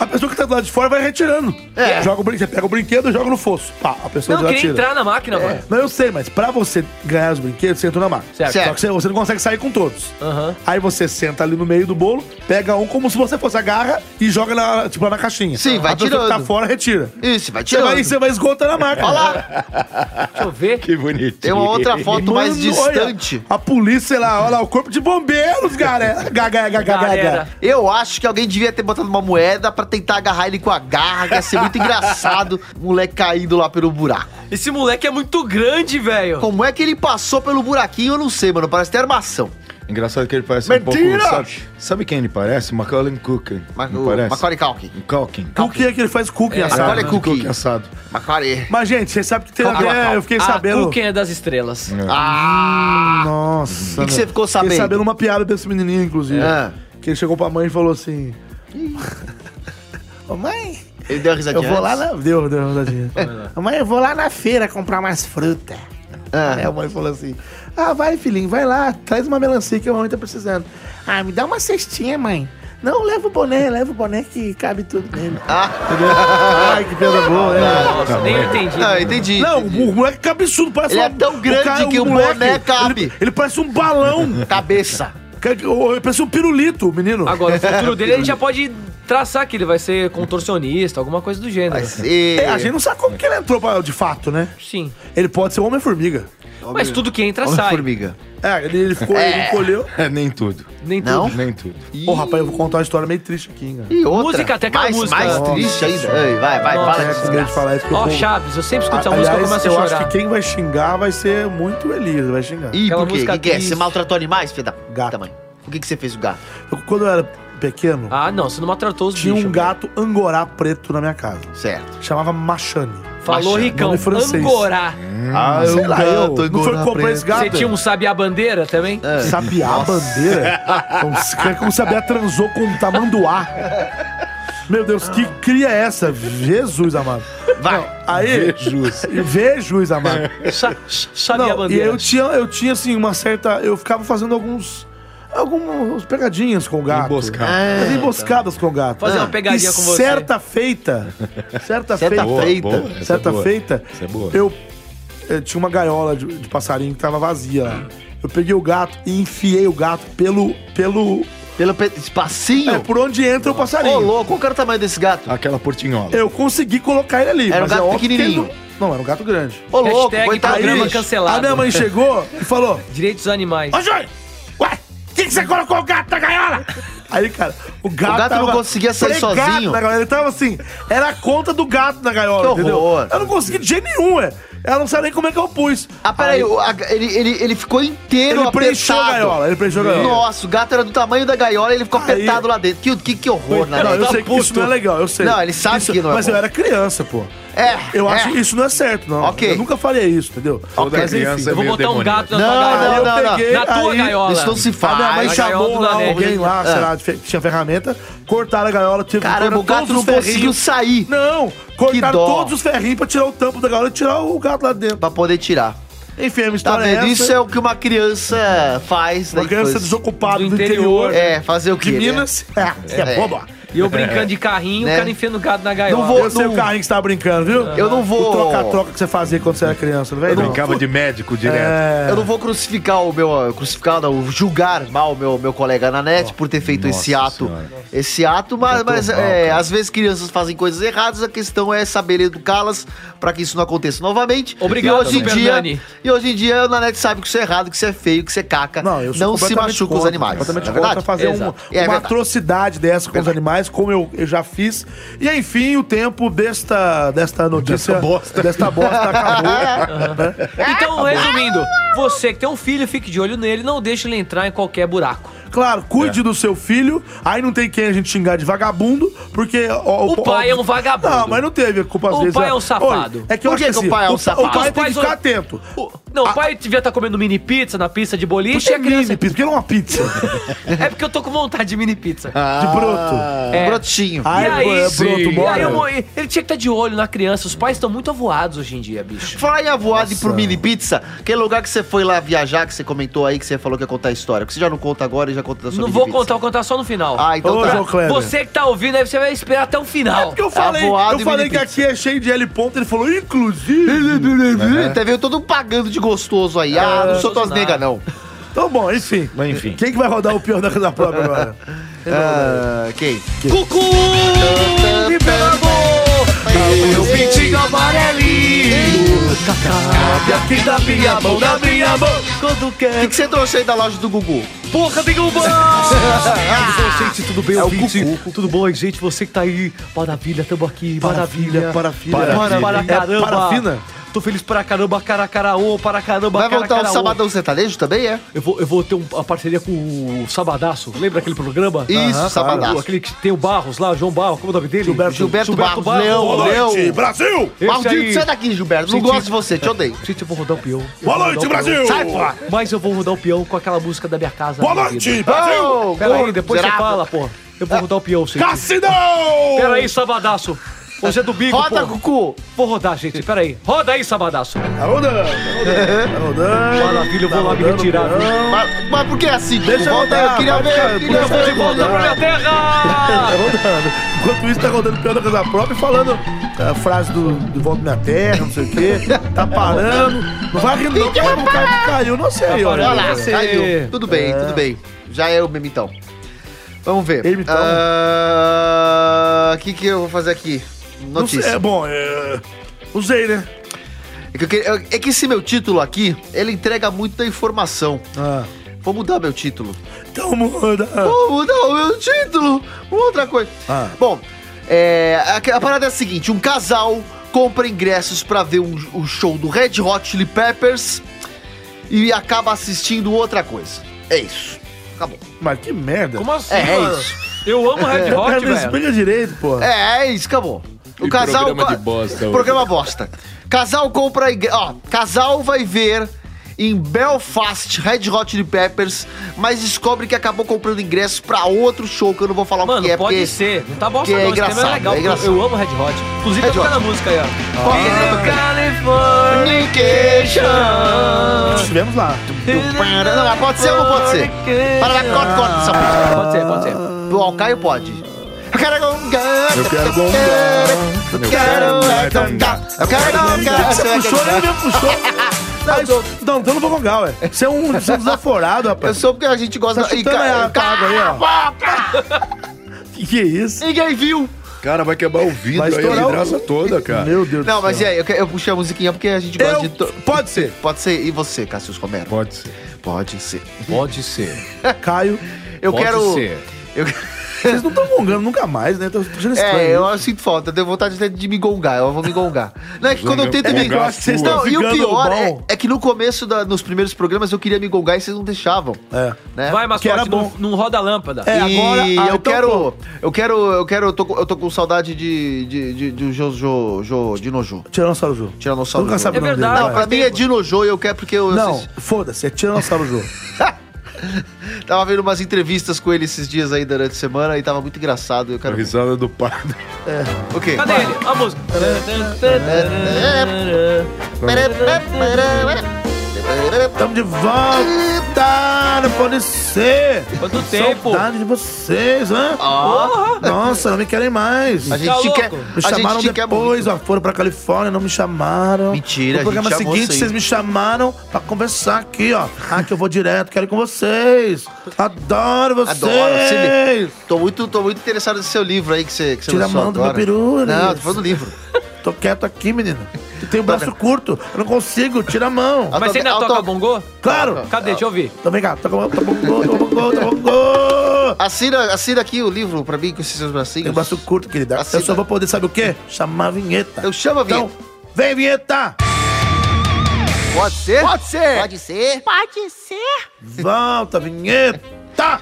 Speaker 5: A pessoa que tá do lado de fora vai retirando.
Speaker 6: É.
Speaker 5: Joga o brinquedo, você pega o brinquedo e joga no fosso. Pá, a pessoa
Speaker 3: Não, eu
Speaker 5: já
Speaker 3: queria
Speaker 5: tira. É.
Speaker 3: entrar na máquina, mano.
Speaker 5: Não, eu sei, mas pra você ganhar os brinquedos, você entra na máquina.
Speaker 3: Certo.
Speaker 5: Só que você, você não consegue sair com todos.
Speaker 3: Aham.
Speaker 5: Aí você senta ali no meio do bolo, pega um como se você fosse agarra e joga na, tipo, lá na caixinha.
Speaker 6: Sim, vai
Speaker 5: a pessoa que
Speaker 6: tirando.
Speaker 5: tá fora retira.
Speaker 6: Isso, vai
Speaker 5: Você
Speaker 6: tirando.
Speaker 5: vai, você vai esgotando a máquina.
Speaker 6: Olha lá,
Speaker 3: Deixa eu ver.
Speaker 7: Que bonitinho.
Speaker 6: tem uma outra foto mais
Speaker 5: Mano, olha,
Speaker 6: distante.
Speaker 5: a polícia, sei lá, olha lá, o corpo de bombeiros, É, galera. Gaga, gaga, gaga,
Speaker 3: Galera.
Speaker 5: gaga.
Speaker 6: Eu acho que alguém devia ter botado uma moeda pra tentar agarrar ele com a garra, que ia ser muito engraçado. O moleque caindo lá pelo buraco.
Speaker 3: Esse moleque é muito grande, velho.
Speaker 6: Como é que ele passou pelo buraquinho, eu não sei, mano. Parece ter armação.
Speaker 7: Engraçado que ele parece um
Speaker 5: Mentira!
Speaker 7: pouco. Sabe, sabe quem ele parece? Macaulay Culkin.
Speaker 6: Mas
Speaker 7: Não
Speaker 6: o
Speaker 7: parece?
Speaker 6: Macaulay Culkin.
Speaker 7: Um Culkin.
Speaker 5: O que é que ele faz cookie
Speaker 7: Ah,
Speaker 5: assado?
Speaker 6: Macaulay Culkin.
Speaker 7: Culkin assado.
Speaker 6: Macaulay.
Speaker 5: Mas, gente, você sabe que tem
Speaker 6: Calma, calma.
Speaker 5: até. Eu fiquei
Speaker 3: Ah,
Speaker 5: sabendo.
Speaker 3: o quem é das estrelas.
Speaker 6: Ah!
Speaker 5: Nossa.
Speaker 6: O que que você ficou
Speaker 5: Fiquei
Speaker 6: sabendo?
Speaker 3: um
Speaker 5: sabendo uma piada desse menininho, inclusive.
Speaker 6: Ah,
Speaker 5: Que ele chegou pra mãe e falou assim: Ô mãe,
Speaker 6: ele deu uma
Speaker 5: eu
Speaker 6: risadinha.
Speaker 5: vou lá
Speaker 6: antes?
Speaker 5: na. Deu, deu uma risadinha. Ô, mãe, eu vou lá na feira comprar umas frutas. Aí a mãe falou assim: Ah, vai, filhinho, vai lá, traz uma melancia que a mamãe tá precisando. Ah, me dá uma cestinha, mãe. Não, leva o boné, leva o boné que cabe tudo nele.
Speaker 6: Ah.
Speaker 5: Ai, que piada boa, né?
Speaker 3: Nossa, nem eu entendi.
Speaker 6: Ah, entendi.
Speaker 5: Não, o moleque cabeçudo, parece
Speaker 6: Ele
Speaker 5: uma-
Speaker 6: é tão grande que o boné cabe.
Speaker 5: Ele, ele parece um balão.
Speaker 6: Cabeça.
Speaker 5: Cara, que- ô, Ele parece um pirulito, o menino.
Speaker 3: Agora, o futuro dele a gente já pode traçar que ele vai ser contorcionista, alguma coisa do gênero.
Speaker 6: Vai ser.
Speaker 5: É, a gente não sabe como que ele entrou pra- de fato, né?
Speaker 3: Sim.
Speaker 5: Ele pode ser um Homem-Formiga.
Speaker 3: Mas tudo que entra
Speaker 6: Olha a
Speaker 3: sai.
Speaker 6: formiga.
Speaker 5: É, ele, ele ficou, ele encolheu.
Speaker 7: É, nem tudo.
Speaker 3: Nem
Speaker 6: Não?
Speaker 3: tudo.
Speaker 7: Nem tudo.
Speaker 5: Ô, rapaz, eu vou contar uma história meio triste aqui, cara.
Speaker 6: E outra.
Speaker 3: Música, até aquela
Speaker 6: mais,
Speaker 3: música.
Speaker 6: Mais
Speaker 3: Nossa.
Speaker 6: triste ainda. Ai, Vai, vai,
Speaker 3: Nossa,
Speaker 5: É,
Speaker 6: fala
Speaker 5: acabei
Speaker 6: de
Speaker 5: de
Speaker 6: desgraça.
Speaker 5: falar isso que
Speaker 3: Ó,
Speaker 5: eu vou-
Speaker 3: Chaves, eu sempre escuto essa
Speaker 5: A-
Speaker 3: é música e
Speaker 5: aliás,
Speaker 3: começo a
Speaker 5: eu acho
Speaker 3: chorar.
Speaker 5: que quem vai xingar vai ser muito Elias, vai xingar.
Speaker 6: Ih, tá,
Speaker 3: Aquela
Speaker 6: por quê? O
Speaker 3: música
Speaker 6: que, que é?
Speaker 3: triste.
Speaker 6: Você maltratou animais, filho da p-
Speaker 5: Gato.
Speaker 6: tamanho? O que, que você fez o gato?
Speaker 5: Eu- quando eu era pequeno,
Speaker 3: Ah, não, você não maltratou os
Speaker 5: tinha
Speaker 3: bichos.
Speaker 5: um gato angorá preto na minha casa.
Speaker 6: Certo.
Speaker 5: Chamava Machane.
Speaker 3: né? Falou
Speaker 6: Machado,
Speaker 3: Ricão,
Speaker 5: nome francês.
Speaker 3: Angorá.
Speaker 5: Ah, sei lá, eu. Não foi que comprei esse gato?
Speaker 3: Você tinha um sabiá-bandeira também?
Speaker 5: É. Sabiá a bandeira? Os caras como sabiá transou com um tamanduá. Meu Deus, que cria é essa? Jesus amado.
Speaker 6: Vai.
Speaker 5: Aí.
Speaker 7: Jesus.
Speaker 5: Vejus, amado.
Speaker 3: Sa
Speaker 5: Não, e
Speaker 3: sabiá-bandeira.
Speaker 5: eu tinha, eu tinha, assim, uma certa. Eu ficava fazendo alguns. Algumas pegadinhas com o
Speaker 6: Tá.
Speaker 5: gato.
Speaker 7: Emboscado.
Speaker 6: É.
Speaker 5: Fazia emboscadas com o gato.
Speaker 3: Fazer uma pegadinha
Speaker 5: E
Speaker 3: com você.
Speaker 5: Certa feita. Certa,
Speaker 6: Certa
Speaker 5: feita.
Speaker 6: Boa, feita.
Speaker 7: boa, essa é
Speaker 5: certa
Speaker 7: boa.
Speaker 5: tá feita.
Speaker 7: Essa é boa.
Speaker 5: Eu, eh, tinha uma gaiola de, de passarinho que tava vazia lá. Eu peguei o gato e enfiei o gato pelo. pelo.
Speaker 6: Pelo pe... espacinho?
Speaker 5: É, por onde entra o passarinho.
Speaker 6: Ô, louco, qual que era o tamanho desse gato?
Speaker 7: Aquela portinhola.
Speaker 5: Eu consegui colocar ele ali.
Speaker 6: Era um
Speaker 5: mas
Speaker 6: gato
Speaker 5: é óbvio que ele
Speaker 6: pequenininho.
Speaker 5: Não, não, era um gato grande.
Speaker 6: Ô, louco,
Speaker 3: Hashtag
Speaker 6: coitado do
Speaker 3: programa
Speaker 6: bicho.
Speaker 5: A minha
Speaker 3: cancelado.
Speaker 5: mãe chegou e falou:
Speaker 3: Direitos dos animais.
Speaker 5: Ô, Júlio! Ué, por que, que você colocou o gato na gaiola? Aí, cara, o gato.
Speaker 6: gato não
Speaker 5: tava
Speaker 6: conseguia sair
Speaker 5: pregado
Speaker 6: sozinho.
Speaker 5: Na gaiola. Ele tava assim, era a conta do gato na gaiola,
Speaker 6: Que
Speaker 5: entendeu?
Speaker 6: horror.
Speaker 5: Eu não consegui de jeito nenhum, ué. Ela não sabia nem como é que eu pus.
Speaker 6: Ah, peraí, o- a- ele, ele, ele ficou inteiro
Speaker 5: Ele preencheu a
Speaker 6: apertado.
Speaker 5: gaiola, ele preencheu a gaiola.
Speaker 6: Nossa, o gato era do tamanho da gaiola e ele ficou
Speaker 5: Aí-
Speaker 6: apertado lá dentro. Que, que, que horror, né?
Speaker 5: não, eu
Speaker 6: Tá
Speaker 5: sei que isso
Speaker 6: puto.
Speaker 5: não é legal, eu sei.
Speaker 6: Não, ele sabe
Speaker 5: Isso-
Speaker 6: que não é
Speaker 5: Mas
Speaker 6: bom.
Speaker 5: eu era criança, pô.
Speaker 6: É,
Speaker 5: Eu
Speaker 6: é.
Speaker 5: acho que isso não é certo, não.
Speaker 6: Ok.
Speaker 5: Eu nunca faria isso, entendeu?
Speaker 7: Toda
Speaker 5: Mas, enfim,
Speaker 7: criança
Speaker 3: Eu vou
Speaker 7: é meio
Speaker 3: botar um
Speaker 7: demoníaca.
Speaker 3: gato na tua gaiola.
Speaker 5: né?
Speaker 6: Não, não,
Speaker 5: eu
Speaker 6: não, não.
Speaker 5: peguei,
Speaker 3: Na tua
Speaker 5: aí-
Speaker 3: gaiola.
Speaker 6: Isso não se
Speaker 5: A minha mãe
Speaker 3: na
Speaker 6: faz.
Speaker 5: chamou
Speaker 3: gaiola
Speaker 5: lá
Speaker 3: da net.
Speaker 5: alguém lá, sei lá, de fe- tinha ferramenta, cortaram a gaiola, tinha
Speaker 6: Ah. Caramba, o gato não conseguiu sair
Speaker 5: Não, cortaram
Speaker 6: dó.
Speaker 5: todos os ferrinhos pra tirar o tampo da gaiola e tirar o gato lá dentro.
Speaker 6: pra poder tirar.
Speaker 5: Enfim, a minha
Speaker 6: Tá
Speaker 5: história é
Speaker 6: vendo?
Speaker 5: essa.
Speaker 6: Isso é o que uma criança faz na
Speaker 5: Uma criança
Speaker 6: infância.
Speaker 5: desocupada
Speaker 3: Do
Speaker 5: do interior,
Speaker 3: interior,
Speaker 6: É, fazer o que?
Speaker 5: de Minas. É, você é,
Speaker 6: É.
Speaker 5: boba.
Speaker 3: E eu brincando de carrinho,
Speaker 6: Né?
Speaker 3: o cara enfiando o gato na gaiola.
Speaker 6: Não vou-
Speaker 5: Eu sei
Speaker 6: não-
Speaker 5: o carrinho que você tava brincando, viu?
Speaker 6: Eu não vou-
Speaker 5: O troca-troca que você fazia quando você era criança, não vem, não?
Speaker 7: Brincava de médico direto.
Speaker 5: É...
Speaker 6: Eu não vou crucificar o meu. Crucificar, não, julgar mal o meu, meu colega na
Speaker 5: Oh,
Speaker 6: net por ter feito
Speaker 7: nossa
Speaker 6: esse ato.
Speaker 7: senhora.
Speaker 6: Esse ato, mas,
Speaker 7: Doutor
Speaker 6: mas
Speaker 7: Mal,
Speaker 6: é,
Speaker 7: cara.
Speaker 6: às vezes crianças fazem coisas erradas, a questão é saber educá-las pra que isso não aconteça novamente.
Speaker 3: Obrigado,
Speaker 6: e hoje em
Speaker 3: Super
Speaker 6: dia,
Speaker 3: Nani.
Speaker 6: E hoje em dia a net sabe que isso é errado, que isso é feio, que isso é caca.
Speaker 5: Não, eu sou
Speaker 6: se
Speaker 5: completamente
Speaker 6: machuca os
Speaker 5: contra,
Speaker 6: animais.
Speaker 5: Completamente
Speaker 6: não é
Speaker 5: contra
Speaker 6: verdade?
Speaker 5: fazer um-
Speaker 3: Exato.
Speaker 5: uma,
Speaker 6: É
Speaker 5: uma
Speaker 6: verdade.
Speaker 5: atrocidade dessa com os animais faz, como eu, eu já fiz. E enfim, o tempo desta, desta notícia.
Speaker 7: Desta bosta.
Speaker 5: desta bosta acabou. né?
Speaker 3: Então, resumindo, você que tem um filho, fique de olho nele, não deixe ele entrar em qualquer buraco.
Speaker 5: Claro, cuide do seu filho. Aí não tem quem a gente xingar de vagabundo, porque. ó,
Speaker 3: O pai é um vagabundo.
Speaker 5: Não, mas não teve a culpa às
Speaker 3: O
Speaker 5: vezes.
Speaker 3: pai
Speaker 5: ó.
Speaker 3: é um safado.
Speaker 5: Olha, é que eu
Speaker 6: Por
Speaker 5: acho
Speaker 6: que
Speaker 5: que,
Speaker 6: que o
Speaker 5: assim,
Speaker 6: pai é um safado?
Speaker 5: O pai
Speaker 3: Os
Speaker 5: tem que
Speaker 3: pais
Speaker 5: ficar
Speaker 3: olham-
Speaker 5: atento.
Speaker 3: O- não, o pai devia estar comendo mini pizza na pista de boliche
Speaker 5: Ah. Puxa,
Speaker 3: e a criança...
Speaker 5: pizza. Por que não é uma pizza?
Speaker 3: É porque eu tô com vontade de mini pizza.
Speaker 5: De broto.
Speaker 3: É.
Speaker 6: Um Brotinho.
Speaker 5: Ai,
Speaker 3: e aí,
Speaker 5: é broto,
Speaker 7: sim.
Speaker 3: e aí
Speaker 5: bora.
Speaker 3: eu mo- ele tinha que estar de olho na criança. Os pais estão muito avoados hoje em dia, bicho.
Speaker 6: Falar em avoado e pro mini pizza, aquele lugar que você foi lá viajar, que você comentou aí, que você falou que ia contar a história. Que você já não conta agora e já conta da sua
Speaker 3: Não
Speaker 6: mini
Speaker 3: vou
Speaker 6: pizza.
Speaker 3: contar, vou contar só no final.
Speaker 6: Ah, então
Speaker 5: Ô,
Speaker 6: tá.
Speaker 5: João Kleber.
Speaker 3: Você que tá ouvindo aí, você vai esperar até o final.
Speaker 5: É Porque eu falei,
Speaker 6: Avoado
Speaker 5: eu
Speaker 6: e
Speaker 5: falei
Speaker 6: mini
Speaker 5: que aqui
Speaker 6: pizza.
Speaker 5: é cheio de L ponto, ele falou, inclusive. Uhum.
Speaker 6: Até veio todo um pagando de gostoso aí. Ah, não sou tuas
Speaker 3: gostoso
Speaker 6: negas,
Speaker 3: É, nada.
Speaker 6: não.
Speaker 5: Então, bom, enfim.
Speaker 7: Mas enfim.
Speaker 5: Quem que vai rodar o pior da da prova agora?
Speaker 6: Ah, quem?
Speaker 3: Cucu!
Speaker 5: Meu pintinho amarelinho Cabe aqui da minha mão, da minha mão Quando
Speaker 6: O
Speaker 5: quer
Speaker 6: que, que você trouxe aí da loja do Gugu?
Speaker 3: Porra, tem um
Speaker 13: Gente, tudo bem, ouvinte? Tudo bom, gente? Você que tá aí.
Speaker 3: Maravilha, tamo aqui, maravilha.
Speaker 5: Maravilha, parafina
Speaker 3: Para, para
Speaker 5: É
Speaker 3: caramba.
Speaker 5: parafina?
Speaker 3: Tô feliz para caramba, caracaraô, para caramba,
Speaker 6: Vai voltar o
Speaker 3: caracaraô.
Speaker 6: Sabadão Sertanejo também, é?
Speaker 3: Eu vou, eu vou ter um- uma parceria com o Sabadaço. Lembra aquele programa?
Speaker 6: Isso,
Speaker 3: Aham,
Speaker 6: Sabadaço.
Speaker 3: o- Aquele que tem o Barros lá, o João Barros, como é o nome dele?
Speaker 5: Gilberto-
Speaker 6: Gilberto Barros, Leão,
Speaker 5: Boa
Speaker 6: Leão.
Speaker 5: noite, Brasil!
Speaker 3: Esse
Speaker 6: Maldito,
Speaker 3: aí-
Speaker 6: sai daqui, Gilberto. Não
Speaker 3: Gente,
Speaker 6: gosto de você, te odeio.
Speaker 3: Gente, eu vou rodar o peão. Eu
Speaker 5: Boa
Speaker 3: vou rodar
Speaker 5: noite,
Speaker 3: o peão.
Speaker 5: Brasil!
Speaker 6: Sai fora.
Speaker 3: Mas eu vou rodar o peão com aquela música da minha casa.
Speaker 5: Boa
Speaker 3: da minha
Speaker 5: noite,
Speaker 3: vida.
Speaker 5: Brasil!
Speaker 6: Ô,
Speaker 3: Pera aí,
Speaker 6: gordo,
Speaker 3: depois você
Speaker 6: miserável.
Speaker 3: fala, porra. Eu
Speaker 6: Ah.
Speaker 3: vou rodar o peão, sim.
Speaker 5: Cassidão!
Speaker 3: Pera aí, Sabadaço. Você é do bico,
Speaker 6: Roda,
Speaker 3: porra.
Speaker 6: Gugu.
Speaker 3: Vou rodar, gente. Pera aí. Roda aí, Sabadaço.
Speaker 5: Tá rodando, tá rodando tá
Speaker 3: Maravilha, eu vou lá me retirar. viu?
Speaker 6: Mas, mas por que é assim? Gugu?
Speaker 5: Deixa eu
Speaker 6: Volta aí, eu
Speaker 5: rodar,
Speaker 6: queria
Speaker 5: vai
Speaker 6: ver.
Speaker 5: ficar-
Speaker 6: Eu
Speaker 3: Eu
Speaker 6: queria
Speaker 3: vou de
Speaker 6: ver.
Speaker 3: volta pra minha terra!
Speaker 5: Tá rodando. Enquanto isso, tá rodando pior da casa própria e falando a frase do, do Volta Minha Terra, não sei o quê. Tá parando. Não vai rindo, não, porque o cara que caiu, não sei.
Speaker 3: Tá
Speaker 5: olha.
Speaker 6: Olha lá,
Speaker 3: Você-
Speaker 6: caiu. Tudo bem, tudo bem. Já é o memitão. Vamos ver.
Speaker 5: Memitão?
Speaker 6: Ah, O que, que eu vou fazer aqui?
Speaker 5: Não sei,
Speaker 6: Notícia.
Speaker 5: é bom, é... Usei, né?
Speaker 6: É que, eu queria- é que esse meu título aqui, ele entrega muita informação. Vou mudar meu título.
Speaker 5: Então muda.
Speaker 6: Vou mudar o meu título. Uma outra coisa.
Speaker 5: Ah.
Speaker 6: Bom, é, a, a parada é a seguinte: um casal compra ingressos pra ver um- o show do Red Hot Chili Peppers e acaba assistindo outra coisa. É isso. Acabou.
Speaker 5: Mas que merda.
Speaker 3: Como assim,
Speaker 6: É, é
Speaker 3: mano?
Speaker 6: isso.
Speaker 3: Eu amo Red
Speaker 5: O cara
Speaker 3: Hot,
Speaker 5: não
Speaker 3: velho.
Speaker 5: explica direito, pô.
Speaker 6: É, é isso, acabou. O
Speaker 7: Ah. E
Speaker 6: casal.
Speaker 7: programa de bosta.
Speaker 6: Programa bosta. Casal compra. igre- Ó, casal vai ver em Belfast Red Hot Chili Peppers, mas descobre que acabou comprando ingressos pra outro show que eu não vou falar o
Speaker 3: Mano,
Speaker 6: que é.
Speaker 3: pode
Speaker 6: porque-
Speaker 3: ser. Não tá bosta
Speaker 6: que é
Speaker 3: não, esse tema
Speaker 6: engraçado,
Speaker 3: é legal.
Speaker 6: é engraçado.
Speaker 3: Eu amo Red Hot. Inclusive,
Speaker 6: Red
Speaker 3: tá tocando
Speaker 6: Hot.
Speaker 3: a música aí, ó. é
Speaker 6: Ah.
Speaker 3: Video Californication.
Speaker 5: Estivemos lá.
Speaker 6: Não, mas pode ser ou não pode ser? Para
Speaker 5: Ah.
Speaker 6: lá, corta, corta essa música.
Speaker 3: Pode ser, pode ser.
Speaker 6: Ó, o Caio pode. Eu quero gongar.
Speaker 7: Eu quero gongar.
Speaker 6: Eu quero gongar. Eu quero é gongar.
Speaker 5: Você puxou, ele mesmo puxou. Não, isso- Não, então eu não vou gongar, ué. Você é um você é um desaforado,
Speaker 6: Eu
Speaker 5: rapaz.
Speaker 6: sou porque a gente gosta...
Speaker 5: Tá
Speaker 6: Ih,
Speaker 5: chutando
Speaker 6: ca-
Speaker 5: a água aí, ó.
Speaker 6: Cala a boca!
Speaker 5: Que que é isso?
Speaker 6: Ninguém viu.
Speaker 7: Cara, vai quebrar o vidro
Speaker 5: Vai
Speaker 7: aí, a
Speaker 5: estourar o-
Speaker 7: vidraça toda, cara.
Speaker 5: Meu Deus
Speaker 6: Não,
Speaker 5: do
Speaker 6: mas e
Speaker 5: céu.
Speaker 6: aí? Eu, que- eu puxei a musiquinha porque a gente gosta de... to-
Speaker 5: Eu... Pode ser.
Speaker 6: Pode ser. E você, Cassius Romero?
Speaker 7: Pode ser.
Speaker 6: Pode ser.
Speaker 7: Pode ser.
Speaker 5: Caio.
Speaker 6: Eu quero... eu-
Speaker 5: Vocês não estão gongando nunca mais, né? Tô achando estranho.
Speaker 6: É, eu sinto falta. Eu tenho vontade até de me gongar. Eu vou me gongar. Não, é que quando eu tento me...
Speaker 7: Gongar
Speaker 5: Eu acho que vocês
Speaker 7: sua.
Speaker 5: estão
Speaker 6: Não, e o
Speaker 5: ficando
Speaker 6: pior é,
Speaker 5: bom.
Speaker 6: é que no começo, da- nos primeiros programas, eu queria me gongar e vocês não deixavam.
Speaker 5: É.
Speaker 6: Né?
Speaker 3: Vai,
Speaker 5: Que era
Speaker 3: mascote, não,
Speaker 5: bom.
Speaker 3: não roda a lâmpada.
Speaker 5: É,
Speaker 6: e
Speaker 5: agora. ah,
Speaker 6: eu,
Speaker 5: então
Speaker 6: quero,
Speaker 5: pronto.
Speaker 6: eu quero. Eu quero. Eu tô, com- eu tô com saudade de. de. de. de, Jojo, jo, de Nojo.
Speaker 5: Tiranossauro Jô.
Speaker 6: Tiranossauro
Speaker 5: Nunca
Speaker 6: Jô.
Speaker 5: sabe
Speaker 3: É
Speaker 5: o nome
Speaker 3: verdade,
Speaker 5: dele. vai.
Speaker 6: Pra mim é de Nojo e eu quero porque eu.
Speaker 5: Não,
Speaker 6: assisti-
Speaker 5: foda-se, é Tiranossauro Jô.
Speaker 6: tava vendo umas entrevistas com ele esses dias aí durante a semana e tava muito engraçado. Eu
Speaker 7: A
Speaker 6: quero.
Speaker 7: risada do padre.
Speaker 6: O quê?
Speaker 3: Cadê ele? A música.
Speaker 5: Tamo de volta, não pode ser.
Speaker 3: Quanto tempo?
Speaker 5: Saudade de vocês, hã? Nossa, não me querem mais.
Speaker 6: A
Speaker 5: Me
Speaker 6: gente te
Speaker 3: louco?
Speaker 6: quer.
Speaker 3: Me
Speaker 6: A gente
Speaker 5: Tá chamaram
Speaker 6: te quer
Speaker 5: depois,
Speaker 6: muito.
Speaker 5: ó, foram pra Califórnia, não me chamaram.
Speaker 6: Mentira,
Speaker 5: No
Speaker 6: a
Speaker 5: programa
Speaker 6: gente chamou
Speaker 5: seguinte,
Speaker 6: sim.
Speaker 5: vocês me chamaram pra conversar aqui, ó. Ah, que eu vou direto, quero ir com vocês. Adoro vocês.
Speaker 6: Adoro, você me... tô, muito, tô muito interessado nesse seu livro aí que você, que você
Speaker 5: Tira a
Speaker 6: lançou
Speaker 5: mão do
Speaker 6: agora.
Speaker 5: meu peru,
Speaker 6: Não, Tá
Speaker 5: Elias.
Speaker 6: tô falando do livro.
Speaker 5: Tô quieto aqui, menino. Tô tenho braço curto, eu não consigo, tira a mão.
Speaker 3: Mas você ainda
Speaker 6: Auto-
Speaker 3: toca bongô?
Speaker 5: Claro!
Speaker 3: Cadê? Deixa eu ouvir.
Speaker 5: Então vem cá, toca a mão, toca bongo, toca bongo, toca bongo!
Speaker 6: Assina, assina aqui o livro pra mim com esses seus
Speaker 5: Tenho
Speaker 6: bracinhos.
Speaker 5: braço curto, querida.
Speaker 6: Assina.
Speaker 5: Eu só vou poder, sabe o quê? Chamar a vinheta.
Speaker 6: Assim, né? Eu chamo a vinheta.
Speaker 5: Então, vem vinheta! Então,
Speaker 6: Pode ser? Pode ser!
Speaker 8: Pode ser? Pode ser.
Speaker 5: Volta, vinheta!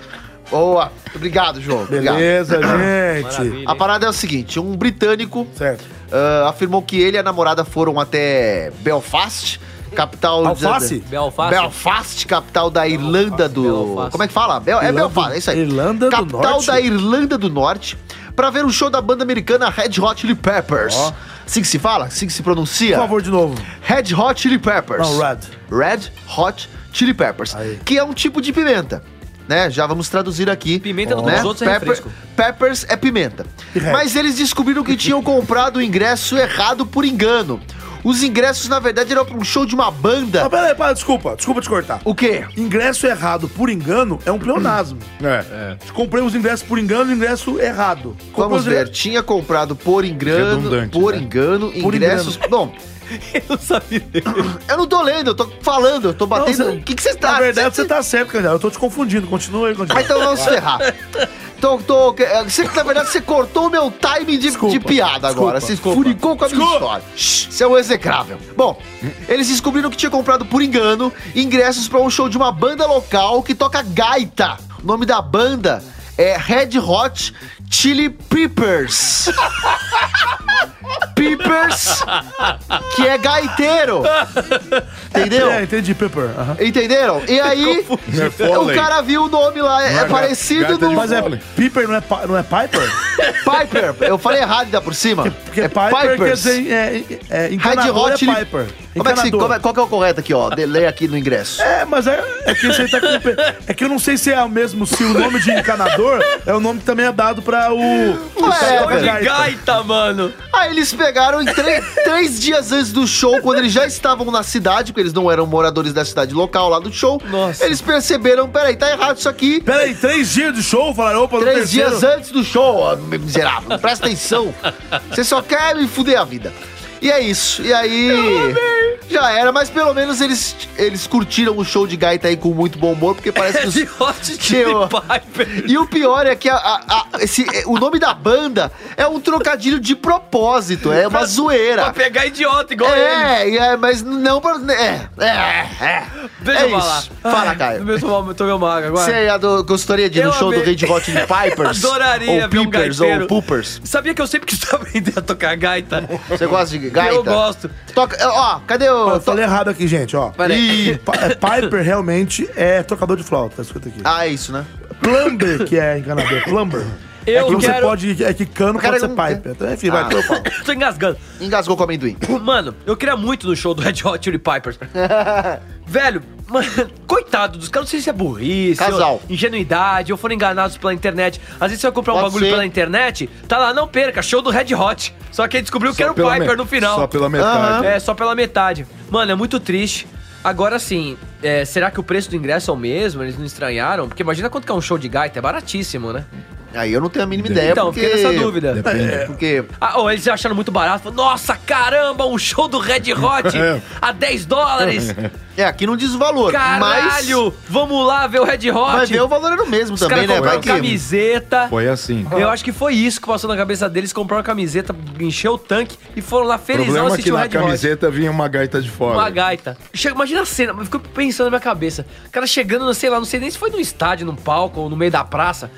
Speaker 6: Boa. Obrigado, João. Obrigado.
Speaker 14: Beleza, gente.
Speaker 3: Maravilha.
Speaker 6: A parada é o seguinte, um britânico
Speaker 14: Certo.
Speaker 6: ah, afirmou que ele e a namorada foram até Belfast, capital... de-
Speaker 14: Alface?
Speaker 3: Belfast.
Speaker 6: Belfast, capital da Irlanda do.
Speaker 3: Belfast.
Speaker 6: Como é que fala? Bel- É Belfast, é isso aí.
Speaker 5: Irlanda do
Speaker 6: capital
Speaker 5: Norte.
Speaker 6: da Irlanda do Norte pra ver o show da banda americana Red Hot Chili Peppers. Assim que se fala? Assim que se pronuncia?
Speaker 5: Por favor, de novo.
Speaker 6: Red Hot Chili Peppers.
Speaker 5: Não, Red.
Speaker 6: Red Hot Chili Peppers, que é um tipo de pimenta. Né? Já vamos traduzir aqui.
Speaker 3: Pimenta dos
Speaker 6: né?
Speaker 3: outros é refresco.
Speaker 6: Peppers é pimenta. Mas eles descobriram que tinham comprado o ingresso errado por engano. Os ingressos, na verdade, eram pra um show de uma
Speaker 5: Ah,
Speaker 6: banda.
Speaker 5: peraí, para, desculpa. Desculpa te cortar.
Speaker 6: O quê?
Speaker 5: Ingresso errado por engano é um pleonasmo.
Speaker 7: É.
Speaker 5: Comprei os ingressos por engano, ingresso errado. Comprei
Speaker 6: Vamos
Speaker 5: os
Speaker 6: ver,
Speaker 5: ingressos-
Speaker 6: tinha comprado por engano,
Speaker 7: Redundante,
Speaker 6: por
Speaker 7: né?
Speaker 6: engano, ingressos. Bom,
Speaker 3: Eu não sabia.
Speaker 6: eu não tô lendo, eu tô falando, eu tô
Speaker 5: Não,
Speaker 6: batendo.
Speaker 5: cê-
Speaker 6: O que que você tá?
Speaker 5: Na verdade, você tá certo, cara. Eu tô te confundindo. Continua aí,
Speaker 6: Ah,
Speaker 5: continua.
Speaker 6: então vamos ferrar. Tô, tô, é, você, na verdade, você cortou o meu time de,
Speaker 5: Desculpa,
Speaker 6: de piada agora. Você
Speaker 5: desculpa.
Speaker 6: furicou com a minha
Speaker 5: Desculpa.
Speaker 6: história. Isso é um execrável. Bom, eles descobriram que tinha comprado, por engano, ingressos pra um show de uma banda local que toca gaita. O nome da banda é Red Hot Chili Peppers. Peppers, que é gaiteiro. Entendeu?
Speaker 5: É, entendi, Pepper. Aham.
Speaker 6: Entenderam? E aí,
Speaker 7: É
Speaker 6: o
Speaker 7: Foley.
Speaker 6: cara viu o nome lá, é,
Speaker 7: Não é ga-
Speaker 6: parecido
Speaker 7: gaita
Speaker 6: do
Speaker 7: de
Speaker 5: Mas é,
Speaker 7: Olha.
Speaker 5: Piper não é, pa- não é Piper?
Speaker 6: Piper. Eu falei errado ainda por cima. É
Speaker 5: Porque Piper quer dizer, é, é, é,
Speaker 6: Red
Speaker 5: encanador
Speaker 6: Hot
Speaker 5: é
Speaker 6: Chili...
Speaker 5: Piper.
Speaker 6: Como é que se,
Speaker 5: Encanador.
Speaker 6: como é- qual que é o correto aqui, ó? Delay aqui no ingresso.
Speaker 5: É, mas é, é que você tá com. pe- É que eu não sei se é o mesmo, se o nome de encanador é o nome que também é dado pra o. o
Speaker 6: Ué, é,
Speaker 5: cara
Speaker 6: velho.
Speaker 5: da
Speaker 3: Que gaita, mano.
Speaker 6: Aí eles pegaram em tre- três dias antes do show, quando eles já estavam na cidade, porque eles não eram moradores da cidade local lá do show.
Speaker 3: Nossa.
Speaker 6: Eles perceberam, peraí, tá errado isso aqui.
Speaker 5: Peraí, três dias de show? Falaram, opa, no
Speaker 6: Três
Speaker 5: terceiro-
Speaker 6: dias antes do show, ó, miserável. Presta atenção. Você só quer me fuder a vida. E é isso. E aí. Já era, mas pelo menos eles, eles curtiram o show de gaita aí com muito bom humor, porque parece que.
Speaker 3: Red
Speaker 6: Os...
Speaker 3: Hot
Speaker 6: Que
Speaker 3: Chili
Speaker 6: eu-
Speaker 3: Piper.
Speaker 6: E o pior é que a- a- a- esse- é, o nome da banda é um trocadilho de propósito, é uma
Speaker 3: Pra
Speaker 6: zoeira.
Speaker 3: pegar idiota igual ele.
Speaker 6: É, é, mas não pra. É, é, é.
Speaker 3: Deixa
Speaker 6: é
Speaker 3: eu falar.
Speaker 6: isso. Fala, Caio.
Speaker 3: Tomei, tomei, tomei uma água agora.
Speaker 6: Você ado- gostaria de ir
Speaker 3: Eu
Speaker 6: no show
Speaker 3: amei.
Speaker 6: do Red Hot Chili Pipers?
Speaker 3: Adoraria
Speaker 6: Ou
Speaker 3: ver um
Speaker 6: Peepers,
Speaker 3: gaiteiro.
Speaker 6: ou Poopers?
Speaker 3: Sabia que eu sempre quis aprender a tocar gaita?
Speaker 6: Você gosta de gaita?
Speaker 3: Eu gosto.
Speaker 6: Toca, ó, cadê o...
Speaker 5: Ó, Eu falei errado aqui, gente, ó.
Speaker 6: Peraí.
Speaker 5: Pi- é, Piper realmente é trocador de flauta, escuta aqui.
Speaker 6: Ah, é isso, né?
Speaker 5: Plumber, que é encanador, plumber.
Speaker 3: Eu
Speaker 5: é que você
Speaker 3: quero-
Speaker 5: pode. É que cano
Speaker 6: Cara,
Speaker 5: pode ser
Speaker 6: eu
Speaker 3: um
Speaker 6: não-
Speaker 5: Piper. Então, enfim, vai,
Speaker 6: Ah.
Speaker 5: então eu falo.
Speaker 3: Tô engasgando.
Speaker 6: Engasgou com amendoim.
Speaker 3: Mano, eu queria muito no show do Red Hot Chili Pipers. Velho, mano, coitado dos caras, não sei se é burrice,
Speaker 6: Casal.
Speaker 3: ou ingenuidade, ou foram enganados pela internet. Às vezes você vai comprar um
Speaker 6: Pode
Speaker 3: bagulho
Speaker 6: ser.
Speaker 3: pela internet, tá lá, não perca, show do Red Hot. Só que ele descobriu que era o
Speaker 7: pela
Speaker 3: Piper
Speaker 7: me-
Speaker 3: no final.
Speaker 7: Só pela metade.
Speaker 3: É, só pela metade. Mano, é muito triste. Agora sim, é, será que o preço do ingresso é o mesmo? Eles não estranharam? Porque imagina quanto que é um show de gaita, é baratíssimo, né?
Speaker 6: Aí eu não tenho a mínima ideia,
Speaker 3: então,
Speaker 6: porque... é,
Speaker 3: fiquei nessa dúvida.
Speaker 7: É Depende.
Speaker 6: Porque...
Speaker 3: Ah, oh, eles acharam muito barato. Falaram, Nossa, caramba, um show do Red Hot
Speaker 7: É.
Speaker 3: a 10 dólares.
Speaker 6: É, aqui não diz o valor,
Speaker 3: Caralho, vamos lá ver o Red Hot.
Speaker 6: mas... Vai ver, o valor era o mesmo
Speaker 3: Os
Speaker 6: também,
Speaker 3: caras
Speaker 6: né? Vai
Speaker 3: compraram
Speaker 6: que...
Speaker 3: camiseta.
Speaker 7: Foi assim.
Speaker 3: Eu acho que foi isso que passou na cabeça deles. Compraram camiseta, encheu o tanque e foram lá
Speaker 7: O
Speaker 3: felizão
Speaker 7: problema é que
Speaker 3: assistir o
Speaker 7: na
Speaker 3: Red Hot.
Speaker 7: camiseta vinha uma gaita de fora.
Speaker 3: Uma gaita. Chega- imagina a cena, eu fico pensando na minha cabeça. O cara chegando, não sei lá, não sei nem se foi num estádio, num palco ou no meio da praça.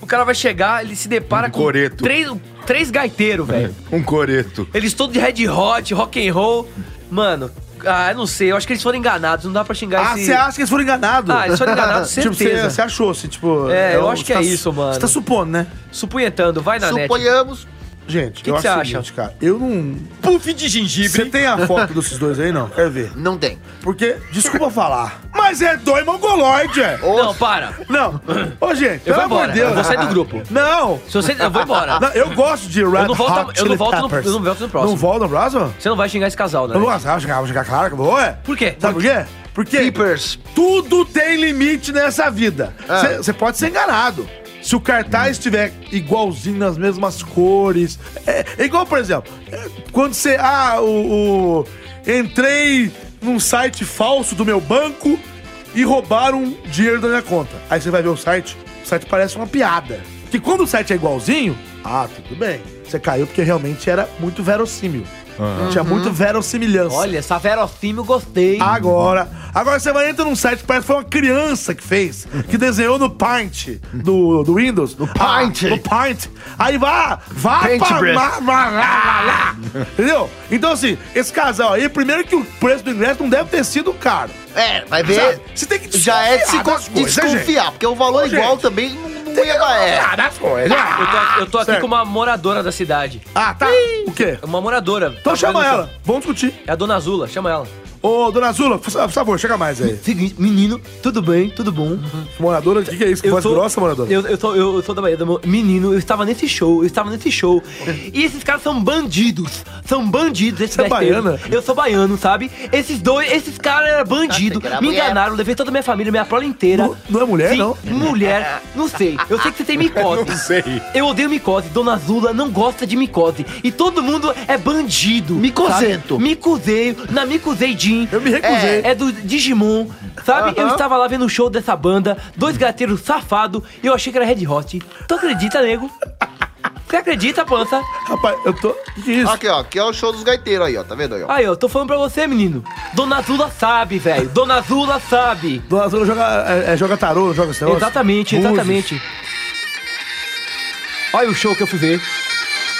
Speaker 3: O cara vai chegar, ele se depara
Speaker 7: Hum. Um
Speaker 3: com
Speaker 7: coreto.
Speaker 3: três, três gaiteiros, velho.
Speaker 7: Um coreto.
Speaker 3: Eles todos de red hot, rock and roll. Mano, ah, eu não sei, eu acho que eles foram enganados, não dá pra xingar
Speaker 5: Ah,
Speaker 3: esse...
Speaker 5: você acha que eles foram enganados?
Speaker 3: Ah, eles foram enganados,
Speaker 5: Tipo, você,
Speaker 3: certeza.
Speaker 5: você achou, se tipo.
Speaker 3: É, eu
Speaker 5: o-
Speaker 3: acho
Speaker 5: você
Speaker 3: que é
Speaker 5: tá-
Speaker 3: isso, mano.
Speaker 5: Você tá supondo, né?
Speaker 3: Supunhetando, vai na net.
Speaker 6: Suponhamos...
Speaker 5: Gente,
Speaker 3: Que
Speaker 5: eu
Speaker 3: que você
Speaker 5: acho o
Speaker 3: acha?
Speaker 5: seguinte, cara. Eu não.
Speaker 3: Puff de gengibre.
Speaker 5: Você tem a foto desses dois aí, não? Quero ver.
Speaker 6: Não tem.
Speaker 5: Porque, desculpa falar, mas é dois mongoloide, é.
Speaker 3: Não, para.
Speaker 5: Não. Ô, gente,
Speaker 3: Eu
Speaker 5: pelo
Speaker 3: vou embora.
Speaker 5: amor de Deus.
Speaker 3: Eu vou sair do grupo.
Speaker 5: Não.
Speaker 3: Se você... Eu vou embora.
Speaker 5: Não, eu gosto de Red
Speaker 3: Eu não volto-
Speaker 5: Hot
Speaker 3: eu não
Speaker 5: Chili
Speaker 3: volto no-
Speaker 5: Peppers.
Speaker 3: eu não volto no próximo.
Speaker 5: Não volto no próximo?
Speaker 3: Você não vai xingar esse casal, né?
Speaker 5: Eu não gosto, vou chegar, vou chegar claro que eu vou, é.
Speaker 3: Por quê?
Speaker 5: Sabe por quê? Porque
Speaker 6: Peepers.
Speaker 5: tudo tem limite nessa vida. Você pode ser enganado. Se Se o cartaz estiver igualzinho, nas mesmas cores. É, é igual, por exemplo, é, quando você. Ah, o, o- Entrei num site falso do meu banco e roubaram dinheiro da minha conta. Aí você vai ver o site, o site parece uma piada. Que quando o site é igualzinho, ah, tudo bem. Você caiu porque realmente era muito verossímil. Tinha muito verossimilhança.
Speaker 3: Olha, essa verofímio gostei.
Speaker 5: Agora, agora você vai entrar num site que parece que foi uma criança que fez, que desenhou no Paint do, do Windows. No
Speaker 6: Paint.
Speaker 5: no Paint. Aí vá, vá pra,
Speaker 6: Paintbrush.
Speaker 5: vá, vá, lá, lá, lá. Entendeu? Então, assim, esse casal aí, primeiro que o preço do ingresso não deve ter sido caro.
Speaker 6: É, vai ver.
Speaker 5: Sabe? Você tem que
Speaker 6: Já é de se
Speaker 5: desconfiar
Speaker 6: co-
Speaker 5: das coisas, né, gente?
Speaker 6: desconfiar, porque o valor igual também não não ia dar. é.
Speaker 5: Ah, das coisas.
Speaker 3: Eu tô, eu tô aqui
Speaker 5: Certo.
Speaker 3: com uma moradora da cidade.
Speaker 5: Ah, tá. O quê?
Speaker 3: Uma moradora. Tá
Speaker 5: Então chama ela. Vamos discutir.
Speaker 3: É a dona Azula, chama ela.
Speaker 5: Ô, dona Zula, por favor, chega mais aí.
Speaker 3: Seguinte, menino, tudo bem, tudo bom.
Speaker 5: Moradora, o que, que é isso? Que
Speaker 3: Eu
Speaker 5: voz
Speaker 3: tô-
Speaker 5: grossa, moradora?
Speaker 3: Eu, eu, tô, eu, eu tô da Bahia, do meu- menino, eu estava nesse show, eu estava nesse show. E esses caras são bandidos, são bandidos. Esses
Speaker 5: Você é
Speaker 3: besteiros.
Speaker 5: baiana?
Speaker 3: Eu sou baiano, sabe? Esses dois, esses caras eram bandidos,
Speaker 6: que era
Speaker 3: me
Speaker 6: mulher.
Speaker 3: enganaram, levei toda a minha família, minha prole inteira.
Speaker 5: Não- não é mulher,
Speaker 3: Sim,
Speaker 5: não?
Speaker 3: Mulher, não sei. Eu sei que você tem micose. Não sei. Eu odeio micose, Dona Zula não gosta de micose. E todo mundo é bandido.
Speaker 6: Micosento.
Speaker 3: sabe? Micoseio, na micosei Jean.
Speaker 5: Eu me recusei.
Speaker 3: É do Digimon, sabe? Eu estava lá vendo o show dessa banda, dois gateiros safados, e eu achei que era Red Hot. Tu acredita, nego? Você acredita, pança?
Speaker 5: Rapaz, eu tô. O que, que é isso?
Speaker 6: Aqui, ó, aqui é o show dos gaiteiros aí, ó. Tá vendo aí, ó?
Speaker 3: Aí, eu tô falando pra você, menino. Dona Zula sabe, velho. Dona Zula sabe.
Speaker 5: Dona Zula joga, é, é, joga tarô, não joga esse negócio?
Speaker 3: Exatamente,
Speaker 5: Búzios.
Speaker 3: exatamente. Olha o show que eu fui ver.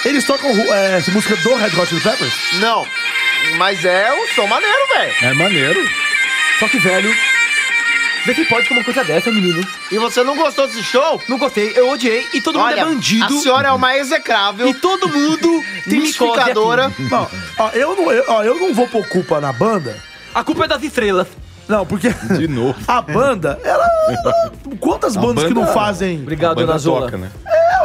Speaker 5: Eles tocam é, essa música do Red Hot Chili Peppers?
Speaker 6: Não. Mas é um som maneiro, velho.
Speaker 7: É maneiro.
Speaker 3: Só que, velho. Vê se pode com uma coisa dessa, menino.
Speaker 6: E você não gostou desse show?
Speaker 3: Não gostei, eu odiei. E todo mundo é bandido.
Speaker 6: a senhora é uma execrável,
Speaker 3: E todo mundo tem micose.
Speaker 6: mistificadora.
Speaker 3: aqui.
Speaker 5: Não, ó, eu não, eu, ó, eu não vou pôr culpa na banda.
Speaker 3: A culpa é das estrelas.
Speaker 5: Não, porque
Speaker 7: De novo.
Speaker 5: a banda, ela. ela- quantas bandas que
Speaker 7: banda-
Speaker 5: não fazem.
Speaker 3: Obrigado, Dona Zula.
Speaker 7: né?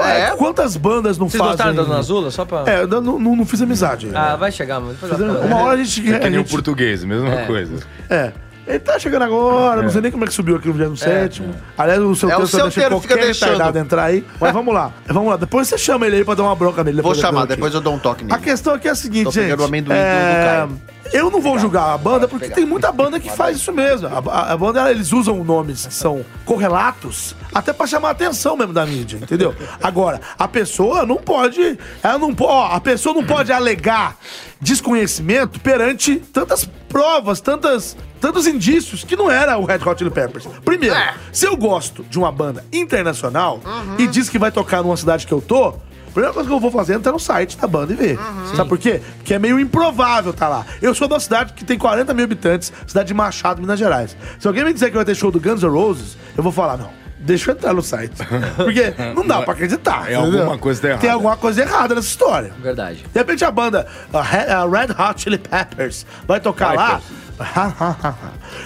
Speaker 6: É.
Speaker 5: Quantas bandas não
Speaker 3: Vocês
Speaker 5: fazem.
Speaker 3: gostaram da Dona Zula? Só pra.
Speaker 5: É, eu não, não- não fiz amizade.
Speaker 3: Ah, vai chegar, mano. Depois ela fala.
Speaker 5: Uma hora a gente.
Speaker 7: É que
Speaker 5: a
Speaker 7: nem o
Speaker 5: gente
Speaker 7: português, mesma
Speaker 3: É.
Speaker 7: coisa.
Speaker 5: é. Ele tá chegando agora, não sei nem como é que subiu aqui no 27. Aliás, o seu
Speaker 6: É, o
Speaker 5: texto
Speaker 6: seu
Speaker 5: deixa
Speaker 6: texto fica
Speaker 5: qualquer
Speaker 6: deixando.
Speaker 5: retardado entrar aí. Mas vamos lá, vamos lá. Depois você chama ele aí pra dar uma bronca nele.
Speaker 6: Vou
Speaker 5: depois da
Speaker 6: chamar,
Speaker 5: noite.
Speaker 6: depois eu dou um toque
Speaker 5: A
Speaker 6: nele.
Speaker 5: questão aqui é a seguinte,
Speaker 6: Tô pegando
Speaker 5: gente.
Speaker 6: o amendoim do-
Speaker 5: é,
Speaker 6: do
Speaker 5: Eu não vou julgar a banda, porque tem muita banda que faz isso mesmo. A, a- a banda, eles usam nomes que são correlatos, até pra chamar a atenção mesmo da mídia, entendeu? Agora, a pessoa não pode. Ela não po- ó, a pessoa não pode alegar desconhecimento perante tantas provas, tantas. Tantos indícios que não era o Red Hot Chili Peppers. Primeiro, se eu gosto de uma banda internacional e diz que vai tocar numa cidade que eu tô, a primeira coisa que eu vou fazer é entrar no site da banda e ver. Sabe por quê? Porque é meio improvável tá lá. Eu sou de uma cidade que tem 40 mil habitantes, cidade de Machado, Minas Gerais. Se alguém me dizer que vai ter show do Guns N' Roses, eu vou falar, não. Deixa eu entrar no site. Porque não dá pra acreditar.
Speaker 7: É, alguma coisa tá
Speaker 5: Tem
Speaker 7: errada.
Speaker 5: alguma coisa errada nessa história.
Speaker 3: Verdade.
Speaker 5: De repente a banda a Re- a Red Hot Chili Peppers vai tocar lá.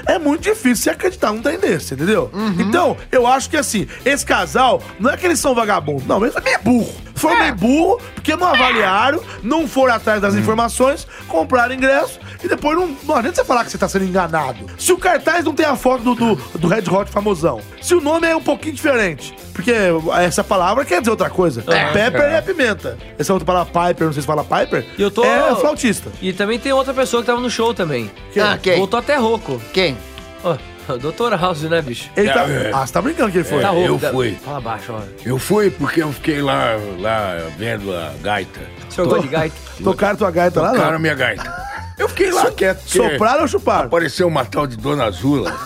Speaker 5: é muito difícil se acreditar num trem desse, entendeu? Então, eu acho que assim, esse casal, não é que eles são vagabundos, não, eles são meio burro. Foram meio burro, porque não avaliaram, não foram atrás das informações, compraram ingresso e depois não, não adianta você falar que você tá sendo enganado. Se o cartaz não tem a foto do, do, do Red Hot famosão, se o nome é um pouquinho diferente, porque essa palavra quer dizer outra coisa. Pepper é pimenta. Essa outra palavra, Piper, não sei se fala Piper,
Speaker 3: E eu tô.
Speaker 5: é flautista.
Speaker 3: E também tem outra pessoa que tava no show também.
Speaker 6: Ah, quem?
Speaker 3: Voltou até rouco.
Speaker 6: Quem?
Speaker 3: Ó, Doutor House, né, bicho?
Speaker 5: Ele tá...
Speaker 7: É, é.
Speaker 5: Ah, você tá brincando que ele foi.
Speaker 3: tá rouco.
Speaker 7: eu
Speaker 3: da-
Speaker 7: fui.
Speaker 3: Fala baixo, ó.
Speaker 7: Eu fui porque eu fiquei lá, lá vendo a gaita.
Speaker 3: O senhor gosta de gaita?
Speaker 5: Tocaram tua gaita lá,
Speaker 7: Tocaram é
Speaker 5: não?
Speaker 7: minha gaita. Eu fiquei lá quieto. porque
Speaker 5: Sopraram ou chuparam?
Speaker 7: Apareceu uma tal de Dona Zula.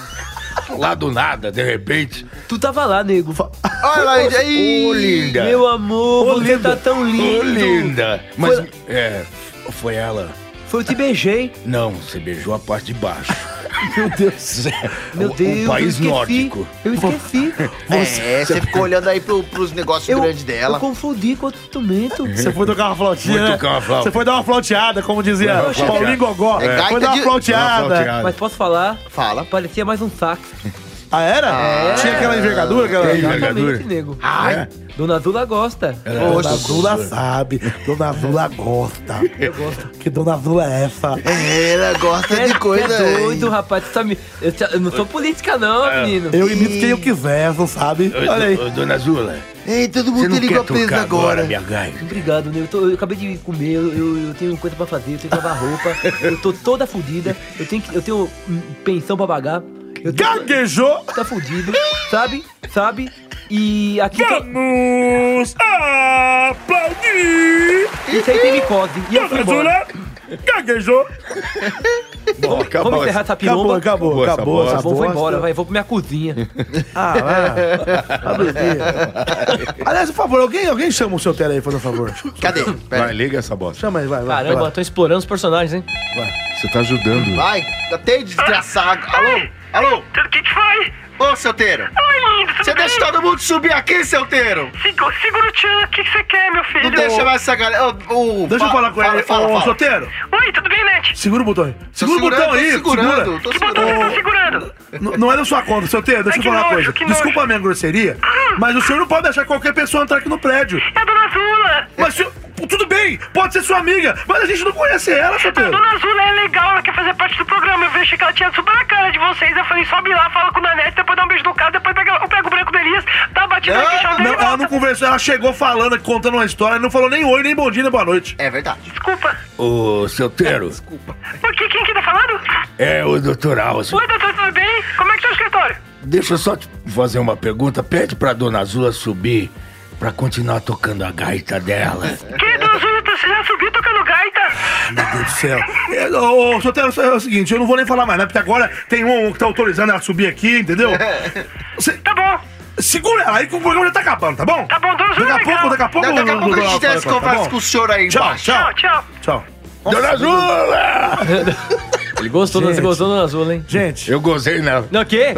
Speaker 7: lá do nada, de repente.
Speaker 3: Tu tava lá, nego.
Speaker 6: Olha lá, gente, aí.
Speaker 7: Ô, linda.
Speaker 3: Meu amor, você tá tão lindo.
Speaker 7: Ô, linda. Mas, é, foi ela.
Speaker 3: Foi eu te beijei.
Speaker 7: Não, você beijou a parte de baixo.
Speaker 5: Meu Deus.
Speaker 3: Meu
Speaker 7: O- o
Speaker 3: Deus,
Speaker 7: país
Speaker 3: eu esqueci.
Speaker 7: nórdico.
Speaker 3: Eu esqueci.
Speaker 6: É, você ficou olhando aí pro, pros negócios
Speaker 3: eu,
Speaker 6: grandes dela.
Speaker 3: eu confundi com outro instrumento.
Speaker 5: Você foi tocar uma flautinha,
Speaker 7: Fui
Speaker 5: né?
Speaker 7: tocar uma flauta.
Speaker 5: Você foi dar uma flauteada, como dizia
Speaker 7: Foi uma
Speaker 5: Paulinho Gogó.
Speaker 6: É gaita
Speaker 5: Foi dar uma
Speaker 6: de-
Speaker 5: flauteada.
Speaker 7: Uma flauteada.
Speaker 3: Mas posso falar?
Speaker 6: Fala.
Speaker 3: Parecia mais um sax.
Speaker 5: Ah, era? Tinha aquela envergadura, aquela.
Speaker 7: Tem envergadura?
Speaker 3: nego. Ai. Dona Dula gosta.
Speaker 5: Dona Zula sabe, Dona Zula gosta. Eu gosto. Que Dona Zula é essa?
Speaker 2: É, Ela gosta
Speaker 3: Cê
Speaker 2: de coisa.
Speaker 3: é doido, rapaz. Tu tá me... eu, te- eu não sou política, não, menino.
Speaker 5: Eu imito quem eu quiser, não sabe?
Speaker 7: Ô,
Speaker 5: Olha aí.
Speaker 7: ô, dona Zula,
Speaker 2: Ei, todo
Speaker 7: você
Speaker 2: mundo
Speaker 7: não
Speaker 2: tem
Speaker 7: quer
Speaker 2: língua presa
Speaker 7: trocar agora,
Speaker 2: agora.
Speaker 7: minha gaiva?
Speaker 3: Obrigado, nego. Eu, tô- eu acabei de comer, eu, eu- eu tenho coisa pra fazer, eu tenho que lavar roupa, eu tô toda fudida, eu tenho, que- eu tenho hum, pensão pra pagar. Eu tô-
Speaker 5: Gaguejou!
Speaker 3: tá fudido, sabe? Sabe? E aqui.
Speaker 14: Vamos aplaudir!
Speaker 3: Isso aí tem micose. E eu fui
Speaker 14: Dona
Speaker 3: embora.
Speaker 14: Zula gaguejou!
Speaker 7: Bom, acabou
Speaker 3: Vamos encerrar
Speaker 7: essa-
Speaker 3: essa piromba.
Speaker 5: acabou, acabou.
Speaker 7: essa
Speaker 5: acabou
Speaker 7: bosta.
Speaker 3: Tá
Speaker 5: essa
Speaker 3: bom, vou
Speaker 5: bosta.
Speaker 3: embora, vai. Vou pra minha cozinha.
Speaker 5: Ah, vai. Vai dormir. Aliás, por favor, alguém, alguém chama o seu tela aí, por favor.
Speaker 6: Cadê?
Speaker 7: Vai, liga essa bosta.
Speaker 5: É. Chama aí, vai, vai.
Speaker 3: Caramba,
Speaker 5: vai.
Speaker 3: tô explorando os personagens, hein?
Speaker 7: Você tá ajudando.
Speaker 6: Vai, até desgraçado. Alô? Alô?
Speaker 15: O Ah! que, que foi?
Speaker 6: Ô, Celteiro.
Speaker 15: Oi, lindo, tudo
Speaker 6: Você
Speaker 15: bem?
Speaker 6: deixa todo mundo subir aqui, Celteiro.
Speaker 15: Sigo- Segura o tchan, o que que você quer, meu filho?
Speaker 6: Não deixa mais essa galera. Ô, ô,
Speaker 5: Deixa eu
Speaker 6: fa-
Speaker 5: falar com
Speaker 6: fala,
Speaker 5: ele.
Speaker 6: Fala,
Speaker 5: Ô,
Speaker 6: fala.
Speaker 5: solteiro,
Speaker 15: Oi, tudo bem, Net?
Speaker 5: segura o botão aí.
Speaker 6: Tô
Speaker 5: Segura o botão
Speaker 6: segurando,
Speaker 5: aí,
Speaker 6: tô segurando,
Speaker 5: segura.
Speaker 6: tô
Speaker 15: Que botão você tá
Speaker 6: segurando.
Speaker 15: segurando?
Speaker 5: N- Não é na sua conta, solteiro, deixa
Speaker 15: Ai,
Speaker 5: eu
Speaker 15: que
Speaker 5: falar uma
Speaker 15: nojo,
Speaker 5: coisa.
Speaker 15: que
Speaker 5: Desculpa
Speaker 15: nojo.
Speaker 5: a minha grosseria, mas o senhor não pode deixar qualquer pessoa entrar aqui no prédio.
Speaker 15: É a Dona Zula.
Speaker 5: Mas se- tudo bem, pode ser sua amiga, mas a gente não conhece ela,
Speaker 15: A
Speaker 5: solteiro.
Speaker 15: Dona Zula é legal, ela quer fazer parte do programa. Eu vejo que ela tinha super a cara de vocês. Eu falei, sobe lá, fala com o Nanete, depois dá um beijo no carro, depois pega, eu pego o branco do Elias, Tá dá uma batida no queixão
Speaker 5: Não,
Speaker 15: dele e
Speaker 5: ela não
Speaker 15: volta.
Speaker 5: conversou, ela chegou falando, contando uma história, não falou nem oi, nem bom dia, nem boa noite.
Speaker 6: É verdade.
Speaker 15: Desculpa.
Speaker 7: Ô, seu Teiro,
Speaker 15: O que, quem que tá falando?
Speaker 7: é o doutor Alves.
Speaker 15: Oi, doutor, tudo bem? Como é que tá o escritório?
Speaker 7: Deixa eu só te fazer uma pergunta. Pede pra dona Zula subir pra continuar tocando a gaita dela.
Speaker 15: Que, é Dona Zula, você já subiu tocando gaita?
Speaker 5: Meu Deus do céu. É, Ô, ô, solteiro, é o seguinte, eu não vou nem falar mais, né? Porque agora tem um que tá autorizando ela a subir aqui, entendeu?
Speaker 7: É.
Speaker 5: Você-
Speaker 15: Tá bom,
Speaker 5: segura ela aí que o programa já tá acabando, tá bom?
Speaker 15: tá bom, Dona Zula
Speaker 5: Daqui
Speaker 15: é
Speaker 5: a
Speaker 15: legal.
Speaker 5: pouco, daqui a pouco.
Speaker 6: Daqui a pouco a gente tem essa
Speaker 3: tá
Speaker 6: conversa com o senhor aí
Speaker 5: tá Tchau,
Speaker 6: embaixo.
Speaker 5: tchau.
Speaker 15: Tchau, tchau.
Speaker 5: Tchau.
Speaker 7: dona Zula!
Speaker 3: Ele gostou,
Speaker 5: Gente.
Speaker 3: você gostou, Dona Azul, hein?
Speaker 5: Gente,
Speaker 7: Eu gozei nela.
Speaker 3: Não, o quê?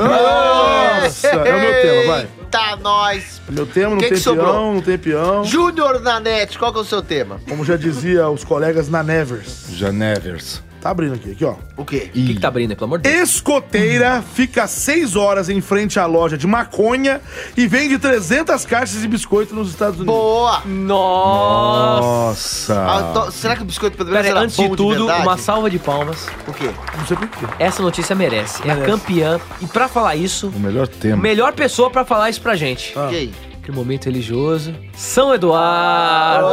Speaker 5: nossa, é o meu tema, vai.
Speaker 6: Eita, nós.
Speaker 5: Meu tema não
Speaker 6: Que que
Speaker 5: tem
Speaker 6: sobrou?
Speaker 5: peão, não tem peão.
Speaker 6: Júnior Nanete, qual que é o seu tema?
Speaker 5: Como já dizia os colegas na Nevers.
Speaker 7: Janevers.
Speaker 5: Tá abrindo aqui, aqui, ó.
Speaker 6: O quê?
Speaker 3: O que, que tá abrindo, aí, pelo amor de Deus?
Speaker 5: Escoteira fica seis horas em frente à loja de maconha e vende 300 caixas de biscoito nos Estados Unidos.
Speaker 6: Boa.
Speaker 3: Nossa!
Speaker 6: Ah,
Speaker 7: Nossa.
Speaker 6: to- será que o biscoito pelo menos
Speaker 3: Pera,
Speaker 6: era
Speaker 3: antes de
Speaker 6: bom
Speaker 3: tudo,
Speaker 6: verdade?
Speaker 3: uma salva de palmas.
Speaker 6: O quê?
Speaker 5: Não sei por quê.
Speaker 3: Essa notícia merece. É a campeã. E pra falar isso,
Speaker 7: O melhor tema.
Speaker 3: melhor pessoa pra falar isso pra gente.
Speaker 6: Quem?
Speaker 3: Que momento religioso. São Eduardo!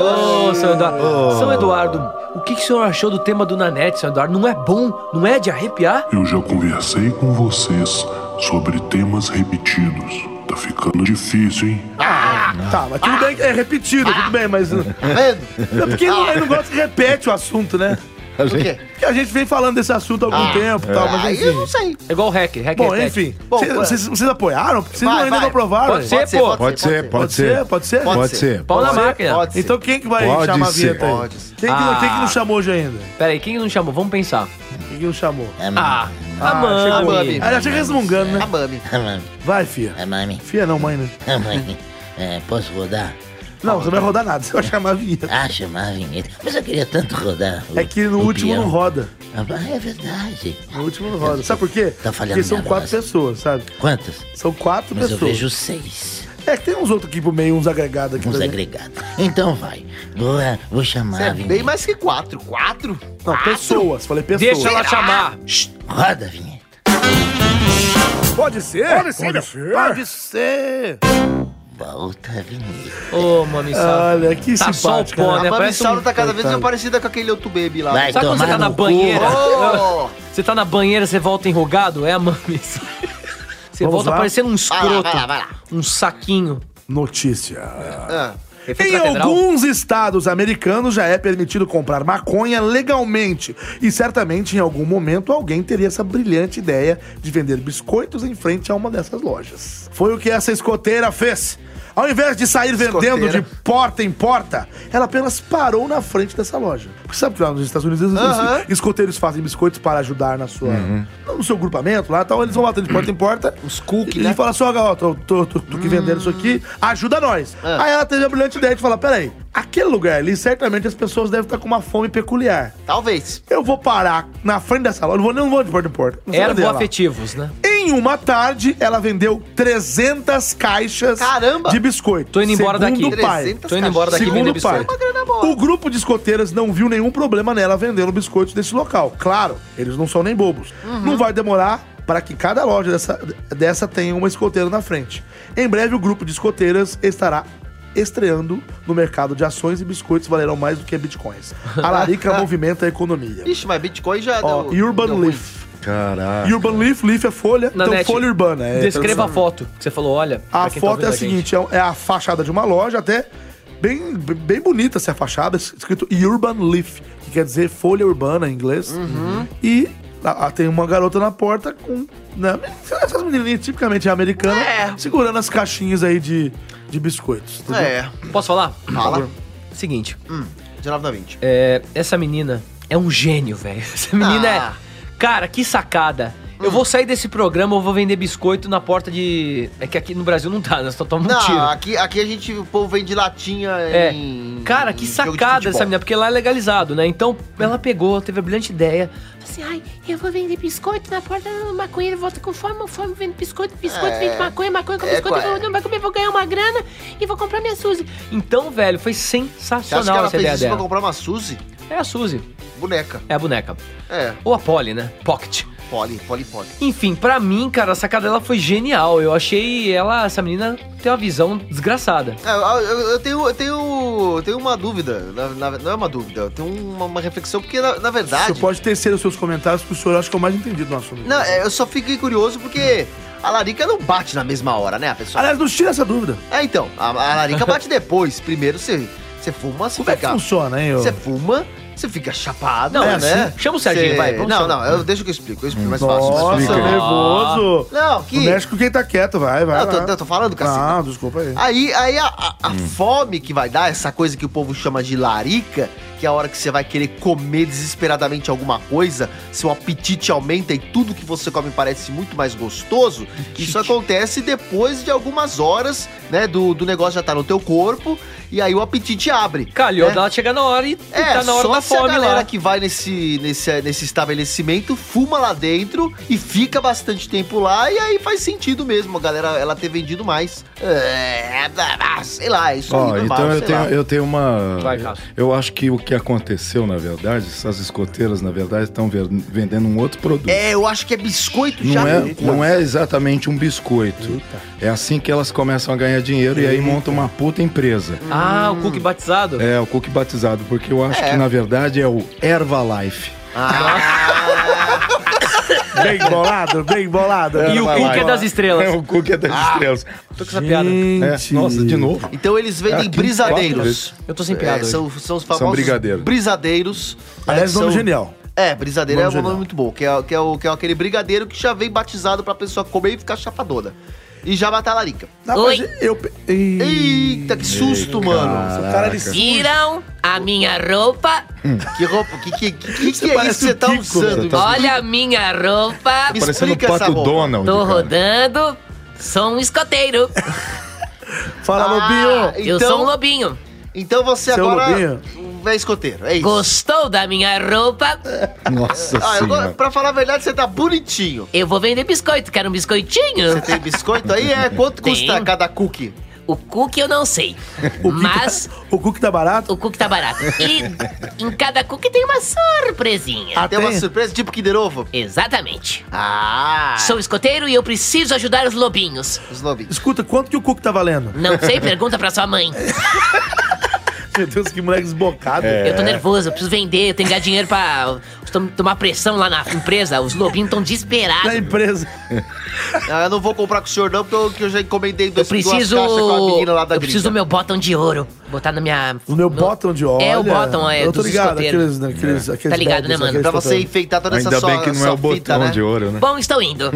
Speaker 3: Ô, São Eduardo! São Eduardo, o que, que o senhor achou do tema do Nanete, São Eduardo? Não é bom? Não é de arrepiar?
Speaker 16: Eu já conversei com vocês sobre temas repetidos. Tá ficando difícil, hein?
Speaker 5: Tá, mas tudo bem que é repetido, tudo bem, mas. É
Speaker 6: Tá vendo?
Speaker 5: porque ele, ele não gosta que repete o assunto, né?
Speaker 6: O quê?
Speaker 5: Porque a gente vem falando desse assunto há algum tempo e tal, mas
Speaker 6: Ah. Aí eu não
Speaker 5: enfim.
Speaker 6: sei.
Speaker 3: É igual o hack, hack
Speaker 5: Bom,
Speaker 3: repete.
Speaker 5: enfim.
Speaker 6: Bom,
Speaker 5: Vocês-
Speaker 6: vai.
Speaker 5: Vocês vocês apoiaram? Vocês não
Speaker 6: Vai,
Speaker 5: ainda
Speaker 6: vai.
Speaker 5: não aprovaram.
Speaker 3: Pode ser, pô.
Speaker 7: Pode ser, pode
Speaker 5: Pode ser,
Speaker 7: ser.
Speaker 5: pode ser?
Speaker 6: Pode
Speaker 7: Pode ser.
Speaker 3: Pau na
Speaker 6: Pode ser,
Speaker 3: máquina.
Speaker 6: pode ser.
Speaker 5: Então quem que vai
Speaker 7: Pode
Speaker 5: chamar a
Speaker 7: ser.
Speaker 5: vinheta aí?
Speaker 6: Pode ser.
Speaker 5: Quem, que,
Speaker 3: Ah.
Speaker 5: quem que não chamou hoje ainda?
Speaker 3: Peraí, quem não chamou? Vamos pensar.
Speaker 5: Quem que não chamou?
Speaker 1: É
Speaker 3: Ah,
Speaker 1: mami.
Speaker 3: a
Speaker 5: chegou a
Speaker 3: mami.
Speaker 6: mami.
Speaker 5: Ah, ela chega resmungando, né?
Speaker 6: A mami.
Speaker 1: É mami.
Speaker 5: Vai, fia.
Speaker 1: É mami.
Speaker 5: Fia não, mãe, né?
Speaker 1: É mami. É, posso rodar?
Speaker 5: Não, você não vai rodar nada, você vai chamar a vinheta.
Speaker 1: Ah, chamar a vinheta. Mas eu queria tanto rodar. o-
Speaker 5: É que no
Speaker 1: o
Speaker 5: último
Speaker 1: peão.
Speaker 5: não roda.
Speaker 1: Ah, é verdade.
Speaker 5: No último não roda. Sabe por quê?
Speaker 1: Tá falhando
Speaker 5: Porque são
Speaker 1: minha
Speaker 5: quatro
Speaker 1: voz.
Speaker 5: pessoas, sabe?
Speaker 1: Quantas?
Speaker 5: São quatro
Speaker 1: Mas eu
Speaker 5: pessoas.
Speaker 1: vejo seis.
Speaker 5: É que tem uns outros aqui pro meio, uns agregados aqui.
Speaker 1: Uns
Speaker 5: também.
Speaker 1: agregados. Então vai. Vou, ah, vou chamar
Speaker 6: Você
Speaker 1: a
Speaker 6: é
Speaker 1: vinheta.
Speaker 6: bem mais que quatro. Quatro?
Speaker 5: Não, pessoas. Falei pessoas.
Speaker 3: Deixa ela chamar.
Speaker 1: Roda a vinheta.
Speaker 5: Pode ser? Pode ser. Pode ser.
Speaker 1: Volta a vinheta.
Speaker 3: Ô, mami Sá.
Speaker 5: Olha, que
Speaker 3: Tá só o
Speaker 5: simpática. né?
Speaker 3: pó,
Speaker 6: A
Speaker 3: né?
Speaker 6: mami
Speaker 3: Parece um...
Speaker 6: Sauro tá cada vez mais
Speaker 5: Coitado.
Speaker 6: parecida com aquele outro baby lá.
Speaker 1: Vai
Speaker 3: Sabe quando você
Speaker 1: tomar
Speaker 3: tá na
Speaker 1: no cu.
Speaker 3: banheira?
Speaker 6: Ô!
Speaker 3: Você tá na banheira, você volta enrugado? É a mami Sá. Você
Speaker 5: Vamos
Speaker 3: volta
Speaker 5: lá?
Speaker 3: parecendo um
Speaker 6: Vai lá,
Speaker 3: escroto.
Speaker 6: vai lá, vai lá.
Speaker 3: Um saquinho.
Speaker 5: Notícia.
Speaker 6: Ah,
Speaker 3: É. Efeito
Speaker 5: Em
Speaker 3: catedral.
Speaker 5: alguns estados americanos já é permitido comprar maconha legalmente. E certamente em algum momento alguém teria essa brilhante ideia de vender biscoitos em frente a uma dessas lojas. Foi o que essa escoteira fez. Ao invés de sair vendendo de porta em porta, ela apenas parou na frente dessa loja. Porque sabe que lá nos Estados Unidos os
Speaker 6: Aham.
Speaker 5: escoteiros fazem biscoitos para ajudar na sua, no seu grupamento lá e tal. Eles vão batendo de porta em porta. Os
Speaker 6: cookies,
Speaker 5: e
Speaker 6: né?
Speaker 5: fala assim, ó, galera, tô, tô, tô, tô aqui vendendo isso aqui, ajuda nós. Aí ela teve a brilhante bate ideia de falar, peraí, aquele lugar ali, certamente as pessoas devem estar com uma fome peculiar.
Speaker 6: Talvez.
Speaker 5: Eu vou parar na frente dessa loja, não vou nem não vou de porta em porta. Não sei onde é lá.
Speaker 3: Erboafetivos, né?
Speaker 5: Em uma tarde, ela vendeu 300 caixas
Speaker 6: Caramba!
Speaker 5: de biscoito.
Speaker 3: Tô indo embora
Speaker 5: Segundo
Speaker 3: daqui.
Speaker 5: o Pai.
Speaker 6: 300
Speaker 3: Tô indo embora daqui
Speaker 5: Segundo
Speaker 3: vender
Speaker 5: o pai,
Speaker 3: biscoito.
Speaker 5: o grupo de escoteiras não viu nenhum problema nela vendendo biscoitos desse local. Claro, eles não são nem bobos.
Speaker 3: Uhum.
Speaker 5: Não vai demorar para que cada loja dessa, dessa tenha uma escoteira na frente. Em breve, o grupo de escoteiras estará estreando no mercado de ações e biscoitos valerão mais do que bitcoins. A Larica movimenta a economia.
Speaker 6: Ixi, mas Bitcoin
Speaker 3: é
Speaker 6: já
Speaker 5: Ó,
Speaker 6: deu...
Speaker 5: Urban
Speaker 6: deu ruim.
Speaker 5: Leaf.
Speaker 7: Caraca.
Speaker 5: Urban Leaf, Leaf é folha, então
Speaker 3: Nanete,
Speaker 5: folha urbana. É
Speaker 3: Descreva a
Speaker 5: tradução.
Speaker 3: foto que você falou, olha.
Speaker 5: A
Speaker 3: pra quem tá
Speaker 5: foto é a
Speaker 3: ouvindo gente.
Speaker 5: seguinte, é um- é a fachada de uma loja, até bem, bem bonita essa fachada, escrito Urban Leaf, que quer dizer folha urbana em inglês.
Speaker 6: Uhum.
Speaker 5: E a- a- tem uma garota na porta com... Né, essas menininhas tipicamente americanas, segurando as caixinhas aí de, de biscoitos. entendeu?
Speaker 6: É,
Speaker 3: Posso falar? É
Speaker 6: fala.
Speaker 3: Seguinte,
Speaker 6: 19 da 20.
Speaker 3: é, essa menina é um gênio, velho. Essa menina
Speaker 6: Ah. Hum.
Speaker 3: é. Cara, que sacada. Eu vou sair desse programa, eu vou vender biscoito na porta de. É que aqui no Brasil não dá, nós só tomamos um tiro.
Speaker 6: Não, aqui, aqui a gente, o povo vende latinha
Speaker 3: É.
Speaker 6: em.
Speaker 3: Cara, que
Speaker 6: em Hum, jogo de
Speaker 3: sacada essa
Speaker 6: futebol.
Speaker 3: menina, porque lá é legalizado, né? Então ela pegou, teve a brilhante ideia.
Speaker 8: Assim, ai, eu vou vender biscoito na porta do maconheiro, volta com fome, fome, vendo biscoito, biscoito, vende maconha, maconha com
Speaker 6: é,
Speaker 8: biscoito,
Speaker 6: qual é?
Speaker 8: eu vou, não vai comer, vou ganhar uma grana e vou comprar minha Suzy.
Speaker 3: Então, velho, foi
Speaker 6: Você acha que
Speaker 3: sensacional
Speaker 6: ela
Speaker 3: essa
Speaker 6: fez
Speaker 3: ideia
Speaker 6: isso pra
Speaker 3: dela.
Speaker 6: comprar uma Suzy?
Speaker 3: É a Suzy,
Speaker 6: Boneca.
Speaker 3: é a boneca.
Speaker 6: É,
Speaker 3: Ou a Polly, né? Pocket.
Speaker 6: poli, poli, poli.
Speaker 3: Enfim, pra mim, cara, a sacada dela foi genial. Eu achei ela, essa menina, tem uma visão desgraçada.
Speaker 6: É, Eu, eu- eu tenho, eu tenho, eu tenho uma dúvida. na- na- não é uma dúvida, eu tenho uma, uma reflexão, porque na, na
Speaker 5: O
Speaker 6: verdade.
Speaker 5: senhor pode tecer os seus comentários, porque o senhor acha que é o mais entendido no assunto.
Speaker 6: Não, é, eu só fiquei curioso porque a Larica não bate na mesma hora, né, a pessoa?
Speaker 5: Aliás, nos tira essa dúvida.
Speaker 6: É, então, a, a Larica bate depois. Primeiro você, você fuma, você
Speaker 5: Como é que
Speaker 6: fica.
Speaker 5: funciona, hein? ô?
Speaker 6: Você fuma, você fica chapado,
Speaker 3: Não, é
Speaker 6: né?
Speaker 3: assim. Chama o Serginho,
Speaker 6: Você-
Speaker 3: vai, vamos
Speaker 6: Não,
Speaker 3: chamar.
Speaker 6: não, eu, deixa que eu explico, eu explico mais fácil. mais
Speaker 5: Nossa,
Speaker 6: fácil.
Speaker 7: explica aí.
Speaker 5: nervoso.
Speaker 6: Não, que.
Speaker 5: No México, quem tá quieto, vai, vai.
Speaker 6: Não, eu
Speaker 5: vai.
Speaker 6: tô, eu tô falando, cacete.
Speaker 5: Ah, desculpa aí.
Speaker 6: Aí, aí a, a- a fome que vai dar, essa coisa que o povo chama de larica, que é a hora que você vai querer comer desesperadamente alguma coisa, seu apetite aumenta e tudo que você come parece muito mais gostoso. Isso acontece depois de algumas horas, né? Do, do negócio já tá no teu corpo, e aí o apetite abre.
Speaker 3: Calhou
Speaker 6: né?
Speaker 3: dela chegar na hora e, e
Speaker 6: É,
Speaker 3: tá na hora
Speaker 6: só
Speaker 3: da
Speaker 6: se a
Speaker 3: fome
Speaker 6: galera
Speaker 3: lá.
Speaker 6: que vai nesse, nesse, nesse estabelecimento fuma lá dentro e fica bastante tempo lá, e aí faz sentido mesmo a galera ela ter vendido mais. É, ah, sei lá, é isso
Speaker 7: Ó,
Speaker 6: aí, normal,
Speaker 7: então eu
Speaker 6: sei
Speaker 7: tenho,
Speaker 6: lá.
Speaker 7: eu tenho uma.
Speaker 3: Vai, Cássio.
Speaker 7: eu acho que o que aconteceu, na verdade, essas escoteiras, na verdade, estão ver- vendendo um outro produto.
Speaker 6: É, eu acho que é biscoito
Speaker 7: Não
Speaker 6: já.
Speaker 7: é, não é exatamente um biscoito. É assim que elas começam a ganhar dinheiro e aí montam uma puta empresa.
Speaker 3: Ah, o
Speaker 8: Hum.
Speaker 3: cookie batizado?
Speaker 7: É, o cookie batizado, porque eu acho que na verdade é o Herbalife.
Speaker 5: Bem bolado, bem bolado.
Speaker 3: E o cookie é
Speaker 7: Herbalife.
Speaker 3: das
Speaker 7: É,
Speaker 3: estrelas.
Speaker 7: o cookie é das estrelas.
Speaker 3: Tô com essa piada.
Speaker 7: É, nossa, de novo.
Speaker 6: Então eles vendem
Speaker 7: É, aqui,
Speaker 6: brisadeiros.
Speaker 3: Eu tô sem
Speaker 6: É,
Speaker 3: piada hoje.
Speaker 6: são, são os famosos
Speaker 7: brigadeiro.
Speaker 6: brisadeiros. né,
Speaker 5: Aliás,
Speaker 6: que
Speaker 5: nome
Speaker 6: são-
Speaker 5: genial.
Speaker 6: É, brisadeiro
Speaker 5: Nome
Speaker 6: é um nome
Speaker 5: genial.
Speaker 6: muito bom, que é, que, é o, que é aquele brigadeiro que já vem batizado pra pessoa comer e ficar chapadona. E já matar a larica.
Speaker 5: Dá pra
Speaker 8: Oi.
Speaker 5: gente- eu... pe- Ih.
Speaker 6: Eita, que susto, mano.
Speaker 5: O cara ele
Speaker 8: Tiram a minha roupa,
Speaker 6: Que roupa, que que, que, que, que é
Speaker 5: parece
Speaker 6: isso que você
Speaker 5: o
Speaker 6: tá
Speaker 5: Tico,
Speaker 6: usando?
Speaker 7: velho, tá
Speaker 8: olha a minha roupa,
Speaker 6: Me
Speaker 7: Parecendo o
Speaker 6: explica essa
Speaker 7: Pato
Speaker 6: roupa.
Speaker 7: Donald.
Speaker 8: tô
Speaker 7: cara.
Speaker 8: rodando, sou um escoteiro,
Speaker 5: fala,
Speaker 6: Ah,
Speaker 5: Lobinho.
Speaker 8: eu sou um
Speaker 6: então,
Speaker 8: lobinho.
Speaker 6: então você
Speaker 5: Seu
Speaker 6: agora
Speaker 5: lobinho.
Speaker 6: é escoteiro, é isso.
Speaker 8: Gostou da minha roupa?
Speaker 7: Nossa
Speaker 6: Ah, eu, go-
Speaker 7: senhora.
Speaker 6: pra falar a verdade, você tá bonitinho.
Speaker 8: Eu vou vender biscoito, quero um biscoitinho?
Speaker 6: Você tem biscoito aí? É, quanto
Speaker 8: Tem.
Speaker 6: custa cada cookie?
Speaker 8: O cookie eu não sei, mas
Speaker 5: O cookie tá barato?
Speaker 8: o cookie tá barato. E em cada cookie tem uma surpresinha.
Speaker 5: Ah,
Speaker 6: Tem uma
Speaker 5: tem?
Speaker 6: surpresa tipo Kinder Ovo?
Speaker 8: Exatamente.
Speaker 6: Ah,
Speaker 8: Sou escoteiro e eu preciso ajudar os lobinhos.
Speaker 6: os lobinhos.
Speaker 5: Escuta, quanto que o cookie tá valendo?
Speaker 8: Não sei, pergunta pra sua mãe.
Speaker 5: Meu Deus, que moleque desbocado.
Speaker 6: É.
Speaker 8: Eu tô nervoso, eu preciso vender, eu tenho que ganhar dinheiro pra tom- tomar pressão lá na empresa. Os lobinhos estão desesperados.
Speaker 5: Na empresa.
Speaker 6: Ah, eu não vou comprar com o senhor não, porque eu, que eu já encomendei
Speaker 8: Eu
Speaker 6: dois,
Speaker 8: preciso.
Speaker 6: duas caixas com a menina lá da
Speaker 8: Eu preciso do
Speaker 6: gringa.
Speaker 8: meu botão de ouro. Botar na minha.
Speaker 5: O meu bottom de óleo.
Speaker 8: É, o bottom, é,
Speaker 5: Eu tô
Speaker 8: dos
Speaker 5: ligado,
Speaker 8: escoteiros.
Speaker 5: aqueles, aqueles, aqueles...
Speaker 8: Tá ligado,
Speaker 5: bagos,
Speaker 8: né, mano?
Speaker 5: aqueles
Speaker 6: Pra você
Speaker 5: totó-
Speaker 6: enfeitar toda essa
Speaker 7: Ainda
Speaker 6: só,
Speaker 7: bem que não é
Speaker 6: só
Speaker 7: o botão
Speaker 6: fita, né?
Speaker 7: de ouro, né?
Speaker 8: Bom, estou indo.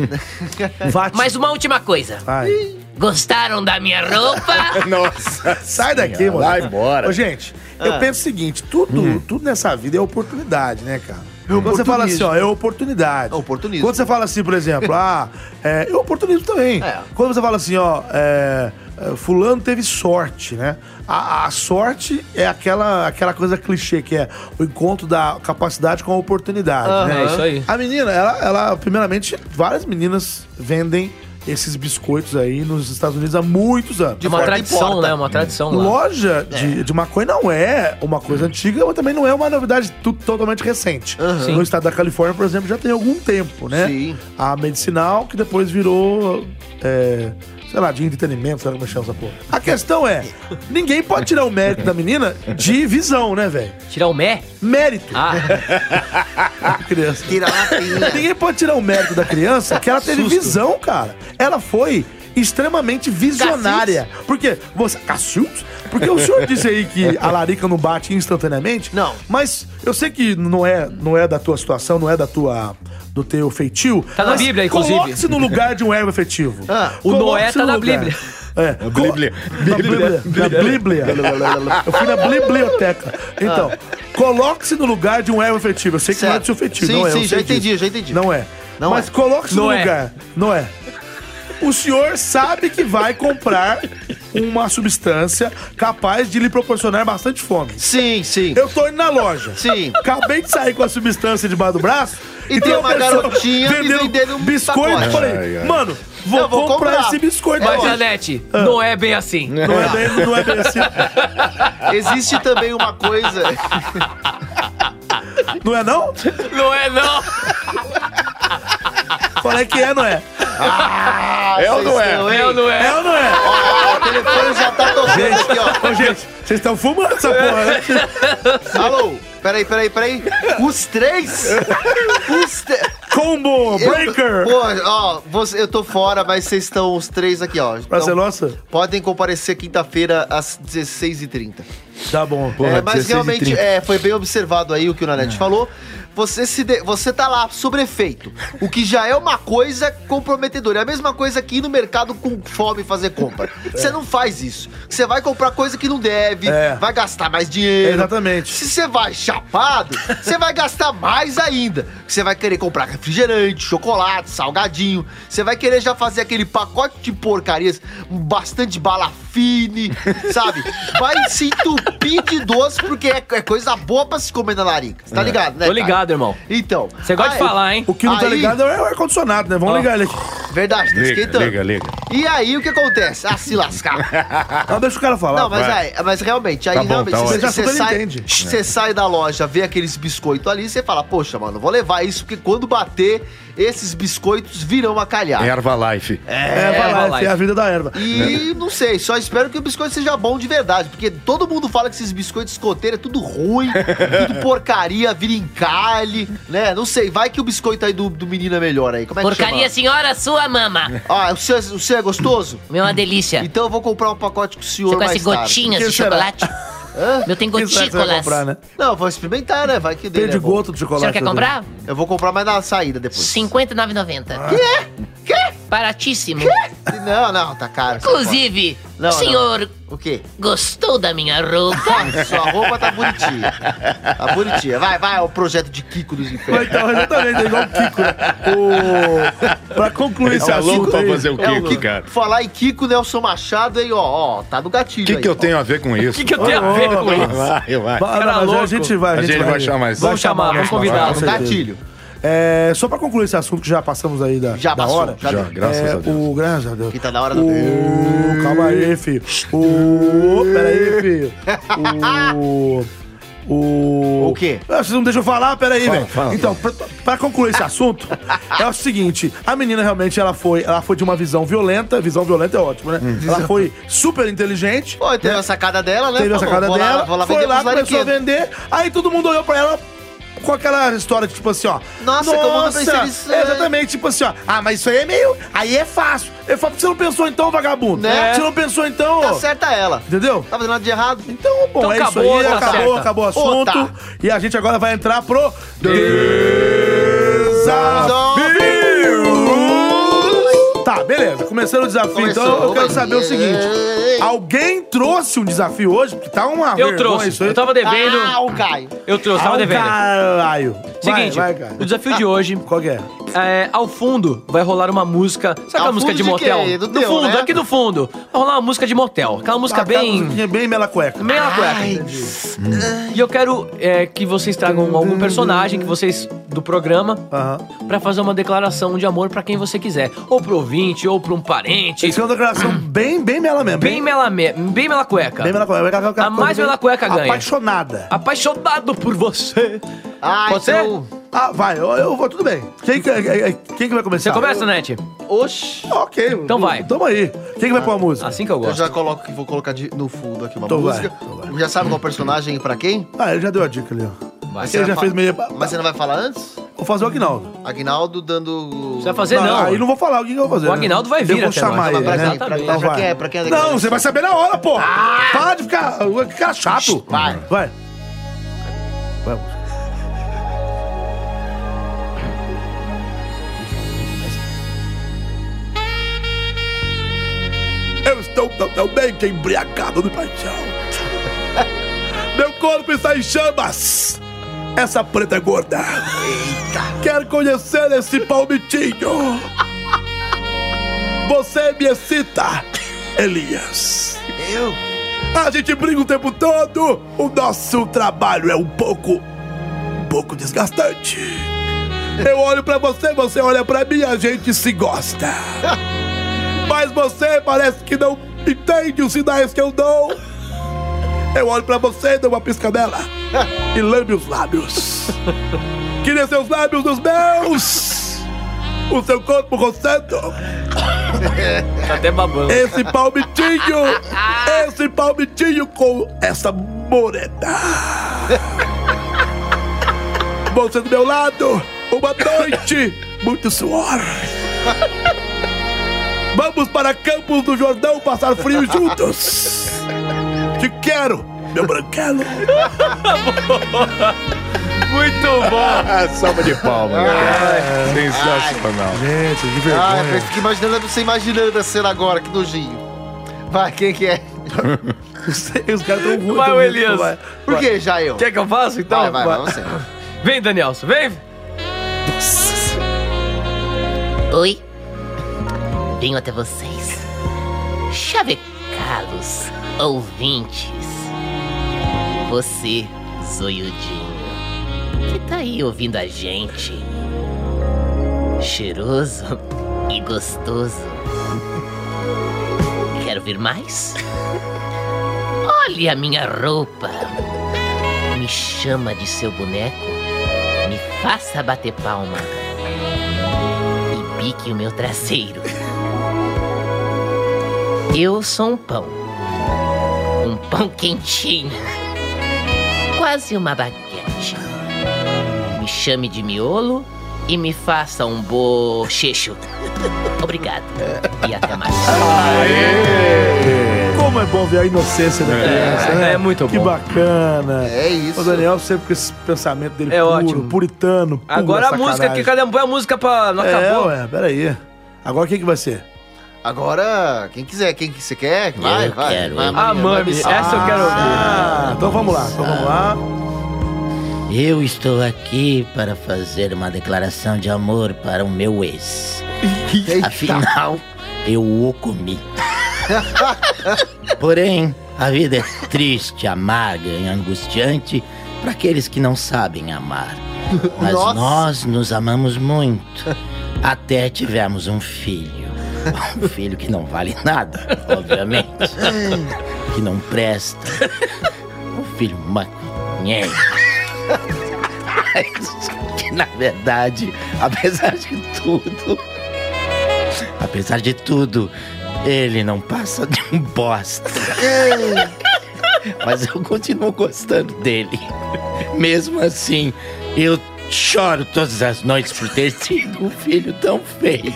Speaker 5: Vate.
Speaker 8: Mas uma última coisa.
Speaker 5: Ai.
Speaker 8: Gostaram da minha roupa?
Speaker 7: Nossa.
Speaker 5: Sai daqui, mano.
Speaker 7: Vai embora.
Speaker 5: Ô, gente, eu penso o seguinte: tudo,
Speaker 3: Hum.
Speaker 5: tudo nessa vida é oportunidade, né, cara? Quando você fala assim, ó, é oportunidade.
Speaker 6: É oportunismo.
Speaker 5: Quando você fala assim, por exemplo, ah, é, é oportunismo também.
Speaker 6: É.
Speaker 5: Quando você fala assim, ó, é, eh, fulano teve sorte, né? A, a sorte é aquela, aquela coisa clichê que é o encontro da capacidade com a oportunidade,
Speaker 3: Aham.
Speaker 5: né?
Speaker 3: É isso aí.
Speaker 5: A menina, ela, ela, primeiramente, várias meninas vendem esses biscoitos aí nos Estados Unidos há muitos anos.
Speaker 3: É uma
Speaker 5: Porta em
Speaker 3: tradição,
Speaker 5: porta.
Speaker 3: né? É uma tradição lá.
Speaker 5: Loja de, de maconha não é uma coisa antiga, mas também não é uma novidade tu- totalmente recente.
Speaker 3: Sim.
Speaker 5: No estado da Califórnia, por exemplo, já tem algum tempo, né?
Speaker 6: Sim.
Speaker 5: A medicinal, que depois virou. é, sei lá, de entretenimento, sei lá como chama essa porra. A questão é: ninguém pode tirar o mérito da menina de visão, né, velho?
Speaker 3: Tirar o mé?
Speaker 5: Mérito.
Speaker 3: Ah,
Speaker 5: criança.
Speaker 6: Tirar a pinha.
Speaker 5: Ninguém pode tirar o mérito da criança que ela teve visão, cara. Ela foi extremamente visionária. Porque você. Cacildos? Porque o senhor disse aí que a larica não bate instantaneamente.
Speaker 6: Não.
Speaker 5: Mas eu sei que não é, não é da tua situação, não é da tua. do teu feitio.
Speaker 3: Tá na
Speaker 5: mas
Speaker 3: Bíblia, inclusive.
Speaker 5: Coloque-se no lugar de um erva efetivo.
Speaker 6: Ah,
Speaker 3: o Noé
Speaker 5: Coloque-se
Speaker 3: tá
Speaker 5: no
Speaker 3: na
Speaker 5: lugar.
Speaker 3: Bíblia.
Speaker 5: É.
Speaker 7: Bíblia.
Speaker 5: Na Bíblia. Na Bíblia. Eu fui na biblioteca. Então, coloque-se no lugar de um erro efetivo. Eu sei que não é
Speaker 6: Certo.
Speaker 5: do seu efetivo.
Speaker 6: Sim,
Speaker 5: não é, eu
Speaker 6: sim, já
Speaker 5: sei disso.
Speaker 6: entendi, já entendi.
Speaker 5: Não é.
Speaker 6: Não
Speaker 5: Mas
Speaker 6: é.
Speaker 5: coloque-se no
Speaker 3: Não é.
Speaker 5: lugar. Não é. O senhor sabe que vai comprar uma substância capaz de lhe proporcionar bastante fome.
Speaker 6: Sim, sim.
Speaker 5: Eu tô indo na loja.
Speaker 6: Sim.
Speaker 5: Acabei de sair com a substância debaixo do braço.
Speaker 6: E tem uma
Speaker 5: pessoa
Speaker 6: garotinha me vendendo um
Speaker 5: biscoito.
Speaker 6: pacote.
Speaker 5: Eu Falei,
Speaker 7: Ai, ai.
Speaker 5: mano, vou,
Speaker 6: Eu vou
Speaker 5: comprar,
Speaker 6: comprar.
Speaker 5: esse biscoito.
Speaker 3: mas,
Speaker 5: hoje.
Speaker 3: Janete, não é bem assim.
Speaker 5: É. Ah. Não é bem, não é bem assim.
Speaker 6: Existe também uma coisa.
Speaker 5: Não é não?
Speaker 3: Não é, não.
Speaker 5: Falei que é, não é?
Speaker 7: É ou não
Speaker 6: Ah, Vocês
Speaker 7: é?
Speaker 6: estão, hein?
Speaker 3: É ou não
Speaker 5: É
Speaker 3: é?
Speaker 5: ou não é?
Speaker 6: Ó, o telefone já tá tocando aqui, ó.
Speaker 5: Ô, gente, vocês estão fumando essa porra, né?
Speaker 6: Alô? Peraí, peraí, peraí. Os três? Os três.
Speaker 5: Combo, breaker.
Speaker 6: Pô, ó, você- eu tô fora, mas vocês estão os três aqui, ó.
Speaker 5: Pra ser
Speaker 6: Então,
Speaker 5: nossa?
Speaker 6: podem comparecer quinta-feira às 16h30.
Speaker 5: Tá bom.
Speaker 7: Porra,
Speaker 6: É, mas
Speaker 7: 16 e
Speaker 6: realmente
Speaker 7: 30.
Speaker 6: é, foi bem observado aí o que o Nanete falou. Você, se de- você tá lá sobrefeito, o que já é uma coisa comprometedora. É a mesma coisa que ir no mercado com fome e fazer compra. Você não faz isso. Você vai comprar coisa que não deve,
Speaker 5: É.
Speaker 6: vai gastar mais dinheiro.
Speaker 5: Exatamente.
Speaker 6: Se você vai chapado, você vai gastar mais ainda. Você vai querer comprar refrigerante, chocolate, salgadinho. Você vai querer já fazer aquele pacote de porcarias, bastante balafine, sabe? Vai se entupir de doce, porque é, é coisa boa pra se comer na larica. Você tá ligado, né?
Speaker 3: É. Tô
Speaker 6: cara?
Speaker 3: ligado, irmão.
Speaker 6: Então.
Speaker 3: Você gosta de
Speaker 6: aí-
Speaker 3: falar, hein?
Speaker 5: O que não tá
Speaker 6: Aí-
Speaker 5: ligado é o ar-condicionado, né? Vamos
Speaker 3: Ó.
Speaker 5: ligar ele aqui.
Speaker 6: Verdade, tá
Speaker 7: Liga,
Speaker 6: esquentando.
Speaker 7: liga, liga.
Speaker 6: E aí o que acontece? Ah, se lascar.
Speaker 5: Não, deixa o cara falar.
Speaker 6: Não, mas,
Speaker 7: vai.
Speaker 6: aí, mas realmente, aí
Speaker 7: Tá bom,
Speaker 6: realmente,
Speaker 7: tá
Speaker 6: você-
Speaker 7: ótimo. É.
Speaker 5: Já
Speaker 6: você
Speaker 5: super
Speaker 6: sai,
Speaker 5: entende.
Speaker 6: você sai da loja, vê aqueles biscoitos ali, você fala, poxa, mano, vou levar isso, porque quando bater, esses biscoitos virão a calhar.
Speaker 7: Erva Life.
Speaker 5: é, vai lá,
Speaker 3: Herbalife.
Speaker 5: é a vida da erva.
Speaker 7: É.
Speaker 6: E não sei, só espero que o biscoito seja bom de verdade, porque todo mundo fala que esses biscoitos escoteiros é tudo ruim, tudo porcaria, vira encalhe, né? Não sei, vai que o biscoito aí do, do menino é melhor aí. Como é que
Speaker 8: Porcaria
Speaker 6: chama?
Speaker 8: senhora sua, mama.
Speaker 6: Ah, o seu, o seu é gostoso?
Speaker 8: Meu é uma delícia.
Speaker 6: Então eu vou comprar um pacote com o senhor
Speaker 8: Você conhece
Speaker 6: mais tarde.
Speaker 8: gotinhas de
Speaker 5: Que será?
Speaker 8: chocolate? Meu tem
Speaker 5: O que será que você vai
Speaker 8: gotículas.
Speaker 5: comprar, né?
Speaker 6: Não, eu vou experimentar, né? Vai que dele
Speaker 5: Perde
Speaker 6: é bom.
Speaker 5: goto de
Speaker 8: O
Speaker 5: chocolate.
Speaker 8: senhor quer
Speaker 5: também.
Speaker 8: comprar?
Speaker 6: Eu vou comprar mais na saída depois.
Speaker 8: 59,90.
Speaker 5: Ah.
Speaker 6: Quê?
Speaker 8: Baratíssimo.
Speaker 6: Não, não, tá caro.
Speaker 8: Inclusive,
Speaker 6: Não,
Speaker 8: o senhor
Speaker 6: O quê?
Speaker 8: gostou da minha roupa?
Speaker 6: Sua roupa tá bonitinha. Tá bonitinha. Vai, vai, é o projeto de Kiko dos
Speaker 5: Mas
Speaker 6: Infernos.
Speaker 5: Então, exatamente, é igual o Kiko, né? O... Pra concluir
Speaker 7: Esse é louco pra fazer o
Speaker 6: É o
Speaker 7: Kiko, cara.
Speaker 6: Falar em Kiko, Nelson Machado, aí, ó, ó, tá no gatilho
Speaker 7: O que,
Speaker 6: aí,
Speaker 7: que eu
Speaker 6: ó.
Speaker 7: tenho a ver com
Speaker 3: O
Speaker 7: isso?
Speaker 3: que, que eu tenho a ver
Speaker 5: Ô,
Speaker 3: com isso?
Speaker 7: Vai, vai.
Speaker 5: Ba-
Speaker 3: Cara
Speaker 5: não, mas
Speaker 3: louco.
Speaker 5: a gente vai,
Speaker 7: A gente vai chamar mais.
Speaker 3: Vamos chamar, vamos convidar.
Speaker 5: com
Speaker 6: Um
Speaker 5: certeza.
Speaker 6: gatilho.
Speaker 5: É, só pra concluir esse assunto que já passamos aí da,
Speaker 6: Já
Speaker 5: da
Speaker 6: passou,
Speaker 5: hora.
Speaker 6: já
Speaker 7: Já,
Speaker 6: deu.
Speaker 7: graças
Speaker 5: é,
Speaker 7: a Deus.
Speaker 5: O, graças a Deus.
Speaker 6: Que tá na hora da-
Speaker 5: o... Calma aí, filho. O... Pera aí, filho. O... O...
Speaker 6: O quê?
Speaker 5: Ah, Vocês não deixam eu falar? Pera aí,
Speaker 7: Fala,
Speaker 5: velho.
Speaker 7: fala.
Speaker 5: Então, pra, pra concluir esse assunto, é o seguinte. A menina realmente, ela foi, ela foi de uma visão violenta. Visão violenta é ótimo, né? Ela foi super inteligente.
Speaker 6: Pô, teve a sacada dela, né?
Speaker 5: Teve a
Speaker 6: Falou,
Speaker 5: sacada
Speaker 6: vou lá-
Speaker 5: dela,
Speaker 6: vou lá
Speaker 5: foi
Speaker 6: vender
Speaker 5: lá,
Speaker 6: pros
Speaker 5: começou a
Speaker 6: lariqueiros.
Speaker 5: vender, aí todo mundo olhou pra ela com aquela história de tipo assim, ó.
Speaker 6: Nossa, como eu não pensei nisso, né?
Speaker 5: Exatamente, tipo assim, ó. Ah, mas isso aí é meio. Aí é fácil. Eu falo, você não pensou então, vagabundo?
Speaker 6: Né?
Speaker 5: Você não pensou então.
Speaker 6: Tá certa ela.
Speaker 5: Entendeu?
Speaker 6: Tá fazendo nada de errado?
Speaker 5: Então, bom,
Speaker 3: Então
Speaker 5: é
Speaker 3: acabou,
Speaker 5: isso aí.
Speaker 3: tá
Speaker 5: Acabou,
Speaker 3: certa.
Speaker 5: acabou o
Speaker 6: Ô,
Speaker 5: assunto.
Speaker 6: tá.
Speaker 5: E a gente agora vai entrar pro. Desafio! Tá, beleza. Começando o desafio,
Speaker 14: Começou,
Speaker 5: então eu quero
Speaker 14: vamos.
Speaker 5: saber o seguinte. Alguém trouxe um desafio hoje? Porque tá uma
Speaker 3: Eu
Speaker 5: vergonha
Speaker 3: trouxe,
Speaker 5: isso aí.
Speaker 3: eu tava devendo.
Speaker 6: Ah, o Caio.
Speaker 3: Eu trouxe, tava
Speaker 5: Ah, o
Speaker 3: devendo.
Speaker 5: Caralho.
Speaker 3: Seguinte,
Speaker 5: Vai, vai, Caio.
Speaker 3: o desafio de hoje.
Speaker 5: Qual que é?
Speaker 3: Ao fundo vai rolar uma música. Sabe aquela
Speaker 5: Ao
Speaker 3: música
Speaker 5: fundo
Speaker 3: de
Speaker 5: de
Speaker 3: motel?
Speaker 5: quê? Do
Speaker 3: no
Speaker 5: teu,
Speaker 3: fundo,
Speaker 5: né? tá
Speaker 3: aqui do fundo. Vai rolar uma música de motel. Aquela música
Speaker 5: Aquela
Speaker 3: bem.
Speaker 5: musiquinha Bem mela cueca.
Speaker 3: Bem mela cueca. E eu quero é, que vocês tragam algum personagem que vocês do programa pra fazer uma declaração de amor pra quem você quiser. Ou pro ouvinte, ou pra um parente.
Speaker 5: Isso é uma declaração bem, bem mela mesmo.
Speaker 3: Hum. Bem mela, me- bem mela cueca.
Speaker 5: Bem mela cueca. Aquela- aquela
Speaker 3: A mais
Speaker 5: coisa
Speaker 3: mela cueca
Speaker 5: bem
Speaker 3: ganha.
Speaker 5: Apaixonada.
Speaker 3: Apaixonado por você. Pode ser?
Speaker 5: Ah, vai, eu, eu vou, tudo bem. Quem, que- eh, eh, quem que vai começar? Ah,
Speaker 3: Você começa, Net?
Speaker 6: Oxi.
Speaker 5: Ok.
Speaker 3: Então vai.
Speaker 5: Tamo aí. Quem que vai pôr a música?
Speaker 3: Assim que eu
Speaker 6: Eu já coloco que vou colocar de- no fundo aqui uma
Speaker 5: Então vai,
Speaker 6: música. Já sabe qual personagem e pra quem?
Speaker 5: Ah, ele já deu a dica ali, ó.
Speaker 3: Assim
Speaker 6: Mas
Speaker 5: Ele
Speaker 6: você
Speaker 5: já
Speaker 6: vai
Speaker 5: fez
Speaker 6: fa-
Speaker 5: meio...
Speaker 6: Mas você não vai falar antes?
Speaker 5: Vou fazer o Agnaldo.
Speaker 6: Agnaldo dando. Você
Speaker 5: vai fazer, não. Aí não vou falar o que que eu vou fazer,
Speaker 6: O
Speaker 5: né?
Speaker 6: Agnaldo vai
Speaker 5: Eu
Speaker 6: vir
Speaker 5: vou
Speaker 6: até
Speaker 5: chamar
Speaker 6: nós.
Speaker 5: ele,
Speaker 6: Pra
Speaker 5: né?
Speaker 6: quem? Pra-
Speaker 5: Então
Speaker 6: pra
Speaker 5: vai.
Speaker 6: quem é? Pra quem é a
Speaker 5: Não,
Speaker 6: declaração?
Speaker 5: você vai saber na hora, pô. Para de ficar... Ficar chato. Ah! Vai. Vai. Vamos. Eu estou totalmente embriagado de paixão. Meu corpo está em chamas. Essa preta é gorda. Eita. Quero conhecer esse palmitinho. Você me excita, Elias. Eu? A gente briga o tempo todo. O nosso trabalho é um pouco. um pouco desgastante. Eu olho pra você, você olha pra mim, a gente se gosta. Mas você parece que não entende os sinais que eu dou. Eu olho pra você, dou uma piscadela e lambe os lábios. Queria seus lábios nos meus. O seu corpo roçando.
Speaker 3: Tá até babando.
Speaker 5: Esse palmitinho,
Speaker 3: Ah.
Speaker 5: esse palmitinho com essa morena. Você do meu lado, uma noite, muito suor. Vamos para Campos do Jordão passar frio juntos. Te quero, meu branquelo.
Speaker 3: Muito
Speaker 14: bom! Salva de
Speaker 5: né?
Speaker 14: palmas.
Speaker 6: Ai.
Speaker 14: Sensacional.
Speaker 5: Gente, que
Speaker 2: é
Speaker 6: Ah, eu fico imaginando você imaginando a cena agora, que nojinho. Vai, quem que é?
Speaker 5: Os caras tão ruins.
Speaker 3: Vai, o Elias.
Speaker 6: Por que já eu?
Speaker 3: Quer que eu faça então?
Speaker 6: Vai, vai, vai, você.
Speaker 3: Vem, Danielson, vem.
Speaker 8: Oi, venho até vocês, chavecados ouvintes. Você, zoiudinho, que tá aí ouvindo a gente, cheiroso e gostoso. Quero ver mais? Olha a minha roupa. Me chama de seu boneco. Me faça bater palma. E pique o meu traseiro. Eu sou um pão. Um pão quentinho. Quase uma baguete. Me chame de miolo e me faça um bochecho. Obrigado. E até mais.
Speaker 5: Como é bom ver a inocência da
Speaker 8: É,
Speaker 5: criança, né?
Speaker 8: é muito
Speaker 5: que
Speaker 8: bom.
Speaker 5: bacana.
Speaker 6: É isso.
Speaker 5: O Daniel sempre com esse pensamento dele
Speaker 3: É
Speaker 5: puro,
Speaker 3: ótimo.
Speaker 5: puritano. puro,
Speaker 3: Agora a
Speaker 5: sacanagem.
Speaker 3: música aqui, cadê? Põe a música pra. Não
Speaker 5: É,
Speaker 3: acabou?
Speaker 5: ué, peraí. Agora quem que vai ser?
Speaker 6: Agora, quem quiser, quem que você quer, vai,
Speaker 5: Eu
Speaker 6: vai.
Speaker 5: quero,
Speaker 6: vai,
Speaker 5: eu
Speaker 6: vai,
Speaker 3: quero. Ah, mami,
Speaker 6: vai.
Speaker 3: essa eu quero
Speaker 5: Ah, então vamos lá, então vamos lá.
Speaker 1: Eu estou aqui para fazer uma declaração de amor para o meu ex. Afinal, eu o comi. Porém, a vida é triste, amarga e angustiante para aqueles que não sabem amar. Mas
Speaker 6: Nossa.
Speaker 1: nós nos amamos muito. Até tivemos um filho. Um filho que não vale nada, obviamente. Que não presta. Um filho maconheiro. que na verdade, apesar de tudo, apesar de tudo, ele não passa de um bosta. Mas eu continuo gostando dele. Mesmo assim, eu choro todas as noites por ter tido um filho tão feio.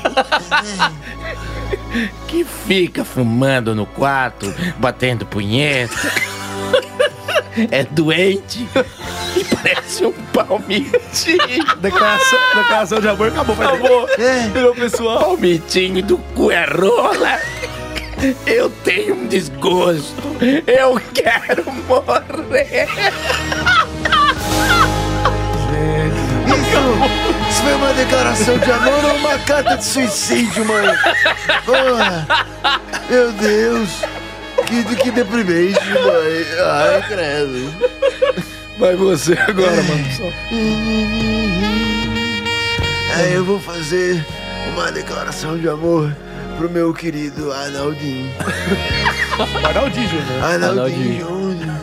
Speaker 1: Que fica fumando no quarto, batendo punheta. É doente e
Speaker 17: Parece um palmitinho.
Speaker 5: Declaração, declaração de amor acabou. vai ter.
Speaker 17: Acabou. Tá
Speaker 6: É.
Speaker 17: Virou pessoal. Palmitinho do Cuerrola. Eu tenho um desgosto. Eu quero morrer.
Speaker 2: Isso, isso foi uma declaração de amor ou uma carta de suicídio, mano? Porra. Meu Deus. Que, que deprimente, mano. Ai, credo.
Speaker 7: Vai você agora, mano.
Speaker 2: Aí É, eu vou fazer uma declaração de amor pro meu querido Arnaldinho.
Speaker 5: Arnaldinho,
Speaker 7: né?
Speaker 5: Júnior.
Speaker 2: Arnaldinho Júnior.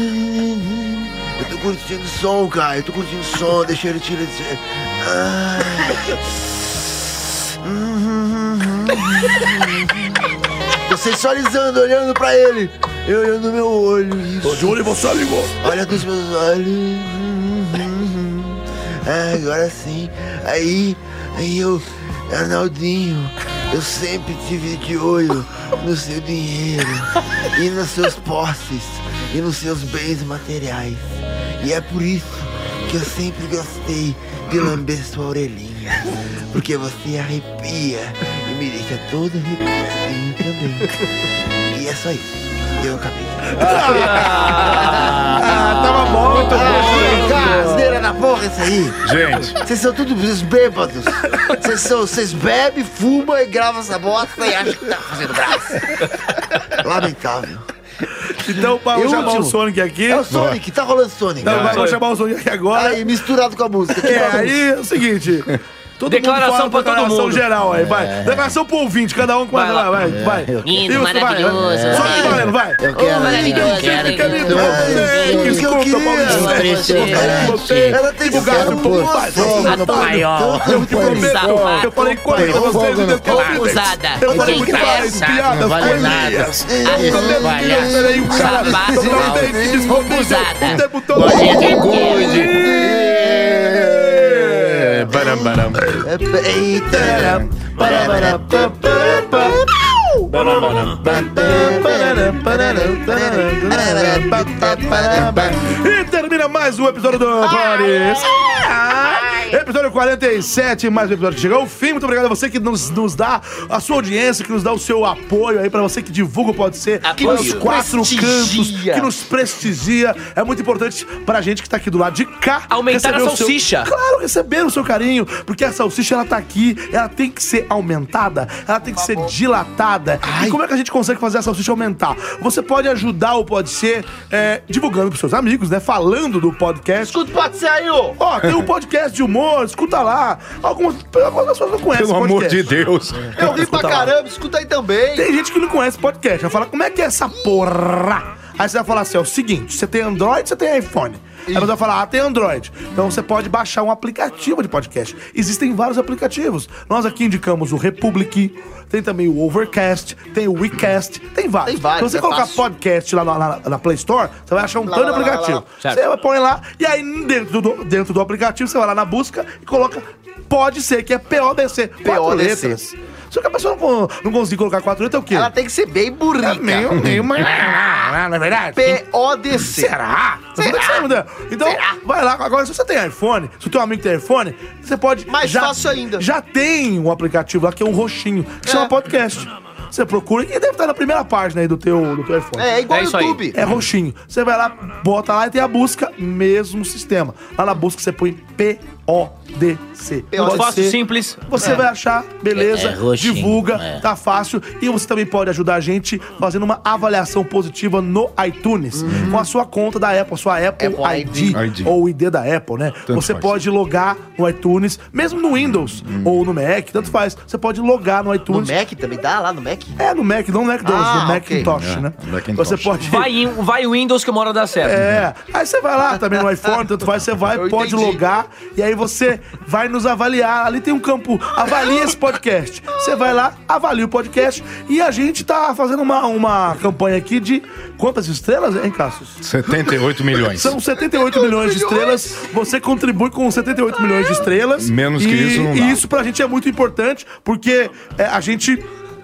Speaker 2: Ai. Eu tô curtindo o som, cara. Eu tô curtindo o som. Deixa ele tirar de... Tô sensualizando, olhando pra ele. Eu olhando no meu olho. Isso.
Speaker 5: Tô de olho em você, amigo.
Speaker 2: Olha com os meus olhos. Ah, agora sim. Aí, aí eu, Arnaldinho, eu sempre tive de olho no seu dinheiro e nos seus posses e nos seus bens materiais. E é por isso que eu sempre gostei de lamber sua orelhinha. Porque você arrepia e me deixa todo arrepiadinho também. E é só isso. Eu acabei.
Speaker 5: Ah, tava bom. Muito
Speaker 2: Ah, cara, asneira na porra isso aí.
Speaker 7: Gente,
Speaker 2: Vocês são todos bêbados. Vocês são, vocês bebem, fumam e gravam essa bosta e acham que tá fazendo graça. Lamentável.
Speaker 5: Então,
Speaker 2: E
Speaker 5: vamos chamar
Speaker 2: último.
Speaker 5: o Sonic aqui.
Speaker 2: É o Sonic, tá rolando Sonic.
Speaker 5: Não, vai- vamos chamar o Sonic aqui agora.
Speaker 2: Aí, misturado com a música. Que
Speaker 5: É,
Speaker 2: bagunça.
Speaker 5: aí é o seguinte. Todo
Speaker 3: Declaração
Speaker 5: mundo fala
Speaker 3: pra todo
Speaker 5: declaração
Speaker 3: mundo.
Speaker 5: geral aí, vai. Declaração pro ouvinte, cada um com
Speaker 3: Vai
Speaker 5: vai,
Speaker 3: lá.
Speaker 5: vai, vai.
Speaker 8: Lindo,
Speaker 5: Isso, vai.
Speaker 8: maravilhoso.
Speaker 5: Sonic valendo, vai.
Speaker 1: Eu quero.
Speaker 8: maravilhoso, quero,
Speaker 5: Oh, Fica lindo,
Speaker 2: Ai,
Speaker 5: Sonic,
Speaker 2: o que eu
Speaker 5: escuta,
Speaker 2: queria.
Speaker 5: Paulista.
Speaker 17: é um
Speaker 2: Ela tem que
Speaker 5: Divulgado
Speaker 2: ser
Speaker 5: por
Speaker 2: um
Speaker 1: Fogo no paiol.
Speaker 5: Eu te prometo, eu falei coisa pra vocês
Speaker 1: Fogo
Speaker 5: no
Speaker 1: no
Speaker 5: decorrer.
Speaker 8: Ousada,
Speaker 5: Eu falei
Speaker 8: sem
Speaker 5: muito mais,
Speaker 8: graça,
Speaker 5: piada,
Speaker 1: Não vale
Speaker 5: coisa.
Speaker 1: nada.
Speaker 5: Eu falei,
Speaker 1: Palhaço.
Speaker 5: cara,
Speaker 8: Babado,
Speaker 5: eu falei,
Speaker 8: mal.
Speaker 5: que desculpa,
Speaker 8: Ousada.
Speaker 5: o tempo todo.
Speaker 7: é, baram, baram.
Speaker 2: Eita.
Speaker 5: E termina mais um episódio do Paris. Episódio 47, mais um episódio que chegou ao fim. Muito obrigado a você que nos, nos dá a sua audiência, que nos dá o seu apoio aí, pra você que divulga, o pode ser, que
Speaker 3: Apoio.
Speaker 5: nos quatro cantos,
Speaker 3: Prestigia.
Speaker 5: que nos prestigia. É muito importante pra gente que tá aqui do lado de cá.
Speaker 3: Aumentar a
Speaker 5: receber o seu-
Speaker 3: salsicha.
Speaker 5: Claro, receber o seu carinho, porque a salsicha ela tá aqui, ela tem que ser aumentada, ela tem que ser dilatada. E como é que a gente consegue fazer a salsicha aumentar? Você pode ajudar ou pode ser é, divulgando pros seus amigos, né? Falando do podcast.
Speaker 6: Escuta, pode ser aí, ô.
Speaker 5: Ó, tem um podcast de humor, escuta lá. Algumas, algumas pessoas não conhecem
Speaker 7: Pelo
Speaker 5: esse
Speaker 7: amor
Speaker 5: podcast.
Speaker 7: de Deus.
Speaker 6: Eu ri pra caramba, escuta aí também.
Speaker 5: Tem gente que não conhece podcast. Vai falar, como é que é essa porra? Aí você vai falar assim: ó, o seguinte, você tem Android, você tem iPhone. Aí você vai falar, ah, tem Android. Então você pode baixar um aplicativo de podcast. Existem vários aplicativos. Nós aqui indicamos o Republic, tem também o Overcast, tem o WeCast, tem vários. Então,
Speaker 6: Tem vários,
Speaker 5: Se você
Speaker 6: é
Speaker 5: colocar
Speaker 6: fácil.
Speaker 5: podcast lá na, na- na Play Store, você vai achar um
Speaker 6: Lá,
Speaker 5: tanto de
Speaker 6: lá, lá, lá,
Speaker 5: aplicativo.
Speaker 6: lá,
Speaker 3: lá.
Speaker 5: Você põe lá e aí dentro do, dentro do aplicativo você vai lá na busca e coloca pode ser, que é PODC. Quatro
Speaker 6: PODC.
Speaker 5: letras. Só que a pessoa não, con- não conseguir colocar quatro letras é o quê?
Speaker 6: Ela tá tem que ser bem
Speaker 5: É
Speaker 6: burrica.
Speaker 5: meio, meio, mas.
Speaker 6: é
Speaker 5: Na verdade.
Speaker 6: PODC.
Speaker 5: Será? Você não tem que saber, né? Então, vai lá. Agora, se você tem iPhone, se o teu amigo tem iPhone, você pode.
Speaker 6: Mais fácil ainda.
Speaker 5: Já tem um aplicativo lá que é um roxinho, que chama podcast. Você procura e deve estar na primeira página aí do teu, do teu iPhone.
Speaker 6: É, é igual
Speaker 3: É
Speaker 6: o
Speaker 3: isso aí.
Speaker 6: YouTube.
Speaker 5: É roxinho. Você vai lá, bota lá e tem a busca, mesmo sistema. Lá na busca você põe P-O-D-C.
Speaker 6: Pode
Speaker 3: Fácil,
Speaker 5: ser-
Speaker 3: simples.
Speaker 5: Você vai achar, beleza,
Speaker 1: É, é roxinho,
Speaker 5: divulga,
Speaker 1: é.
Speaker 5: tá fácil. E você também pode ajudar a gente fazendo uma avaliação positiva no iTunes, com a sua conta da Apple, sua Apple,
Speaker 6: Apple
Speaker 5: ID,
Speaker 7: ID.
Speaker 5: ou ID da Apple, né?
Speaker 7: Tanto
Speaker 5: você
Speaker 7: faz. Uhum.
Speaker 5: pode logar no iTunes, mesmo no Windows ou no Mac, tanto faz. Você pode logar no
Speaker 6: No
Speaker 5: iTunes.
Speaker 6: Mac também dá lá no Mac?
Speaker 5: É, no Mac, não no McDonald's,
Speaker 6: Ah,
Speaker 5: no
Speaker 6: ok.
Speaker 5: Macintosh,
Speaker 7: É,
Speaker 5: né?
Speaker 7: Macintosh.
Speaker 5: Você pode.
Speaker 3: Vai, em- vai Windows que uma hora dá certo.
Speaker 5: É, aí você vai lá também no iPhone, tanto faz, você vai,
Speaker 6: Eu
Speaker 5: pode
Speaker 6: entendi.
Speaker 5: logar, e aí você vai nos avaliar. Ali tem um campo, avalia esse podcast. Você vai lá, avalia o podcast, e a gente tá fazendo uma, uma campanha aqui de quantas estrelas, hein, Cassius?
Speaker 7: 78 milhões.
Speaker 5: São 78 milhões de estrelas. Você contribui com 78 milhões de estrelas.
Speaker 7: Menos que
Speaker 5: E-
Speaker 7: isso não dá.
Speaker 5: E isso pra gente é muito importante, porque é, a gente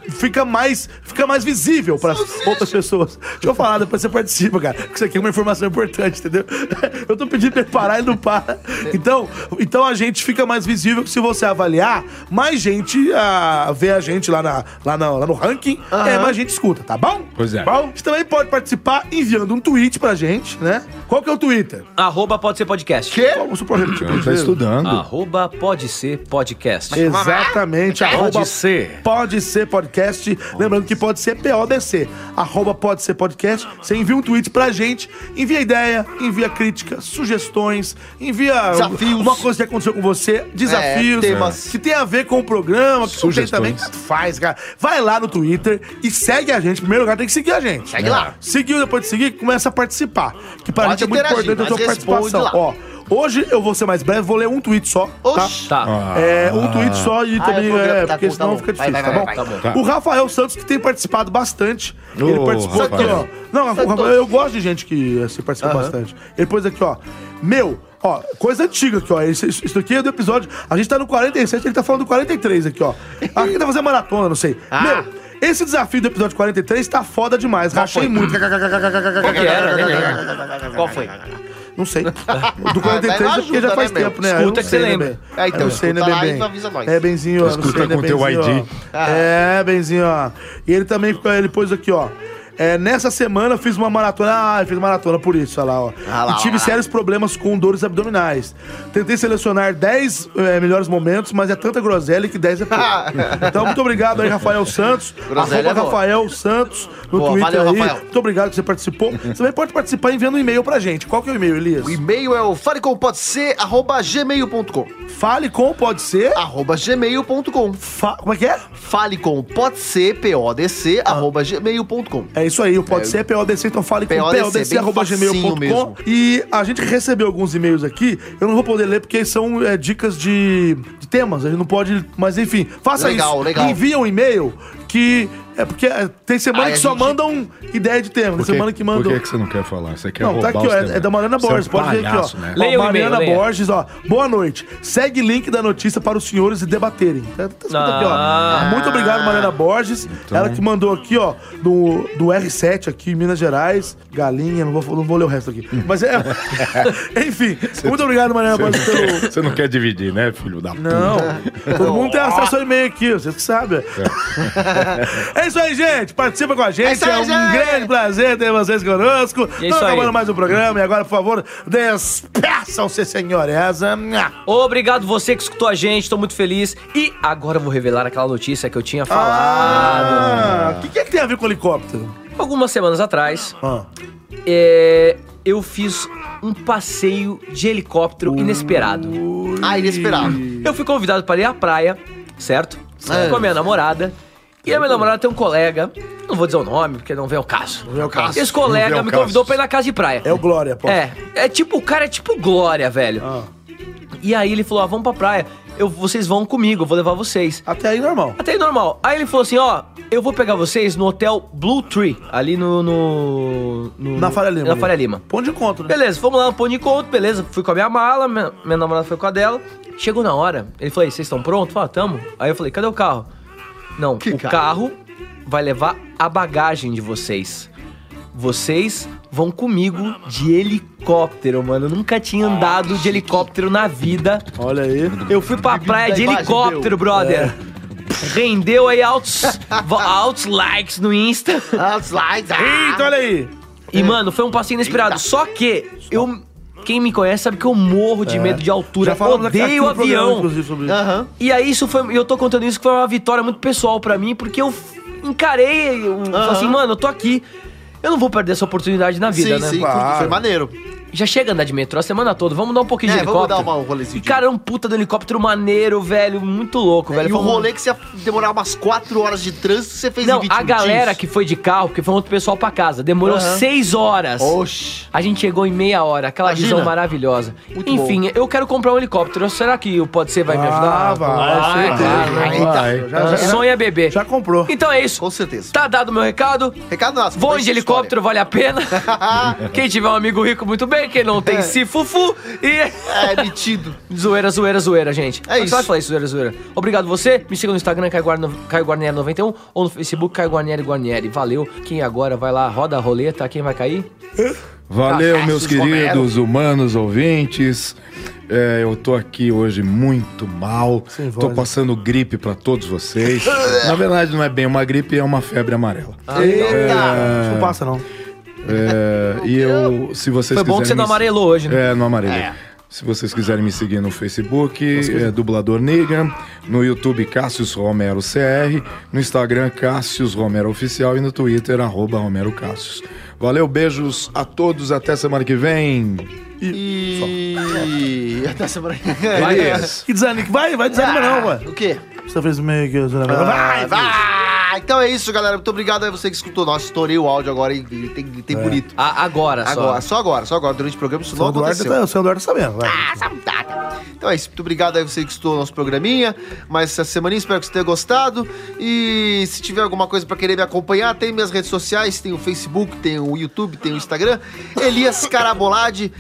Speaker 5: fica mais, fica mais visível para outras pessoas. Deixa eu falar, depois você participa, cara. Porque isso aqui é uma informação importante, entendeu? Eu tô pedindo pra ele parar e não para. Então, então a gente fica mais visível que se você avaliar, mais gente ah, vê a gente lá, na, lá, na- lá no ranking, é, mais gente escuta, tá bom?
Speaker 7: Pois é.
Speaker 5: Bom, você também pode participar enviando um tweet pra gente, né? Qual que é o Twitter?
Speaker 3: Arroba pode ser podcast.
Speaker 5: Quê? Qual o seu projeto de
Speaker 7: tá estudando.
Speaker 3: Arroba pode ser podcast.
Speaker 5: Exatamente.
Speaker 3: Pode
Speaker 5: arroba
Speaker 3: ser.
Speaker 5: Pode ser podcast. Lembrando que pode ser PODC. Arroba pode ser podcast. Você envia um tweet pra gente, envia ideia, envia crítica, sugestões, envia
Speaker 6: Desafios.
Speaker 5: uma coisa que aconteceu com você, desafios,
Speaker 6: É, temas.
Speaker 5: que tem a ver com o programa, que não tem também,
Speaker 7: Sugestões.
Speaker 5: tanto faz, cara. Vai lá no Twitter e segue a gente. Em primeiro lugar, tem que seguir a gente. né?
Speaker 6: Segue lá.
Speaker 5: Seguiu, depois de seguir, começa a participar. Que pra
Speaker 6: Pode
Speaker 5: gente é muito
Speaker 6: interagir,
Speaker 5: importante a sua
Speaker 6: mas responde
Speaker 5: participação.
Speaker 6: lá.
Speaker 5: Ó, hoje eu vou ser mais breve, vou ler um tweet só, tá?
Speaker 3: Tá.
Speaker 7: Ah,
Speaker 5: É, um tweet só e
Speaker 6: Ah,
Speaker 5: também.
Speaker 6: é o programa,
Speaker 5: é,
Speaker 6: tá
Speaker 5: porque
Speaker 6: bom, tá
Speaker 5: senão
Speaker 6: bom.
Speaker 5: fica
Speaker 6: Vai,
Speaker 5: difícil,
Speaker 6: vai,
Speaker 5: tá
Speaker 6: vai,
Speaker 5: bom?
Speaker 6: vai,
Speaker 5: Tá bom.
Speaker 7: Tá.
Speaker 5: O Rafael Santos, que tem participado bastante.
Speaker 7: Ô,
Speaker 5: ele participou aqui, ó.
Speaker 7: Rafael.
Speaker 5: Não, o Rafael, eu gosto de gente que eh, se participa bastante. Ele pôs aqui, ó. Meu. Ó, coisa antiga aqui, ó. Isso, isso isso aqui é do episódio. A gente tá no 47, ele tá falando do 43 aqui, ó. Acho que ele tá fazendo maratona, não sei.
Speaker 6: Ah.
Speaker 5: Meu, esse desafio do episódio 43 tá foda demais. Rachei muito.
Speaker 3: Qual foi?
Speaker 5: Não sei. Do 43 é porque
Speaker 6: ajuda,
Speaker 5: já faz
Speaker 6: né, meu?
Speaker 5: tempo, né?
Speaker 3: Escuta
Speaker 5: Eu não
Speaker 3: que
Speaker 5: sei,
Speaker 3: você
Speaker 5: né,
Speaker 3: lembra.
Speaker 5: bem?
Speaker 6: É, então
Speaker 5: Eu não sei, né,
Speaker 6: escuta lá
Speaker 5: Bem?
Speaker 6: e avisa nós.
Speaker 5: É, Benzinho, ó, não
Speaker 7: Escuta
Speaker 5: sei, né,
Speaker 7: com teu
Speaker 5: Benzinho,
Speaker 7: ID.
Speaker 5: ó. É, Benzinho, ó. E ele também, ficou- ele pôs aqui, ó. É, nessa semana eu fiz uma maratona. Ah, eu fiz maratona por isso, olha lá, ó.
Speaker 6: Ah lá,
Speaker 5: e tive
Speaker 6: lá, lá.
Speaker 5: sérios problemas com dores abdominais. Tentei selecionar 10 é, melhores momentos, mas é tanta groselha que 10 é pouco. então, muito obrigado aí, Rafael Santos.
Speaker 6: Groselha
Speaker 5: Arroba
Speaker 6: é boa.
Speaker 5: Rafael Santos no
Speaker 6: Boa,
Speaker 5: Twitter
Speaker 6: valeu,
Speaker 5: aí.
Speaker 6: Rafael.
Speaker 5: Muito obrigado que você participou. Você também pode participar enviando um e-mail pra gente. Qual que é o e-mail, Elias?
Speaker 6: O e-mail é o falecompodec.gmail.com
Speaker 5: Fale com pode ser.
Speaker 6: arroba gmail.com
Speaker 5: Fa- Como é que é?
Speaker 6: Fale com pode ser, PODC, arroba gmail.com.
Speaker 5: É isso aí, o pode ser PODC, então fale com
Speaker 6: PODC, bem facinho
Speaker 5: podc.gmail.com.
Speaker 6: mesmo.
Speaker 5: E a gente recebeu alguns e-mails aqui, eu não vou poder ler porque são é, dicas de, de temas, a gente não pode. Mas enfim, faça
Speaker 6: Legal,
Speaker 5: isso.
Speaker 6: legal.
Speaker 5: Envia um e-mail que. É porque é, tem semana
Speaker 6: Aí
Speaker 5: que
Speaker 6: a
Speaker 5: só
Speaker 6: gente-
Speaker 5: mandam ideia de tema, tem
Speaker 7: Por que-
Speaker 5: semana que
Speaker 7: Por
Speaker 5: mandam.
Speaker 7: que, que você não quer falar? Você quer
Speaker 5: Não, tá aqui,
Speaker 7: roubar
Speaker 5: ó.
Speaker 7: os
Speaker 5: É,
Speaker 7: temas.
Speaker 5: é da Mariana
Speaker 7: Você é um
Speaker 5: Borges. Pode ver aqui, ó.
Speaker 7: palhaço, né?
Speaker 5: Ó,
Speaker 3: Leia o e-mail,
Speaker 5: Mariana
Speaker 3: leia.
Speaker 5: Borges, ó. Boa noite. Segue link da notícia para os senhores e debaterem. Tá, tá escrito aqui, ó.
Speaker 3: Ah.
Speaker 5: Muito obrigado, Mariana Borges. Ela que mandou aqui, ó, do, do R7 aqui em Minas Gerais. Galinha, não vou, não vou ler o resto aqui. Mas é. Enfim, muito obrigado, Mariana Borges, pelo.
Speaker 7: Você não quer dividir, né, filho da puta?
Speaker 5: Não. Todo mundo tem acesso ao e-mail aqui, vocês que sabem. É. isso aí, gente. Participa com a gente. É,
Speaker 6: É isso aí,
Speaker 5: um
Speaker 6: gente.
Speaker 5: grande prazer ter vocês conosco.
Speaker 3: E é isso
Speaker 5: Estamos
Speaker 3: aí.
Speaker 5: acabando mais um programa. E agora, por favor, despeçam-se, Ah, senhoresa.
Speaker 3: Obrigado você que escutou a gente, tô muito feliz. E agora eu vou revelar aquela notícia que eu tinha falado.
Speaker 5: Ah, o que, que é que tem a ver com helicóptero?
Speaker 3: Algumas semanas atrás,
Speaker 5: Ah.
Speaker 3: é, eu fiz um passeio de helicóptero
Speaker 5: Hum.
Speaker 3: inesperado.
Speaker 6: Ah, inesperado.
Speaker 3: Eu fui convidado para ir à praia, certo?
Speaker 5: É.
Speaker 6: Certo.
Speaker 3: Com a minha namorada. E a minha namorada tem um colega, não vou dizer o nome, porque não vem ao caso. Não vem
Speaker 5: ao caso.
Speaker 3: Esse colega
Speaker 7: ao
Speaker 3: me
Speaker 7: caso.
Speaker 3: convidou pra ir na casa de praia.
Speaker 5: É o Glória, pô. Ah.
Speaker 3: É, é tipo, o cara é tipo Glória, velho. E aí ele falou, ah, vamos pra praia. Eu, vocês vão comigo, eu vou levar vocês.
Speaker 5: Até aí, normal.
Speaker 3: Até aí normal. Aí ele falou assim, ó, eu vou pegar vocês no hotel Blue Tree, ali no... no, no-
Speaker 5: Na Faria Lima.
Speaker 3: Hum. Na
Speaker 5: ali.
Speaker 3: Faria Lima.
Speaker 5: Ponto de encontro, né?
Speaker 3: Beleza, fomos lá no ponto de encontro, beleza. Fui com a minha mala, minha, minha namorada foi com a dela. Chegou na hora, ele falou, "E aí, vocês estão prontos? Eu Falei, "Ah, tamo. Aí eu falei, cadê o carro? Não, o carro? vai levar a bagagem de vocês. Vocês vão comigo de helicóptero, mano. Eu nunca tinha andado de helicóptero na vida.
Speaker 5: Olha aí.
Speaker 3: Eu fui pra praia de
Speaker 6: Embaixo,
Speaker 3: helicóptero, brother. Rendeu aí altos, va- altos likes no Insta.
Speaker 6: Ah, slides. Ah.
Speaker 5: Eita, Então, olha aí.
Speaker 3: E, mano, foi um passeio inesperado. Só que eu. Quem me conhece sabe que eu morro
Speaker 6: É.
Speaker 3: de medo de altura. Odeio
Speaker 5: no programa,
Speaker 3: avião. Ah.
Speaker 5: inclusive, sobre isso.
Speaker 6: Aham.
Speaker 3: E aí isso foi, eu tô contando isso que foi uma vitória muito pessoal pra mim, porque eu f- encarei, eu, falei assim, mano, eu tô aqui. Eu não vou perder essa oportunidade na vida,
Speaker 6: sim,
Speaker 3: né?
Speaker 6: sim,
Speaker 5: Claro.
Speaker 6: foi maneiro.
Speaker 3: Já chega a andar de metrô a semana toda, vamos dar um pouquinho de
Speaker 6: É, vamos
Speaker 3: helicóptero.
Speaker 6: dar uma- um rolezinho
Speaker 3: E cara, é um puta do helicóptero maneiro, velho, muito louco, velho.
Speaker 6: É, e o
Speaker 3: Foi um-
Speaker 6: rolê é que você ia demorar umas 4 horas de trânsito, você fez
Speaker 3: Não,
Speaker 6: em 20
Speaker 3: a galera
Speaker 6: minutinhos.
Speaker 3: que foi de carro, porque foi um outro pessoal pra casa, demorou seis horas.
Speaker 6: Oxi.
Speaker 3: A gente chegou em meia hora, aquela
Speaker 6: Imagina.
Speaker 3: visão maravilhosa.
Speaker 6: Muito
Speaker 3: Enfim, eu quero comprar um helicóptero. Será que o Pode Ser vai me ajudar?
Speaker 5: Ah, vai,
Speaker 3: vai,
Speaker 5: certeza.
Speaker 3: vai, vai.
Speaker 7: Vai.
Speaker 5: Já- já-
Speaker 3: Sonho é bebê.
Speaker 5: Já comprou.
Speaker 3: Então é isso.
Speaker 6: Com certeza.
Speaker 3: Tá dado o meu recado.
Speaker 6: Recado nosso.
Speaker 3: Vou
Speaker 6: conta
Speaker 3: de
Speaker 6: essa
Speaker 3: helicóptero, vale a pena.
Speaker 6: história.
Speaker 3: Quem tiver um amigo rico, muito bem quem não tem cifufu e. É metido. Zoeira, zoeira, zoeira, gente. É isso. Só falar isso, zoeira, zoeira. Obrigado você. Me siga no Instagram, Caio, Guarno- Caio Guarnieri91 ou no Facebook, Caio Guarnieri Guarnieri. Valeu. Quem agora vai lá, roda a roleta, quem vai cair?
Speaker 7: Valeu,
Speaker 3: Cacaços
Speaker 7: meus queridos humanos ouvintes. É, eu tô aqui hoje muito mal. tô passando gripe pra todos vocês. Na verdade, não é bem uma gripe, é uma febre amarela.
Speaker 3: Ah,
Speaker 5: Eita! Não passa, não.
Speaker 7: É, e eu, se vocês
Speaker 3: Foi bom que
Speaker 7: quiserem
Speaker 3: você não
Speaker 7: me-
Speaker 3: amarelou hoje, né?
Speaker 7: É, não amarelei. Se vocês quiserem me seguir no Facebook, é Dublador Negan, no YouTube Cássius Romero CR, no Instagram Cássius Romero Oficial e no Twitter arroba Romero Cássius. Valeu, beijos a todos, até semana que vem.
Speaker 6: E até semana que vem.
Speaker 5: Vai, que desânimo. Vai, vai desanima
Speaker 3: Ah.
Speaker 5: não, ué.
Speaker 6: O quê?
Speaker 5: Você fez meio que... Vai,
Speaker 6: Vai, vai! Então é isso, galera. Muito obrigado aí você que escutou. Nossa, estourei o áudio agora e tem, tem
Speaker 5: É.
Speaker 6: bonito.
Speaker 3: agora,
Speaker 5: só.
Speaker 6: Agora, só agora, só agora. Durante o programa isso não
Speaker 5: Seu Eduardo
Speaker 6: aconteceu.
Speaker 5: tá- o seu Eduardo tá sabendo, vai.
Speaker 6: Então é isso. Muito obrigado aí você que escutou o nosso programinha. Mas essa semana espero que você tenha gostado. E se tiver alguma coisa pra querer me acompanhar, tem minhas redes sociais, tem o Facebook, tem o YouTube, tem o Instagram. Elias Carabolade,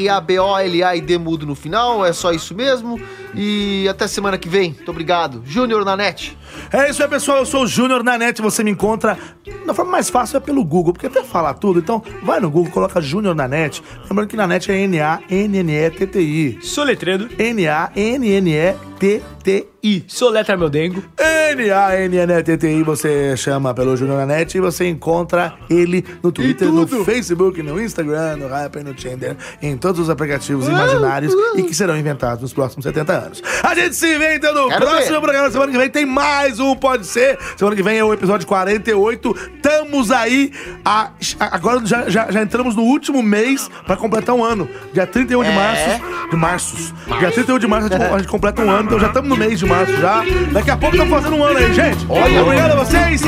Speaker 6: K-A-R-A-B-O-L-A-I-D mudo no final. É só isso mesmo. E até semana que vem. Muito obrigado. Júnior na net.
Speaker 5: É isso aí, pessoal. Eu sou o Júnior na net. Você me encontra da forma mais fácil é pelo Google, porque até falar tudo. Então, vai no Google, coloca Júnior na net. Lembrando que na net é N-A-N-N-E-T-T-I.
Speaker 3: Soletredo.
Speaker 5: N-A-N-N-E-T-T-I.
Speaker 3: Soletra meu dengo.
Speaker 5: N-A-N-N-E-T-T-I. Você chama pelo Júnior na net e você encontra ele no Twitter, no Facebook, no Instagram, no Rapper, no Tinder, em todos os aplicativos imaginários e que serão inventados nos próximos 70 anos. A gente se vê então no
Speaker 6: Quero
Speaker 5: próximo
Speaker 6: ver.
Speaker 5: programa. Semana que vem tem mais um Pode Ser. Semana que vem é o episódio 48. Estamos aí. a- agora já, já- já entramos no último mês pra completar um ano. Dia 31 de
Speaker 6: É.
Speaker 5: março. De março. Dia 31 de março a gente, a gente completa um ano. Então já estamos no mês de março já. Daqui a pouco estamos fazendo um ano aí, gente.
Speaker 6: Olha.
Speaker 5: Obrigado a vocês. E...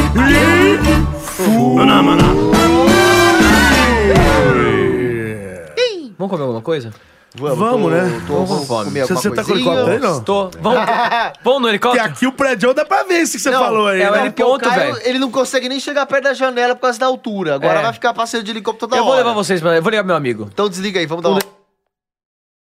Speaker 3: Vamos comer alguma coisa?
Speaker 6: Vamos,
Speaker 5: Vamos, né?
Speaker 6: Tô, tô,
Speaker 3: Vamos,
Speaker 6: vamos
Speaker 3: vamos.
Speaker 6: comer
Speaker 5: Você-
Speaker 6: alguma
Speaker 5: você tá com
Speaker 6: coisinha.
Speaker 5: helicóptero aí, não?
Speaker 3: Estou. Vamos, vamos no
Speaker 5: Que
Speaker 3: helicóptero?
Speaker 5: aqui o prédio dá pra ver esse que você
Speaker 6: Não,
Speaker 5: falou aí.
Speaker 3: é o
Speaker 5: né?
Speaker 6: Não, porque o
Speaker 3: ponto,
Speaker 6: Caio,
Speaker 3: velho.
Speaker 6: ele não consegue nem chegar perto da janela por causa da altura. Agora
Speaker 3: É.
Speaker 6: vai ficar passeio de helicóptero toda
Speaker 3: Eu
Speaker 6: hora.
Speaker 3: vou levar vocês, pra- eu vou ligar pro meu amigo.
Speaker 6: Então desliga aí, vamos dar uma...